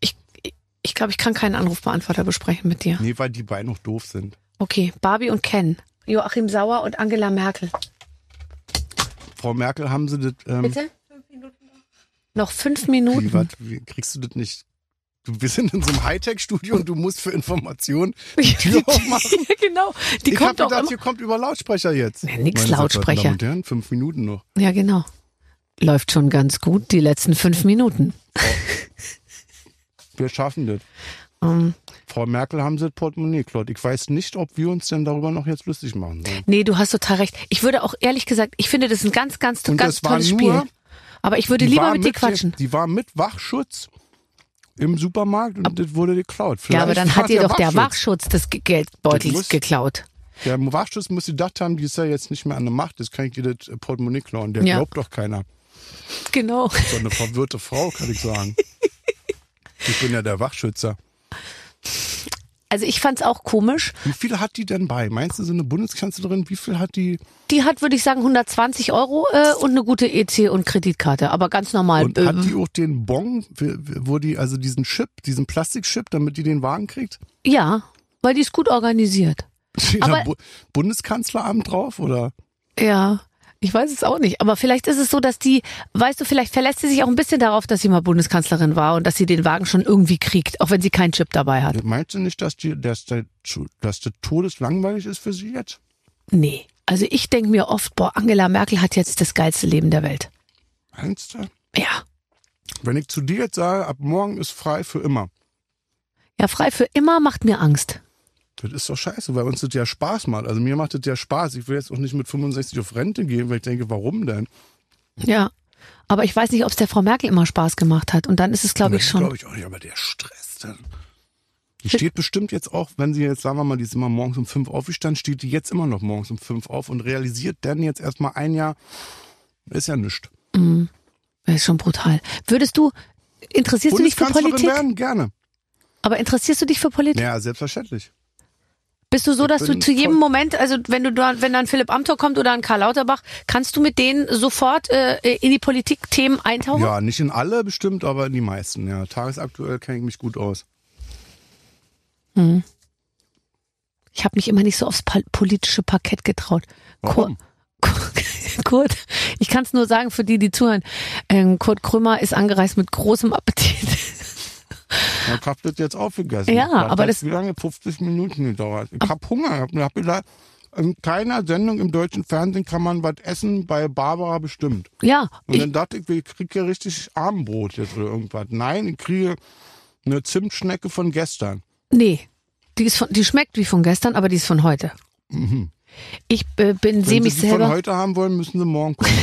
[SPEAKER 2] Ich, ich- ich glaube, ich kann keinen Anrufbeantworter besprechen mit dir.
[SPEAKER 4] Nee, weil die beiden noch doof sind.
[SPEAKER 2] Okay, Barbie und Ken. Joachim Sauer und Angela Merkel.
[SPEAKER 4] Frau Merkel, haben sie das, ähm,
[SPEAKER 2] Bitte? Noch fünf <laughs>
[SPEAKER 4] wie,
[SPEAKER 2] Minuten.
[SPEAKER 4] wat, wie kriegst du das nicht? Du, wir sind in so einem Hightech-Studio und du musst
[SPEAKER 2] <laughs>
[SPEAKER 4] für Informationen die
[SPEAKER 2] Ja,
[SPEAKER 4] Tür aufmachen.
[SPEAKER 2] genau. Die
[SPEAKER 4] ich hab
[SPEAKER 2] kommt doch
[SPEAKER 4] gedacht,
[SPEAKER 2] immer.
[SPEAKER 4] hier kommt über Lautsprecher jetzt.
[SPEAKER 2] Ja, nix
[SPEAKER 4] Meine sehr verehrten
[SPEAKER 2] Lautsprecher.
[SPEAKER 4] Damen und Herren, fünf Minuten noch.
[SPEAKER 2] Ja, genau. Läuft schon ganz gut, die letzten fünf Minuten.
[SPEAKER 4] Wir schaffen das.
[SPEAKER 2] Ähm,
[SPEAKER 4] Frau Merkel haben sie das Portemonnaie klaut. Ich weiß nicht, ob wir uns denn darüber noch jetzt lustig machen sollen.
[SPEAKER 2] nee, du hast total recht. Ich würde auch ehrlich gesagt, ich finde das ein ganz, ganz,
[SPEAKER 4] Und
[SPEAKER 2] ganz
[SPEAKER 4] das war
[SPEAKER 2] tolles
[SPEAKER 4] nur-
[SPEAKER 2] Spiel. Aber ich würde lieber
[SPEAKER 4] war
[SPEAKER 2] mit dir quatschen.
[SPEAKER 4] Die war mit Wachschutz im Supermarkt und das wurde geklaut.
[SPEAKER 2] Ja, aber
[SPEAKER 4] Vielleicht
[SPEAKER 2] dann
[SPEAKER 4] war
[SPEAKER 2] hat dir doch der
[SPEAKER 4] Wachschutz.
[SPEAKER 2] Wachschutz des Ge-
[SPEAKER 4] Das
[SPEAKER 2] Geldbeutels
[SPEAKER 4] muss-
[SPEAKER 2] geklaut.
[SPEAKER 4] Der Wachschutz muss gedacht haben, die ist ja jetzt nicht mehr an der Macht, jetzt kann ich dir das Portemonnaie klauen. Der
[SPEAKER 2] Ja.
[SPEAKER 4] glaubt doch keiner.
[SPEAKER 2] Genau.
[SPEAKER 4] So eine verwirrte Frau, kann ich
[SPEAKER 2] <laughs>
[SPEAKER 4] sagen. ich bin ja der Wachschützer.
[SPEAKER 2] Also ich fand's auch komisch.
[SPEAKER 4] Wie viel hat die denn bei? Meinst du, so eine Bundeskanzlerin, wie viel hat die?
[SPEAKER 2] Die hat, würde ich sagen, 120 Euro äh, und eine gute EC- und Kreditkarte. Aber ganz normal.
[SPEAKER 4] Und
[SPEAKER 2] ähm,
[SPEAKER 4] hat die auch den Bon, wo die, also diesen Chip, diesen Plastikchip, damit die den Wagen kriegt?
[SPEAKER 2] ja, weil die ist gut organisiert.
[SPEAKER 4] Steht
[SPEAKER 2] Aber-
[SPEAKER 4] da Bu Bundeskanzleramt drauf oder?
[SPEAKER 2] Ja, ich weiß es auch nicht. Aber vielleicht ist es so, dass die, weißt du, vielleicht verlässt sie sich auch ein bisschen darauf, dass sie mal Bundeskanzlerin war und dass sie den Wagen schon irgendwie kriegt, auch wenn sie keinen Chip dabei hat.
[SPEAKER 4] Meinst du nicht, dass die, dass der, zu- dass der todeslangweilig ist für sie jetzt?
[SPEAKER 2] Nee. Also ich denk mir oft, boah, Angela Merkel hat jetzt das geilste Leben der Welt.
[SPEAKER 4] Meinst du?
[SPEAKER 2] Ja.
[SPEAKER 4] Wenn ich zu dir jetzt sage, ab morgen ist frei für immer,
[SPEAKER 2] Ja, frei für immer macht mir Angst.
[SPEAKER 4] das ist doch scheiße, weil uns das ja Spaß macht. Also mir macht das ja Spaß. Ich will jetzt auch nicht mit 65 auf Rente gehen, weil ich denke, warum denn?
[SPEAKER 2] Ja. Aber ich weiß nicht, ob es der Frau Merkel immer Spaß gemacht hat. Und dann ist es, glaube ich, schon.
[SPEAKER 4] Glaube ich auch nicht, aber der Stress dann. Die steht bestimmt jetzt auch, wenn sie jetzt, sagen wir mal, die ist immer morgens um fünf aufgestanden, steht die jetzt immer noch morgens um fünf auf und realisiert dann jetzt erstmal ein Jahr, ist ja nichts.
[SPEAKER 2] Das ist schon brutal. Würdest du, interessierst du dich für Politik?
[SPEAKER 4] werden? Gerne.
[SPEAKER 2] Aber interessierst du dich für Politik?
[SPEAKER 4] Ja, selbstverständlich.
[SPEAKER 2] Bist du so, dass du
[SPEAKER 4] bin
[SPEAKER 2] zu jedem
[SPEAKER 4] voll-
[SPEAKER 2] Moment, also wenn du da, wenn dann Philipp Amthor kommt oder ein Karl Lauterbach, kannst du mit denen sofort äh, in die Politikthemen eintauchen?
[SPEAKER 4] Ja, nicht in alle bestimmt, aber in die meisten. Ja, tagesaktuell kenne ich mich gut aus.
[SPEAKER 2] Ich habe mich immer nicht so aufs pol- politische Parkett getraut. Kur-
[SPEAKER 4] Warum?
[SPEAKER 2] Kur- <laughs> Kurt, ich kann es nur sagen für die, die zuhören. Ähm, Kurt Krümmer ist angereist mit großem Appetit. <laughs>
[SPEAKER 4] Ich hab das jetzt aufgegessen.
[SPEAKER 2] Ja,
[SPEAKER 4] Hat
[SPEAKER 2] aber
[SPEAKER 4] jetzt
[SPEAKER 2] das-
[SPEAKER 4] Wie lange? 50 Minuten gedauert. Ich hab Hunger. Ich hab gedacht, in keiner Sendung im deutschen Fernsehen kann man was essen, bei Barbara bestimmt.
[SPEAKER 2] Ja,
[SPEAKER 4] Und
[SPEAKER 2] ich,
[SPEAKER 4] dann dachte ich, ich kriege ja richtig Armbrot jetzt oder irgendwas. Nein, ich kriege eine Zimtschnecke von gestern.
[SPEAKER 2] nee, die ist von, die schmeckt wie von gestern, aber die ist von heute. Ich äh, bin sehe
[SPEAKER 4] Mhm. Wenn
[SPEAKER 2] mich
[SPEAKER 4] Sie die
[SPEAKER 2] selber.
[SPEAKER 4] von heute haben wollen, müssen Sie morgen kommen.
[SPEAKER 2] <laughs>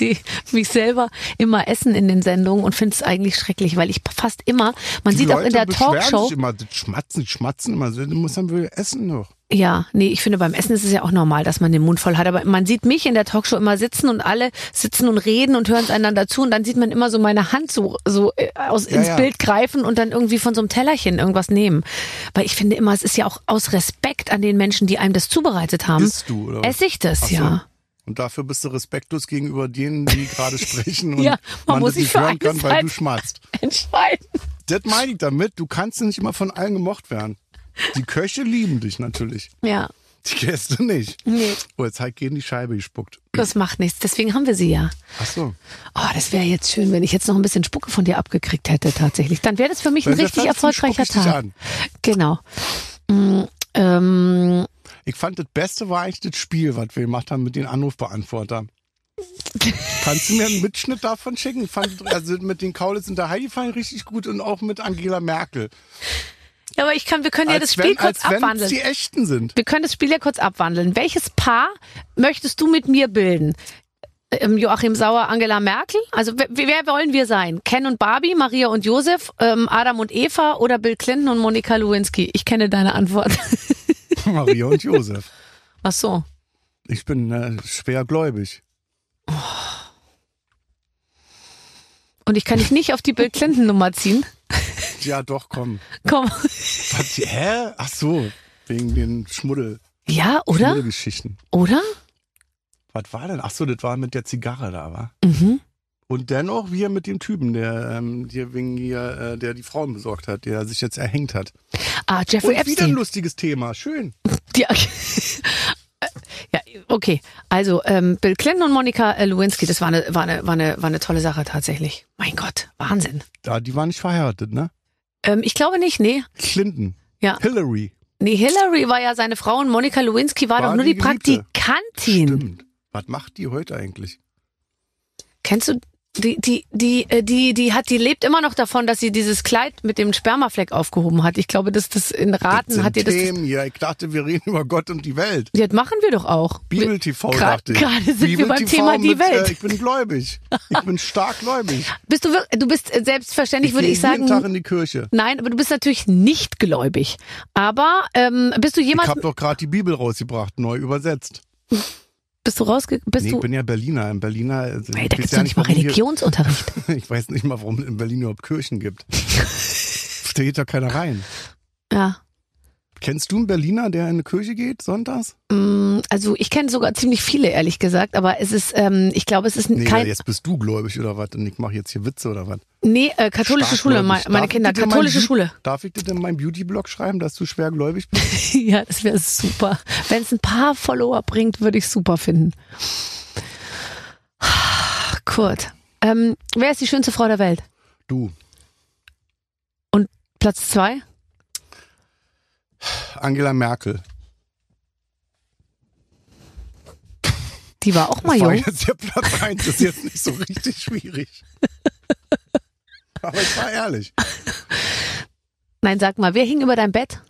[SPEAKER 2] Ich sehe mich selber immer essen in den Sendungen und finde es eigentlich schrecklich, weil ich fast immer, man
[SPEAKER 4] Die
[SPEAKER 2] sieht auch
[SPEAKER 4] Leute
[SPEAKER 2] in der
[SPEAKER 4] beschweren
[SPEAKER 2] Talkshow.
[SPEAKER 4] Sich immer, das schmatzen, die schmatzen immer. so, Du musst dann wohl essen noch.
[SPEAKER 2] Ja, nee, ich finde beim Essen ist es ja auch normal, dass man den Mund voll hat, aber man sieht mich in der Talkshow immer sitzen und alle sitzen und reden und hören einander zu und dann sieht man immer so meine Hand so, so äh, aus,
[SPEAKER 4] Ja,
[SPEAKER 2] ins
[SPEAKER 4] ja.
[SPEAKER 2] Bild greifen und dann irgendwie von so einem Tellerchen irgendwas nehmen. Weil ich finde immer, es ist ja auch aus Respekt an den Menschen, die einem das zubereitet haben.
[SPEAKER 4] Isst du, oder was?
[SPEAKER 2] Esse ich das,
[SPEAKER 4] Ach so.
[SPEAKER 2] ja.
[SPEAKER 4] Und dafür bist du respektlos gegenüber denen, die
[SPEAKER 2] <laughs>
[SPEAKER 4] gerade sprechen und
[SPEAKER 2] Ja, man muss
[SPEAKER 4] das
[SPEAKER 2] sich
[SPEAKER 4] nicht
[SPEAKER 2] für
[SPEAKER 4] hören kann,
[SPEAKER 2] eines
[SPEAKER 4] weil du
[SPEAKER 2] halten.
[SPEAKER 4] schmatzt.
[SPEAKER 2] Entscheiden.
[SPEAKER 4] Das meine ich damit. Du kannst nicht immer von allen gemocht werden. Die Köche lieben dich natürlich.
[SPEAKER 2] Ja,
[SPEAKER 4] Die Gäste nicht.
[SPEAKER 2] nee,
[SPEAKER 4] Oh, jetzt hat gegen die Scheibe gespuckt.
[SPEAKER 2] das macht nichts. Deswegen haben wir sie ja.
[SPEAKER 4] Ach so.
[SPEAKER 2] Oh, das wäre jetzt schön, wenn ich jetzt noch ein bisschen Spucke von dir abgekriegt hätte, tatsächlich. Dann wäre das für mich
[SPEAKER 4] Wenn
[SPEAKER 2] ein
[SPEAKER 4] wir
[SPEAKER 2] richtig
[SPEAKER 4] tanzen,
[SPEAKER 2] erfolgreicher
[SPEAKER 4] spuck ich dich
[SPEAKER 2] Tag.
[SPEAKER 4] an.
[SPEAKER 2] Genau. Mm, ähm,
[SPEAKER 4] Ich fand, das Beste war eigentlich das Spiel, was wir gemacht haben mit den Anrufbeantwortern. Kannst du mir einen Mitschnitt davon schicken? Ich fand, also mit den Kaulitz und der Heidi fand ich richtig gut und auch mit Angela Merkel.
[SPEAKER 2] ja, aber ich kann, wir können ja das
[SPEAKER 4] als
[SPEAKER 2] Spiel
[SPEAKER 4] wenn,
[SPEAKER 2] kurz
[SPEAKER 4] als wenn
[SPEAKER 2] abwandeln.
[SPEAKER 4] die Echten sind.
[SPEAKER 2] Wir können das Spiel ja kurz abwandeln. Welches Paar möchtest du mit mir bilden? Ähm, Joachim Sauer, Angela Merkel? Also wer, wer wollen wir sein? Ken und Barbie, Maria und Josef, ähm, Adam und Eva oder Bill Clinton und Monika Lewinsky? Ich kenne deine Antwort. <laughs>
[SPEAKER 4] Maria und Josef.
[SPEAKER 2] Ach so.
[SPEAKER 4] Ich bin äh, schwergläubig.
[SPEAKER 2] Und ich kann dich nicht auf die Bill Clinton Nummer ziehen.
[SPEAKER 4] Ja, doch, komm.
[SPEAKER 2] Komm.
[SPEAKER 4] Was, hä? Ach so, wegen den Schmuddel,
[SPEAKER 2] Ja, oder?
[SPEAKER 4] Schmuddelgeschichten.
[SPEAKER 2] Oder?
[SPEAKER 4] Was war denn? Ach so, das war mit der Zigarre da, war.
[SPEAKER 2] Mhm.
[SPEAKER 4] Und dennoch wir mit dem Typen, der ähm, hier wegen hier, äh, der die Frauen besorgt hat, der sich jetzt erhängt hat.
[SPEAKER 2] Ah, Jeffrey
[SPEAKER 4] Und wieder ein
[SPEAKER 2] Epstein.
[SPEAKER 4] lustiges Thema. Schön.
[SPEAKER 2] Die, <laughs> ja, okay. Also ähm, Bill Clinton und Monika äh, Lewinsky, das war eine, war, eine, war, eine, war eine tolle Sache tatsächlich. Mein Gott, Wahnsinn.
[SPEAKER 4] Da, die war nicht verheiratet, ne?
[SPEAKER 2] Ähm, ich glaube nicht, nee.
[SPEAKER 4] Clinton.
[SPEAKER 2] Ja.
[SPEAKER 4] Hillary.
[SPEAKER 2] Nee, Hillary war ja seine Frau und Monika Lewinsky war,
[SPEAKER 4] War
[SPEAKER 2] doch nur die,
[SPEAKER 4] die Geliebte.
[SPEAKER 2] Praktikantin.
[SPEAKER 4] Stimmt. Was macht die heute eigentlich?
[SPEAKER 2] Kennst du die, die, die, äh, die, die hat, die lebt immer noch davon, dass sie dieses Kleid mit dem Spermafleck aufgehoben hat. Ich glaube, dass das in
[SPEAKER 4] Das
[SPEAKER 2] Raten
[SPEAKER 4] sind
[SPEAKER 2] hat ihr das.
[SPEAKER 4] Themen hier. Ich dachte, wir reden <laughs> über Gott und die Welt.
[SPEAKER 2] Ja, das machen wir doch auch.
[SPEAKER 4] Bibel TV,
[SPEAKER 2] Gra-
[SPEAKER 4] dachte ich.
[SPEAKER 2] gerade sind wir
[SPEAKER 4] Bibel
[SPEAKER 2] beim
[SPEAKER 4] TV
[SPEAKER 2] Thema die
[SPEAKER 4] mit,
[SPEAKER 2] Welt.
[SPEAKER 4] Äh, ich bin gläubig. Ich bin stark
[SPEAKER 2] <laughs>
[SPEAKER 4] gläubig.
[SPEAKER 2] Bist du, wirk- du bist äh, selbstverständlich, würde
[SPEAKER 4] gehe
[SPEAKER 2] ich sagen.
[SPEAKER 4] Jeden Tag in die Kirche.
[SPEAKER 2] Nein, aber du bist natürlich nicht gläubig. Aber ähm, bist du
[SPEAKER 4] Ich
[SPEAKER 2] jemals.
[SPEAKER 4] habe doch gerade die Bibel rausgebracht, neu übersetzt.
[SPEAKER 2] Bist du rausge. Bist
[SPEAKER 4] Nee, ich
[SPEAKER 2] du.
[SPEAKER 4] bin ja Berliner. In Berliner. Also,
[SPEAKER 2] Ey,
[SPEAKER 4] ich
[SPEAKER 2] da
[SPEAKER 4] weiß
[SPEAKER 2] gibt's
[SPEAKER 4] ja
[SPEAKER 2] doch nicht mal
[SPEAKER 4] warum hier-
[SPEAKER 2] Religionsunterricht.
[SPEAKER 4] <laughs> Ich weiß nicht mal, warum es in Berlin überhaupt
[SPEAKER 2] <laughs>
[SPEAKER 4] Kirchen gibt. da geht ja keiner rein.
[SPEAKER 2] ja.
[SPEAKER 4] Kennst du einen Berliner, der in eine Kirche geht sonntags?
[SPEAKER 2] Mm, Also ich kenne sogar ziemlich viele, ehrlich gesagt, aber es ist, ähm, ich glaube, es ist
[SPEAKER 4] Nee,
[SPEAKER 2] kein.
[SPEAKER 4] jetzt bist du gläubig oder was? Und ich mache jetzt hier Witze oder was?
[SPEAKER 2] Nee, äh, katholische
[SPEAKER 4] Stark
[SPEAKER 2] Schule,
[SPEAKER 4] gläubig.
[SPEAKER 2] mein,
[SPEAKER 4] Darf
[SPEAKER 2] meine
[SPEAKER 4] ich
[SPEAKER 2] Kinder,
[SPEAKER 4] dir mal
[SPEAKER 2] katholische
[SPEAKER 4] Ju- <laughs>
[SPEAKER 2] Schule.
[SPEAKER 4] Darf ich dir denn in meinem Beauty-Blog schreiben, dass du schwergläubig bist?
[SPEAKER 2] ja, das wäre super. Wenn es ein paar Follower bringt, würde ich super finden. <sighs> Kurt, ähm, wer ist die schönste Frau der Welt?
[SPEAKER 4] Du,
[SPEAKER 2] Platz zwei?
[SPEAKER 4] Angela Merkel.
[SPEAKER 2] Die war auch mal
[SPEAKER 4] Das war
[SPEAKER 2] jung.
[SPEAKER 4] jetzt der Platz 1, ist jetzt nicht so richtig schwierig. Aber ich war ehrlich.
[SPEAKER 2] Nein, sag mal, wer hing über dein Bett?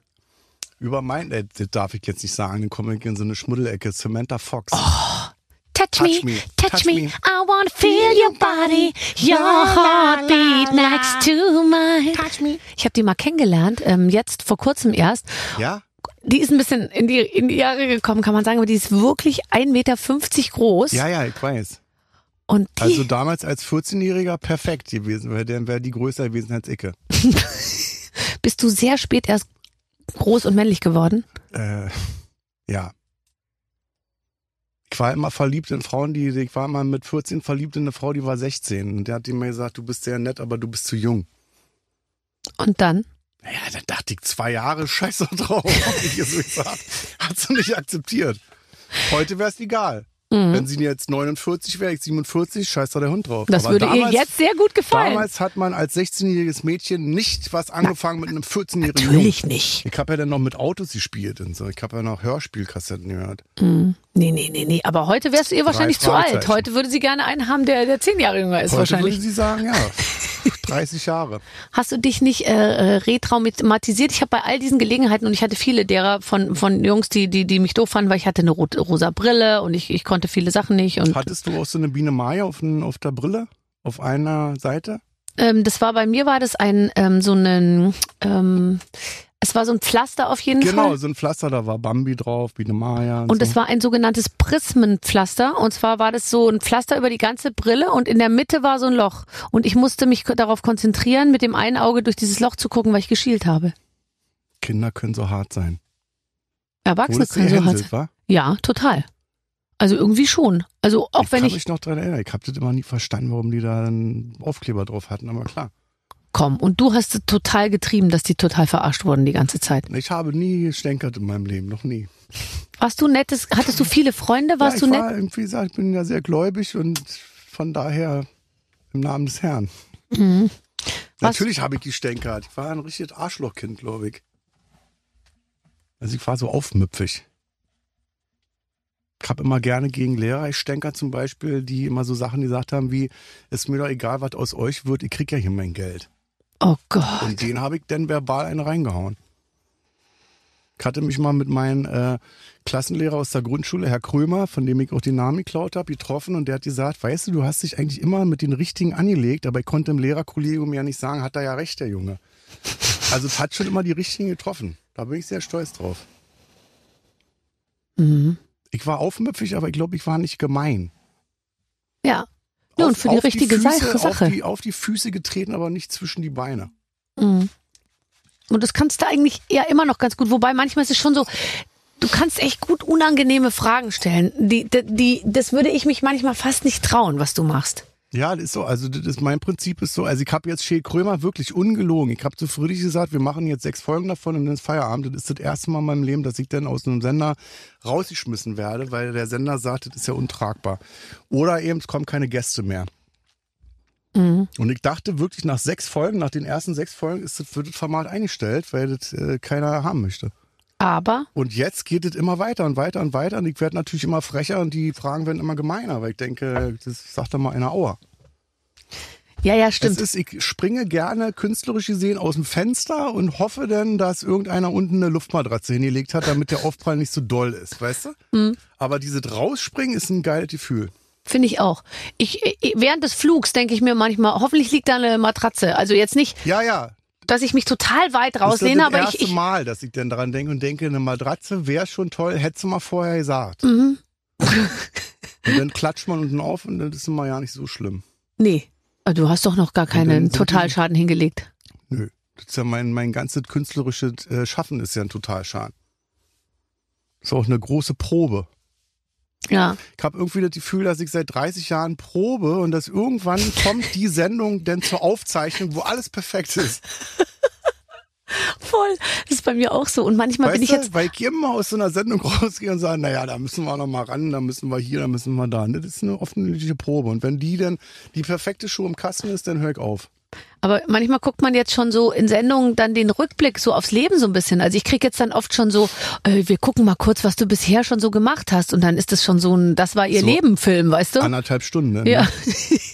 [SPEAKER 4] Über mein, äh, das darf ich jetzt nicht sagen, dann komme ich in so eine Schmuddelecke. Samantha Fox.
[SPEAKER 2] Touch,
[SPEAKER 4] Touch
[SPEAKER 2] me,
[SPEAKER 4] me,
[SPEAKER 2] touch,
[SPEAKER 4] touch
[SPEAKER 2] me.
[SPEAKER 4] me.
[SPEAKER 2] I wanna feel your body, your heartbeat next to mine. Touch me. Ich habe die mal kennengelernt, ähm, jetzt vor kurzem erst.
[SPEAKER 4] Ja?
[SPEAKER 2] Die ist ein bisschen in die, in die Jahre gekommen, kann man sagen, aber die ist wirklich 1,50 Meter groß.
[SPEAKER 4] Ja, ja, ich weiß.
[SPEAKER 2] Und die,
[SPEAKER 4] Also damals als 14-Jähriger perfekt gewesen, weil dann wäre die größer gewesen als Icke.
[SPEAKER 2] bist du sehr spät erst groß und männlich geworden?
[SPEAKER 4] Äh, ja. Ich war immer verliebt in Frauen, die, ich war mal mit 14 verliebt in eine Frau, die war 16. Und der hat immer gesagt, du bist sehr nett, aber du bist zu jung.
[SPEAKER 2] Und dann?
[SPEAKER 4] Naja, da dachte ich zwei Jahre scheiße <laughs> drauf, hab ich ihr so gesagt. Hat sie nicht akzeptiert. Heute wäre es egal.
[SPEAKER 2] Mhm.
[SPEAKER 4] Wenn sie jetzt 49 wäre, ich 47, scheiß da der Hund drauf.
[SPEAKER 2] Das
[SPEAKER 4] Aber
[SPEAKER 2] würde
[SPEAKER 4] damals,
[SPEAKER 2] ihr jetzt sehr gut gefallen.
[SPEAKER 4] Damals hat man als 16-jähriges Mädchen nicht was angefangen mit einem 14-jährigen Jungen.
[SPEAKER 2] Natürlich nicht.
[SPEAKER 4] Ich habe ja dann noch mit Autos gespielt und so. Ich habe ja noch Hörspielkassetten gehört.
[SPEAKER 2] Nee, nee, nee, nee. Aber heute wärst du ihr wahrscheinlich zu alt.
[SPEAKER 4] Fragezeichen.
[SPEAKER 2] Heute würde sie gerne einen haben, der, der zehn Jahre jünger ist
[SPEAKER 4] Heute
[SPEAKER 2] wahrscheinlich.
[SPEAKER 4] würde sie sagen, ja,
[SPEAKER 2] <laughs>
[SPEAKER 4] 30 Jahre.
[SPEAKER 2] Hast du dich nicht äh, äh, retraumatisiert? Ich habe bei all diesen Gelegenheiten und ich hatte viele derer von von Jungs, die die die mich doof fanden, weil ich hatte eine rot, rosa Brille und ich, ich konnte viele Sachen nicht und
[SPEAKER 4] Hattest du auch so eine Biene Maya auf, den, auf der Brille? Auf einer Seite?
[SPEAKER 2] ähm, das war bei mir war das ein ähm, so ein ähm, es war so ein Pflaster auf jeden
[SPEAKER 4] Genau,
[SPEAKER 2] Fall.
[SPEAKER 4] so ein Pflaster, da war Bambi drauf, Biene Maya. Und,
[SPEAKER 2] Und
[SPEAKER 4] so.
[SPEAKER 2] es war ein sogenanntes Prismenpflaster. Und zwar war das so ein Pflaster über die ganze Brille und in der Mitte war so ein Loch. Und ich musste mich ko- darauf konzentrieren, mit dem einen Auge durch dieses Loch zu gucken, weil ich geschielt habe.
[SPEAKER 4] Kinder können so hart sein.
[SPEAKER 2] Erwachsene
[SPEAKER 4] Wurdest du
[SPEAKER 2] können so hart
[SPEAKER 4] gehänselt,
[SPEAKER 2] sein.
[SPEAKER 4] wa?
[SPEAKER 2] Ja, total. Also irgendwie schon. Also auch
[SPEAKER 4] ich
[SPEAKER 2] wenn
[SPEAKER 4] kann
[SPEAKER 2] ich.
[SPEAKER 4] mich noch dran erinnern. Ich habe das immer nie verstanden, warum die da einen Aufkleber drauf hatten, aber klar.
[SPEAKER 2] Komm, und du hast es total getrieben, dass die total verarscht wurden die ganze Zeit.
[SPEAKER 4] Ich habe nie gestänkert in meinem Leben, noch nie.
[SPEAKER 2] Warst du nettes, hattest du viele Freunde? Warst
[SPEAKER 4] ja, ich
[SPEAKER 2] du nett?
[SPEAKER 4] war, irgendwie gesagt, ich bin ja sehr gläubig und von daher im Namen des Herrn.
[SPEAKER 2] Mhm. Was-
[SPEAKER 4] Natürlich habe ich gestänkert. Ich war ein richtiges Arschlochkind, glaube ich. Also ich war so aufmüpfig. Ich habe immer gerne gegen Lehrer gestänkert zum Beispiel, die immer so Sachen gesagt haben wie, ist mir doch egal, was aus euch wird, ich krieg ja hier mein Geld.
[SPEAKER 2] oh Gott.
[SPEAKER 4] Und den habe ich dann verbal einen reingehauen. Ich hatte mich mal mit meinem äh, Klassenlehrer aus der Grundschule, Herr Krömer, von dem ich auch die Namen geklaut habe, getroffen und der hat gesagt, weißt du, du hast dich eigentlich immer mit den Richtigen angelegt, aber ich konnte im Lehrerkollegium ja nicht sagen, hat er ja recht, der Junge. Also es hat schon immer die Richtigen getroffen. Da bin ich sehr stolz drauf.
[SPEAKER 2] Mhm.
[SPEAKER 4] Ich war aufmüpfig, aber ich glaube, ich war nicht gemein.
[SPEAKER 2] Ja. Ja, und für die richtige
[SPEAKER 4] Füße,
[SPEAKER 2] Sache.
[SPEAKER 4] Auf die, auf die Füße getreten, aber nicht zwischen die Beine.
[SPEAKER 2] Mhm. Und das kannst du eigentlich ja immer noch ganz gut. Wobei manchmal ist es schon so, du kannst echt gut unangenehme Fragen stellen. Die, die, die, das würde ich mich manchmal fast nicht trauen, was du machst.
[SPEAKER 4] Ja, das ist so. Also das ist, mein Prinzip ist so. Also ich habe jetzt Scheel Krömer wirklich ungelogen. Ich habe zu Friedrich gesagt, wir machen jetzt sechs Folgen davon und dann ist Feierabend. Das ist das erste Mal in meinem Leben, dass ich dann aus einem Sender rausgeschmissen werde, weil der Sender sagt, das ist ja untragbar. Oder eben, es kommen keine Gäste mehr. Und ich dachte wirklich, nach sechs Folgen, nach den ersten sechs Folgen, ist das, wird das Format eingestellt, weil das äh, keiner haben möchte.
[SPEAKER 2] Aber
[SPEAKER 4] Und jetzt geht es immer weiter und weiter und weiter. Und ich werde natürlich immer frecher und die Fragen werden immer gemeiner, weil ich denke, das sagt doch mal einer Auer.
[SPEAKER 2] ja, ja, stimmt.
[SPEAKER 4] Es ist, ich springe gerne künstlerisch gesehen aus dem Fenster und hoffe dann, dass irgendeiner unten eine Luftmatratze hingelegt hat, damit der Aufprall nicht so doll ist, weißt du?
[SPEAKER 2] Mhm.
[SPEAKER 4] Aber dieses Rausspringen ist ein geiles Gefühl.
[SPEAKER 2] Finde ich auch. Ich, ich, während des Flugs denke ich mir manchmal, hoffentlich liegt da eine Matratze. Also jetzt nicht,
[SPEAKER 4] Ja, ja.
[SPEAKER 2] dass ich mich total weit
[SPEAKER 4] Das ist
[SPEAKER 2] rauslehne,
[SPEAKER 4] das
[SPEAKER 2] aber
[SPEAKER 4] erste
[SPEAKER 2] ich, ich
[SPEAKER 4] Mal, dass ich dann daran denke und denke, eine Matratze wäre schon toll, hättest du mal vorher gesagt.
[SPEAKER 2] Mhm.
[SPEAKER 4] und dann klatscht man unten auf und dann ist es mal ja nicht so schlimm.
[SPEAKER 2] Nee. Aber Du hast doch noch gar
[SPEAKER 4] dann
[SPEAKER 2] keinen
[SPEAKER 4] sind die-
[SPEAKER 2] Totalschaden hingelegt.
[SPEAKER 4] Nö. Das ist ja mein, mein ganzes künstlerisches äh, Schaffen ist ja ein Totalschaden. Ist auch eine große Probe.
[SPEAKER 2] Ja.
[SPEAKER 4] Ich habe irgendwie das Gefühl, dass ich seit 30 Jahren probe und dass irgendwann kommt die Sendung denn zur Aufzeichnung, wo alles perfekt ist.
[SPEAKER 2] Voll. Das ist bei mir auch so. Und manchmal
[SPEAKER 4] weißt
[SPEAKER 2] bin ich
[SPEAKER 4] du,
[SPEAKER 2] jetzt.
[SPEAKER 4] weil ich immer aus so einer Sendung <laughs> rausgehe und sage, naja, da müssen wir noch mal ran, da müssen wir hier, da müssen wir da. Das ist eine offensichtliche Probe. Und wenn die dann die perfekte Schuhe im Kasten ist, dann höre ich auf.
[SPEAKER 2] Aber manchmal guckt man jetzt schon so in Sendungen dann den Rückblick so aufs Leben so ein bisschen. Also ich krieg jetzt dann oft schon so, äh, wir gucken mal kurz, was du bisher schon so gemacht hast. Und dann ist das schon so ein, das war ihr
[SPEAKER 4] So.
[SPEAKER 2] Leben-Film, weißt du?
[SPEAKER 4] Anderthalb Stunden. Ne?
[SPEAKER 2] ja.
[SPEAKER 4] <laughs>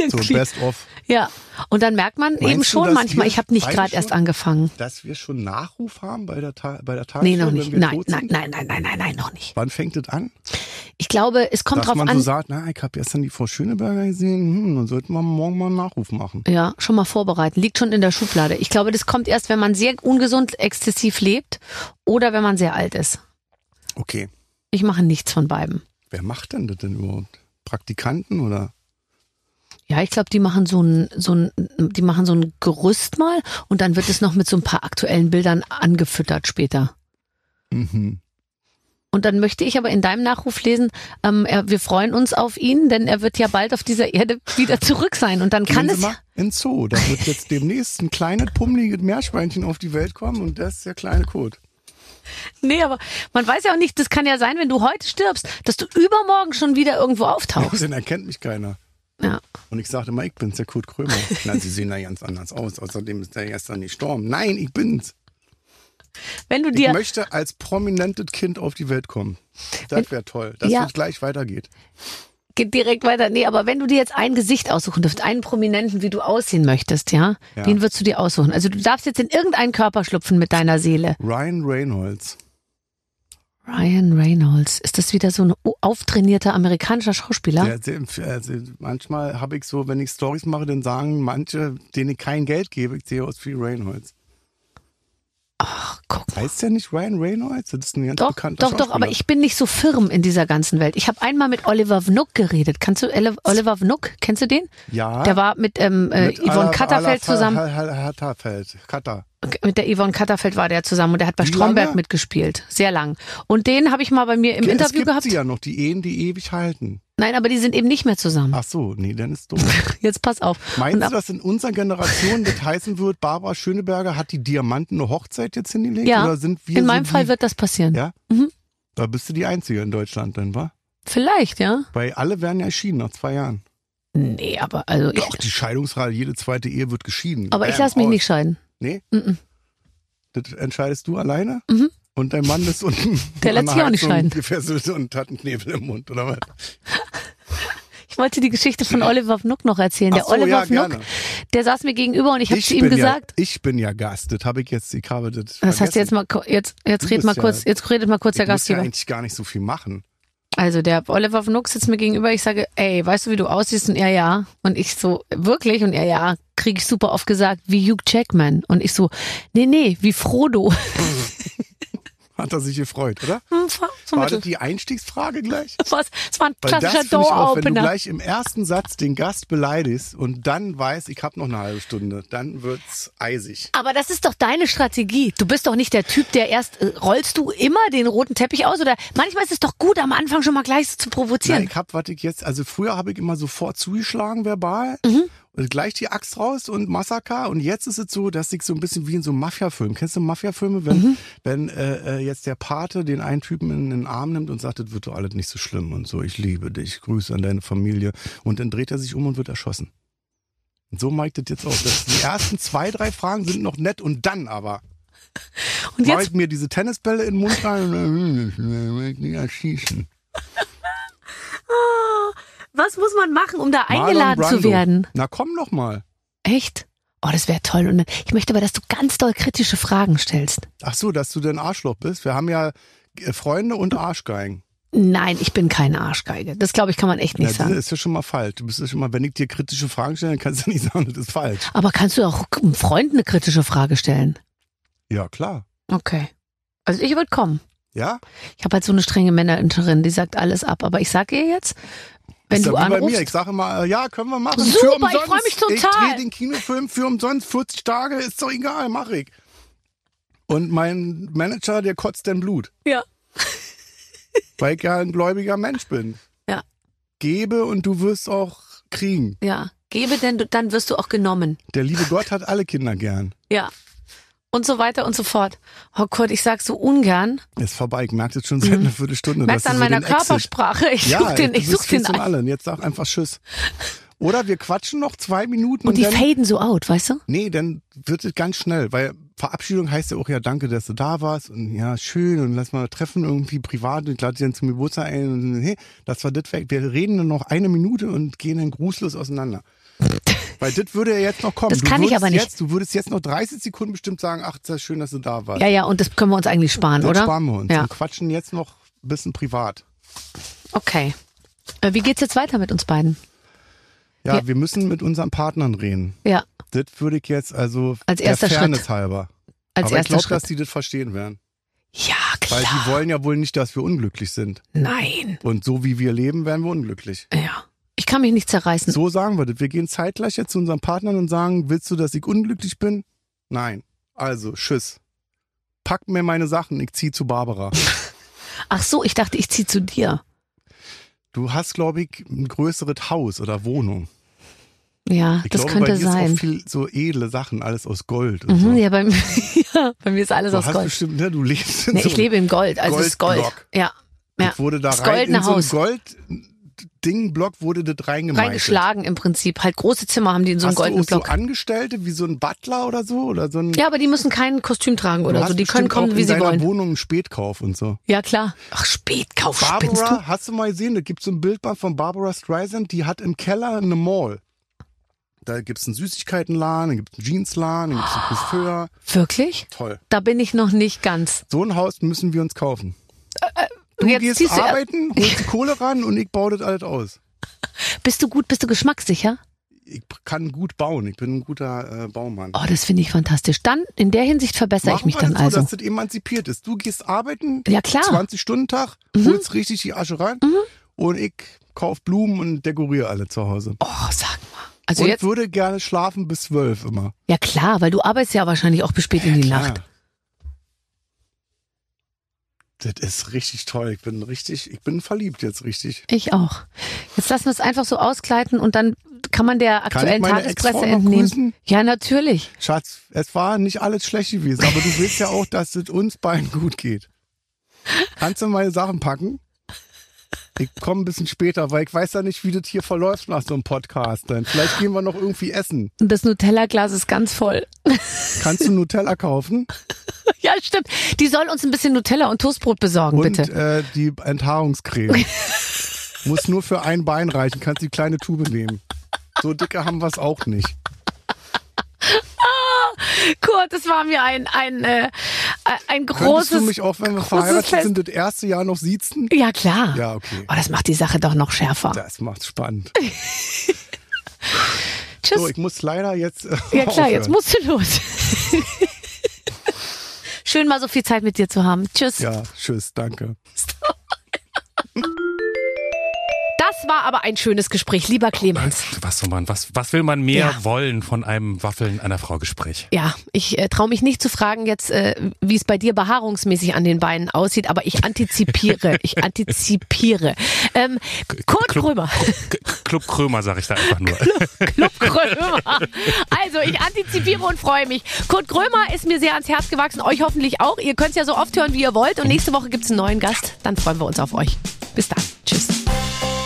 [SPEAKER 4] So best of.
[SPEAKER 2] ja. Und dann merkt man
[SPEAKER 4] Meinst
[SPEAKER 2] eben
[SPEAKER 4] du,
[SPEAKER 2] schon
[SPEAKER 4] dass
[SPEAKER 2] manchmal,
[SPEAKER 4] wir
[SPEAKER 2] ich habe nicht
[SPEAKER 4] beide
[SPEAKER 2] gerade
[SPEAKER 4] schon-
[SPEAKER 2] erst angefangen.
[SPEAKER 4] Dass wir schon Nachruf haben bei der, Ta bei der Tagesschau,
[SPEAKER 2] Nee, noch
[SPEAKER 4] wenn
[SPEAKER 2] nicht.
[SPEAKER 4] wir
[SPEAKER 2] Nein,
[SPEAKER 4] tot
[SPEAKER 2] nein,
[SPEAKER 4] sind?
[SPEAKER 2] nein, nein, nein, nein, nein, noch nicht.
[SPEAKER 4] Wann fängt das an?
[SPEAKER 2] Ich glaube, es kommt
[SPEAKER 4] Dass
[SPEAKER 2] drauf
[SPEAKER 4] man
[SPEAKER 2] an.
[SPEAKER 4] so sagt, na, ich habe gestern die Frau Schöneberger gesehen, hm, dann sollten wir morgen mal einen Nachruf machen.
[SPEAKER 2] Ja, schon mal vorbereiten. Liegt schon in der Schublade. Ich glaube, das kommt erst, wenn man sehr ungesund exzessiv lebt oder wenn man sehr alt ist.
[SPEAKER 4] Okay.
[SPEAKER 2] Ich mache nichts von beiden.
[SPEAKER 4] Wer macht denn das denn überhaupt? Praktikanten oder?
[SPEAKER 2] Ja, ich glaube, die machen so ein, so ein, die machen so ein Gerüst mal und dann wird es noch mit so ein paar aktuellen Bildern angefüttert später.
[SPEAKER 4] Mhm.
[SPEAKER 2] Und dann möchte ich aber in deinem Nachruf lesen, ähm, er, wir freuen uns auf ihn, denn er wird ja bald auf dieser Erde wieder zurück sein. Und dann kann
[SPEAKER 4] Gehen
[SPEAKER 2] es.
[SPEAKER 4] Sie mal in den Zoo. Da wird jetzt demnächst ein kleines, pummeliges Meerschweinchen auf die Welt kommen und das ist der kleine Kot.
[SPEAKER 2] Nee, aber man weiß ja auch nicht, das kann ja sein, wenn du heute stirbst, dass du übermorgen schon wieder irgendwo auftauchst.
[SPEAKER 4] Den erkennt mich keiner.
[SPEAKER 2] Ja.
[SPEAKER 4] Und ich sagte immer, ich bin's, der Kurt Krömer. Na, Sie sehen da ganz anders aus. Außerdem ist der gestern nicht gestorben. Nein, ich bin's.
[SPEAKER 2] Wenn du
[SPEAKER 4] Ich
[SPEAKER 2] dir.
[SPEAKER 4] möchte als prominentes Kind auf die Welt kommen. Das wäre toll, dass
[SPEAKER 2] Ja.
[SPEAKER 4] es gleich weitergeht.
[SPEAKER 2] geht direkt weiter. Nee, aber wenn du dir jetzt ein Gesicht aussuchen dürft, einen Prominenten, wie du aussehen möchtest, ja,
[SPEAKER 4] Ja.
[SPEAKER 2] den würdest du dir aussuchen. Also du darfst jetzt in irgendeinen Körper schlüpfen mit deiner Seele.
[SPEAKER 4] Ryan Reynolds.
[SPEAKER 2] Ryan Reynolds, ist das wieder so ein o- auftrainierter amerikanischer Schauspieler?
[SPEAKER 4] Der, der, also manchmal habe ich so, wenn ich Stories mache, dann sagen manche, denen ich kein Geld gebe, ich sehe aus wie Reynolds.
[SPEAKER 2] Ach Guck mal.
[SPEAKER 4] Heißt der nicht Ryan Reynolds? Das ist ein ganz
[SPEAKER 2] Doch,
[SPEAKER 4] bekannter
[SPEAKER 2] doch, doch, aber
[SPEAKER 4] Schauspieler.
[SPEAKER 2] ich bin nicht so firm in dieser ganzen Welt. Ich habe einmal mit Oliver Vnuk geredet. Kannst du Ele- Oliver Vnuk, kennst du den?
[SPEAKER 4] Ja.
[SPEAKER 2] Der war mit, ähm, äh,
[SPEAKER 4] Mit
[SPEAKER 2] Yvonne
[SPEAKER 4] Ala-
[SPEAKER 2] Katterfeld
[SPEAKER 4] Ala-
[SPEAKER 2] zusammen.
[SPEAKER 4] Hal- Hal- Hatterfeld. Katter.
[SPEAKER 2] Mit der Yvonne Katterfeld war der zusammen und der hat bei
[SPEAKER 4] Wie
[SPEAKER 2] Stromberg
[SPEAKER 4] lange?
[SPEAKER 2] mitgespielt. Sehr lang. Und den habe ich mal bei mir im
[SPEAKER 4] es
[SPEAKER 2] Interview
[SPEAKER 4] gibt
[SPEAKER 2] gehabt.
[SPEAKER 4] sie ja noch, die Ehen, die ewig halten.
[SPEAKER 2] Nein, aber die sind eben nicht mehr zusammen.
[SPEAKER 4] Ach so, nee, dann ist dumm.
[SPEAKER 2] <laughs> Jetzt pass auf.
[SPEAKER 4] Meinst
[SPEAKER 2] Und
[SPEAKER 4] du,
[SPEAKER 2] ab-
[SPEAKER 4] dass in unserer Generation das heißen wird, Barbara Schöneberger hat die Diamanten eine Hochzeit jetzt hingelegt?
[SPEAKER 2] Ja,
[SPEAKER 4] Oder sind wir
[SPEAKER 2] in
[SPEAKER 4] so
[SPEAKER 2] meinem
[SPEAKER 4] die,
[SPEAKER 2] Fall wird Mhm. das passieren.
[SPEAKER 4] Ja. Da bist du die Einzige in Deutschland, dann, wa?
[SPEAKER 2] Vielleicht, ja?
[SPEAKER 4] Weil alle werden ja geschieden nach zwei Jahren.
[SPEAKER 2] Nee, aber also ich,
[SPEAKER 4] Doch, die Scheidungsrate, jede zweite Ehe wird geschieden.
[SPEAKER 2] aber ich
[SPEAKER 4] Bam,
[SPEAKER 2] lasse mich
[SPEAKER 4] aus.
[SPEAKER 2] nicht scheiden.
[SPEAKER 4] Nee?
[SPEAKER 2] Mhm.
[SPEAKER 4] Das entscheidest du alleine?
[SPEAKER 2] Mhm.
[SPEAKER 4] Und dein Mann ist unten.
[SPEAKER 2] <laughs> Der lässt sich auch nicht scheiden.
[SPEAKER 4] Gefesselt und hat einen Knebel im Mund, oder was?
[SPEAKER 2] Ich wollte die Geschichte von Oliver Vnuk noch erzählen.
[SPEAKER 4] Ach
[SPEAKER 2] Der
[SPEAKER 4] so, ja,
[SPEAKER 2] Oliver Vnuk,
[SPEAKER 4] gerne.
[SPEAKER 2] der saß mir gegenüber und ich habe zu
[SPEAKER 4] bin
[SPEAKER 2] ihm gesagt,
[SPEAKER 4] Ja, ich bin ja Gast, das habe ich jetzt, ich habe das.
[SPEAKER 2] das hast du jetzt mal ko- jetzt jetzt
[SPEAKER 4] Du
[SPEAKER 2] red
[SPEAKER 4] bist
[SPEAKER 2] mal
[SPEAKER 4] ja-
[SPEAKER 2] kurz, jetzt redet mal kurz
[SPEAKER 4] der
[SPEAKER 2] der
[SPEAKER 4] Ich muss ja
[SPEAKER 2] Gastgeber.
[SPEAKER 4] eigentlich gar nicht so viel machen.
[SPEAKER 2] Also der Oliver Vnuk sitzt mir gegenüber, ich sage, ey, weißt du, wie du aussiehst? Und er, ja. Und ich so, wirklich? Und er, ja, kriege ich super oft gesagt, wie Hugh Jackman. Und ich so, nee, nee, wie Frodo. <laughs>
[SPEAKER 4] Hat er sich gefreut, oder?
[SPEAKER 2] Hm, so ein
[SPEAKER 4] War
[SPEAKER 2] bisschen-
[SPEAKER 4] das die Einstiegsfrage gleich?
[SPEAKER 2] Was? Das war ein
[SPEAKER 4] Weil das
[SPEAKER 2] klassischer
[SPEAKER 4] finde ich auch, wenn du
[SPEAKER 2] Door-Opener.
[SPEAKER 4] gleich im ersten Satz den Gast beleidigst und dann weißt, ich habe noch eine halbe Stunde, dann wird's eisig.
[SPEAKER 2] Aber das ist doch deine Strategie. Du bist doch nicht der Typ, der erst äh, rollst du immer den roten Teppich aus oder manchmal ist es doch gut, am Anfang schon mal gleich zu
[SPEAKER 4] Na,
[SPEAKER 2] provozieren.
[SPEAKER 4] ich hab, was ich jetzt, also früher habe ich immer sofort zugeschlagen verbal und gleich die Axt raus und Massaker und jetzt ist es so, dass ich so ein bisschen wie in so einem Mafia-Film, kennst du Mafia-Filme, wenn, wenn äh, äh, jetzt der Pate den einen Typen in den Arm nimmt und sagt, das wird doch alles nicht so schlimm und so, ich liebe dich, Grüße an deine Familie und dann dreht er sich um und wird erschossen. Und so mag ich das jetzt auch. Das, die ersten zwei, drei Fragen sind noch nett und dann aber
[SPEAKER 2] Und
[SPEAKER 4] mach
[SPEAKER 2] jetzt,
[SPEAKER 4] ich mir diese Tennisbälle in den Mund rein und dann will ich nicht erschießen.
[SPEAKER 2] was muss man machen, um da
[SPEAKER 4] Marlon
[SPEAKER 2] eingeladen zu
[SPEAKER 4] Brando.
[SPEAKER 2] werden?
[SPEAKER 4] Na komm doch mal.
[SPEAKER 2] Echt? Oh, das wäre toll. Und dann, ich möchte aber, dass du ganz doll kritische Fragen stellst.
[SPEAKER 4] Ach so, dass du denn Arschloch bist. Wir haben ja äh, Freunde und Arschgeigen.
[SPEAKER 2] Nein, ich bin keine Arschgeige. Das glaube ich, kann man echt
[SPEAKER 4] Ja,
[SPEAKER 2] nicht
[SPEAKER 4] das
[SPEAKER 2] sagen.
[SPEAKER 4] ist ja schon mal falsch. Du bist ja schon mal, wenn ich dir kritische Fragen stelle, dann kannst du nicht sagen, <laughs> das ist falsch.
[SPEAKER 2] Aber kannst du auch einem Freund eine kritische Frage stellen?
[SPEAKER 4] Ja, klar.
[SPEAKER 2] Okay. Also ich würde kommen.
[SPEAKER 4] Ja?
[SPEAKER 2] Ich habe halt so eine strenge Männerinterin, die sagt alles ab. Aber ich sag ihr jetzt, wenn
[SPEAKER 4] ist
[SPEAKER 2] du
[SPEAKER 4] ja wie bei
[SPEAKER 2] anrufst,
[SPEAKER 4] mir. Ich sage immer, äh, ja, können wir machen.
[SPEAKER 2] Super,
[SPEAKER 4] für
[SPEAKER 2] ich
[SPEAKER 4] umsonst.
[SPEAKER 2] freu mich
[SPEAKER 4] Ich
[SPEAKER 2] total.
[SPEAKER 4] drehe den Kinofilm für umsonst. 40 Tage, ist doch egal, mach ich. Und mein Manager, der kotzt denn Blut.
[SPEAKER 2] Ja.
[SPEAKER 4] Weil ich ja ein gläubiger Mensch bin.
[SPEAKER 2] Ja.
[SPEAKER 4] Gebe und du wirst auch kriegen.
[SPEAKER 2] ja, gebe denn, du- dann wirst du auch genommen.
[SPEAKER 4] Der liebe Gott hat alle Kinder gern.
[SPEAKER 2] Ja. Und so weiter und so fort. Oh Gott, ich sag so ungern.
[SPEAKER 4] Ist vorbei, ich merke das schon seit einer Viertelstunde.
[SPEAKER 2] Mhm. Merkst
[SPEAKER 4] dass
[SPEAKER 2] an
[SPEAKER 4] du so
[SPEAKER 2] meiner
[SPEAKER 4] den Exit-
[SPEAKER 2] Körpersprache. Ich
[SPEAKER 4] Ja,
[SPEAKER 2] such den,
[SPEAKER 4] du
[SPEAKER 2] ich
[SPEAKER 4] bist
[SPEAKER 2] such den
[SPEAKER 4] viel zum
[SPEAKER 2] an.
[SPEAKER 4] Allen. Jetzt sag einfach Tschüss. Oder wir quatschen noch zwei Minuten
[SPEAKER 2] Und
[SPEAKER 4] und,
[SPEAKER 2] die
[SPEAKER 4] dann.
[SPEAKER 2] faden so out, weißt du?
[SPEAKER 4] Nee, dann wird es ganz schnell, weil Verabschiedung heißt ja auch ja danke, dass du da warst und ja schön und lass mal treffen irgendwie privat und lade dich dann zum Geburtstag ein und hey, das war das weg. Wir reden dann noch eine Minute und gehen dann grußlos auseinander. Weil das würde ja jetzt noch kommen.
[SPEAKER 2] Das
[SPEAKER 4] Du
[SPEAKER 2] kann ich
[SPEAKER 4] würdest
[SPEAKER 2] aber nicht.
[SPEAKER 4] Jetzt, du würdest jetzt noch 30 Sekunden bestimmt sagen, ach, ist das schön, dass du da warst.
[SPEAKER 2] Ja, ja, und das können wir uns eigentlich sparen,
[SPEAKER 4] dann
[SPEAKER 2] oder?
[SPEAKER 4] sparen wir uns
[SPEAKER 2] Ja,
[SPEAKER 4] und quatschen jetzt noch ein bisschen privat.
[SPEAKER 2] okay. Äh, Wie geht's jetzt weiter mit uns beiden?
[SPEAKER 4] Ja,
[SPEAKER 2] Ja.
[SPEAKER 4] wir müssen mit unseren Partnern reden.
[SPEAKER 2] Ja,
[SPEAKER 4] Das würde ich jetzt also
[SPEAKER 2] Als
[SPEAKER 4] der
[SPEAKER 2] erster
[SPEAKER 4] Fairness
[SPEAKER 2] Schritt.
[SPEAKER 4] halber.
[SPEAKER 2] als
[SPEAKER 4] Aber ich
[SPEAKER 2] erster
[SPEAKER 4] glaube, dass
[SPEAKER 2] Schritt.
[SPEAKER 4] die das verstehen werden.
[SPEAKER 2] Ja, klar.
[SPEAKER 4] Weil die wollen ja wohl nicht, dass wir unglücklich sind.
[SPEAKER 2] Nein.
[SPEAKER 4] Und so wie wir leben, werden wir unglücklich.
[SPEAKER 2] Ja. Ich kann mich nicht zerreißen.
[SPEAKER 4] So sagen wir das. Wir gehen zeitgleich jetzt zu unseren Partnern und sagen, willst du, dass ich unglücklich bin? Nein. Also, tschüss. Pack mir meine Sachen, ich zieh zu Barbara.
[SPEAKER 2] Ach so, ich dachte, ich zieh zu dir.
[SPEAKER 4] Du hast, glaube ich, ein größeres Haus oder Wohnung.
[SPEAKER 2] Ja,
[SPEAKER 4] Ich
[SPEAKER 2] das
[SPEAKER 4] glaube,
[SPEAKER 2] könnte
[SPEAKER 4] bei dir ist
[SPEAKER 2] sein.
[SPEAKER 4] auch viel so edle Sachen, alles aus Gold. Und
[SPEAKER 2] Mhm,
[SPEAKER 4] so.
[SPEAKER 2] ja, bei, <laughs> mir- ja, bei mir ist alles
[SPEAKER 4] du
[SPEAKER 2] aus
[SPEAKER 4] hast
[SPEAKER 2] Gold.
[SPEAKER 4] bestimmt, ne, du lebst in
[SPEAKER 2] Nee,
[SPEAKER 4] so
[SPEAKER 2] ich
[SPEAKER 4] einem
[SPEAKER 2] lebe in Gold, also es ist Gold.
[SPEAKER 4] Goldblock.
[SPEAKER 2] Ja, ja.
[SPEAKER 4] Das wurde da
[SPEAKER 2] Das
[SPEAKER 4] rein
[SPEAKER 2] goldene
[SPEAKER 4] in so
[SPEAKER 2] Haus.
[SPEAKER 4] einen Gold-Ding-Block wurde das reingemeißelt.
[SPEAKER 2] reingeschlagen im Prinzip. Halt große Zimmer haben die in so einem
[SPEAKER 4] Hast du
[SPEAKER 2] goldenen
[SPEAKER 4] auch so
[SPEAKER 2] Block.
[SPEAKER 4] Angestellte wie so ein Butler oder so oder so ein
[SPEAKER 2] ja, aber die müssen kein Kostüm tragen
[SPEAKER 4] Du
[SPEAKER 2] oder
[SPEAKER 4] hast
[SPEAKER 2] so. Die können
[SPEAKER 4] bestimmt auch
[SPEAKER 2] kommen, wie
[SPEAKER 4] in
[SPEAKER 2] sie
[SPEAKER 4] deiner
[SPEAKER 2] wollen.
[SPEAKER 4] Wohnung einen Spätkauf und so.
[SPEAKER 2] ja, klar. Ach, Spätkauf, spinnst du?
[SPEAKER 4] Barbara, hast du mal gesehen, da gibt es so ein Bildband von Barbara Streisand, die hat im Keller eine Mall. Da gibt es einen Süßigkeitenladen, da gibt es einen Jeansladen, da gibt es einen Coiffeur.
[SPEAKER 2] Wirklich?
[SPEAKER 4] Toll.
[SPEAKER 2] Da bin ich noch nicht ganz.
[SPEAKER 4] So ein Haus müssen wir uns kaufen. Du
[SPEAKER 2] Jetzt
[SPEAKER 4] gehst
[SPEAKER 2] ziehst du-
[SPEAKER 4] arbeiten, holst die Kohle ran und ich baue das alles aus.
[SPEAKER 2] Bist du gut, bist du geschmackssicher?
[SPEAKER 4] ich kann gut bauen. Ich bin ein guter äh, Baumann.
[SPEAKER 2] Oh, das finde ich fantastisch. Dann, in der Hinsicht verbessere ich
[SPEAKER 4] Machen
[SPEAKER 2] mich
[SPEAKER 4] wir
[SPEAKER 2] dann
[SPEAKER 4] das so,
[SPEAKER 2] also.
[SPEAKER 4] dass das emanzipiert ist. Du gehst arbeiten,
[SPEAKER 2] Ja, klar. Mhm.
[SPEAKER 4] 20-Stunden-Tag, holst richtig die Asche rein und ich kauf Blumen und dekoriere alle zu Hause.
[SPEAKER 2] Oh, sag mal. Also
[SPEAKER 4] und
[SPEAKER 2] jetzt,
[SPEAKER 4] würde gerne schlafen bis zwölf immer.
[SPEAKER 2] ja klar, weil du arbeitest ja wahrscheinlich auch bis spät in die Nacht.
[SPEAKER 4] Ja. Das ist richtig toll. Ich bin richtig, ich bin verliebt jetzt richtig.
[SPEAKER 2] Ich auch. Jetzt lassen wir es einfach so ausgleiten und dann kann man der
[SPEAKER 4] Kann
[SPEAKER 2] aktuellen
[SPEAKER 4] ich meine
[SPEAKER 2] Tagespresse
[SPEAKER 4] Ex-Frau noch
[SPEAKER 2] entnehmen.
[SPEAKER 4] grüßen?
[SPEAKER 2] Ja, natürlich.
[SPEAKER 4] Schatz, es war nicht alles schlecht gewesen, aber du willst ja auch, dass es uns beiden gut geht. Kannst du meine Sachen packen? Ich komme ein bisschen später, weil ich weiß ja nicht, wie das hier verläuft nach so einem Podcast. Dann vielleicht gehen wir noch irgendwie essen.
[SPEAKER 2] Und das Nutella-Glas ist ganz voll. <laughs>
[SPEAKER 4] Kannst du Nutella kaufen?
[SPEAKER 2] ja, stimmt. Die soll uns ein bisschen Nutella und Toastbrot besorgen,
[SPEAKER 4] Und
[SPEAKER 2] bitte.
[SPEAKER 4] äh, die Enthaarungscreme. Muss nur für ein Bein reichen. Kannst die kleine Tube nehmen. So dicke haben wir es auch nicht.
[SPEAKER 2] <laughs> Kurt, das war mir ein, ein, äh, ein
[SPEAKER 4] äh, Könntest
[SPEAKER 2] großes.
[SPEAKER 4] du mich auch, wenn wir
[SPEAKER 2] großes
[SPEAKER 4] verheiratet
[SPEAKER 2] Fest.
[SPEAKER 4] sind, das erste Jahr noch siezen?
[SPEAKER 2] ja, klar.
[SPEAKER 4] Ja, okay.
[SPEAKER 2] Oh, das macht die Sache doch noch schärfer.
[SPEAKER 4] Das macht's spannend.
[SPEAKER 2] Tschüss.
[SPEAKER 4] So, ich muss leider jetzt. äh,
[SPEAKER 2] ja, klar, jetzt musst
[SPEAKER 4] aufhören.
[SPEAKER 2] du los. Schön, mal so viel Zeit mit dir zu haben. Tschüss.
[SPEAKER 4] Ja, tschüss, danke.
[SPEAKER 2] Das war aber ein schönes Gespräch, lieber Clemens.
[SPEAKER 3] Was soll man, was, was will man mehr
[SPEAKER 2] Ja.
[SPEAKER 3] wollen von einem Waffeln einer Frau Gespräch?
[SPEAKER 2] Ja, ich äh, traue mich nicht zu fragen jetzt, äh, wie es bei dir behaarungsmäßig an den Beinen aussieht, aber ich
[SPEAKER 4] <laughs>
[SPEAKER 2] antizipiere, ich antizipiere. Ähm, Kurt
[SPEAKER 3] Club-
[SPEAKER 2] Krömer,
[SPEAKER 3] K- Club Krömer sage ich da einfach nur.
[SPEAKER 2] Club <laughs> Krömer. Also ich antizipiere und freue mich. Kurt Krömer ist mir sehr ans Herz gewachsen, euch hoffentlich auch. Ihr könnt ja so oft hören, wie ihr wollt und nächste Woche gibt's einen neuen Gast. Dann freuen wir uns auf euch. Bis dann. Tschüss.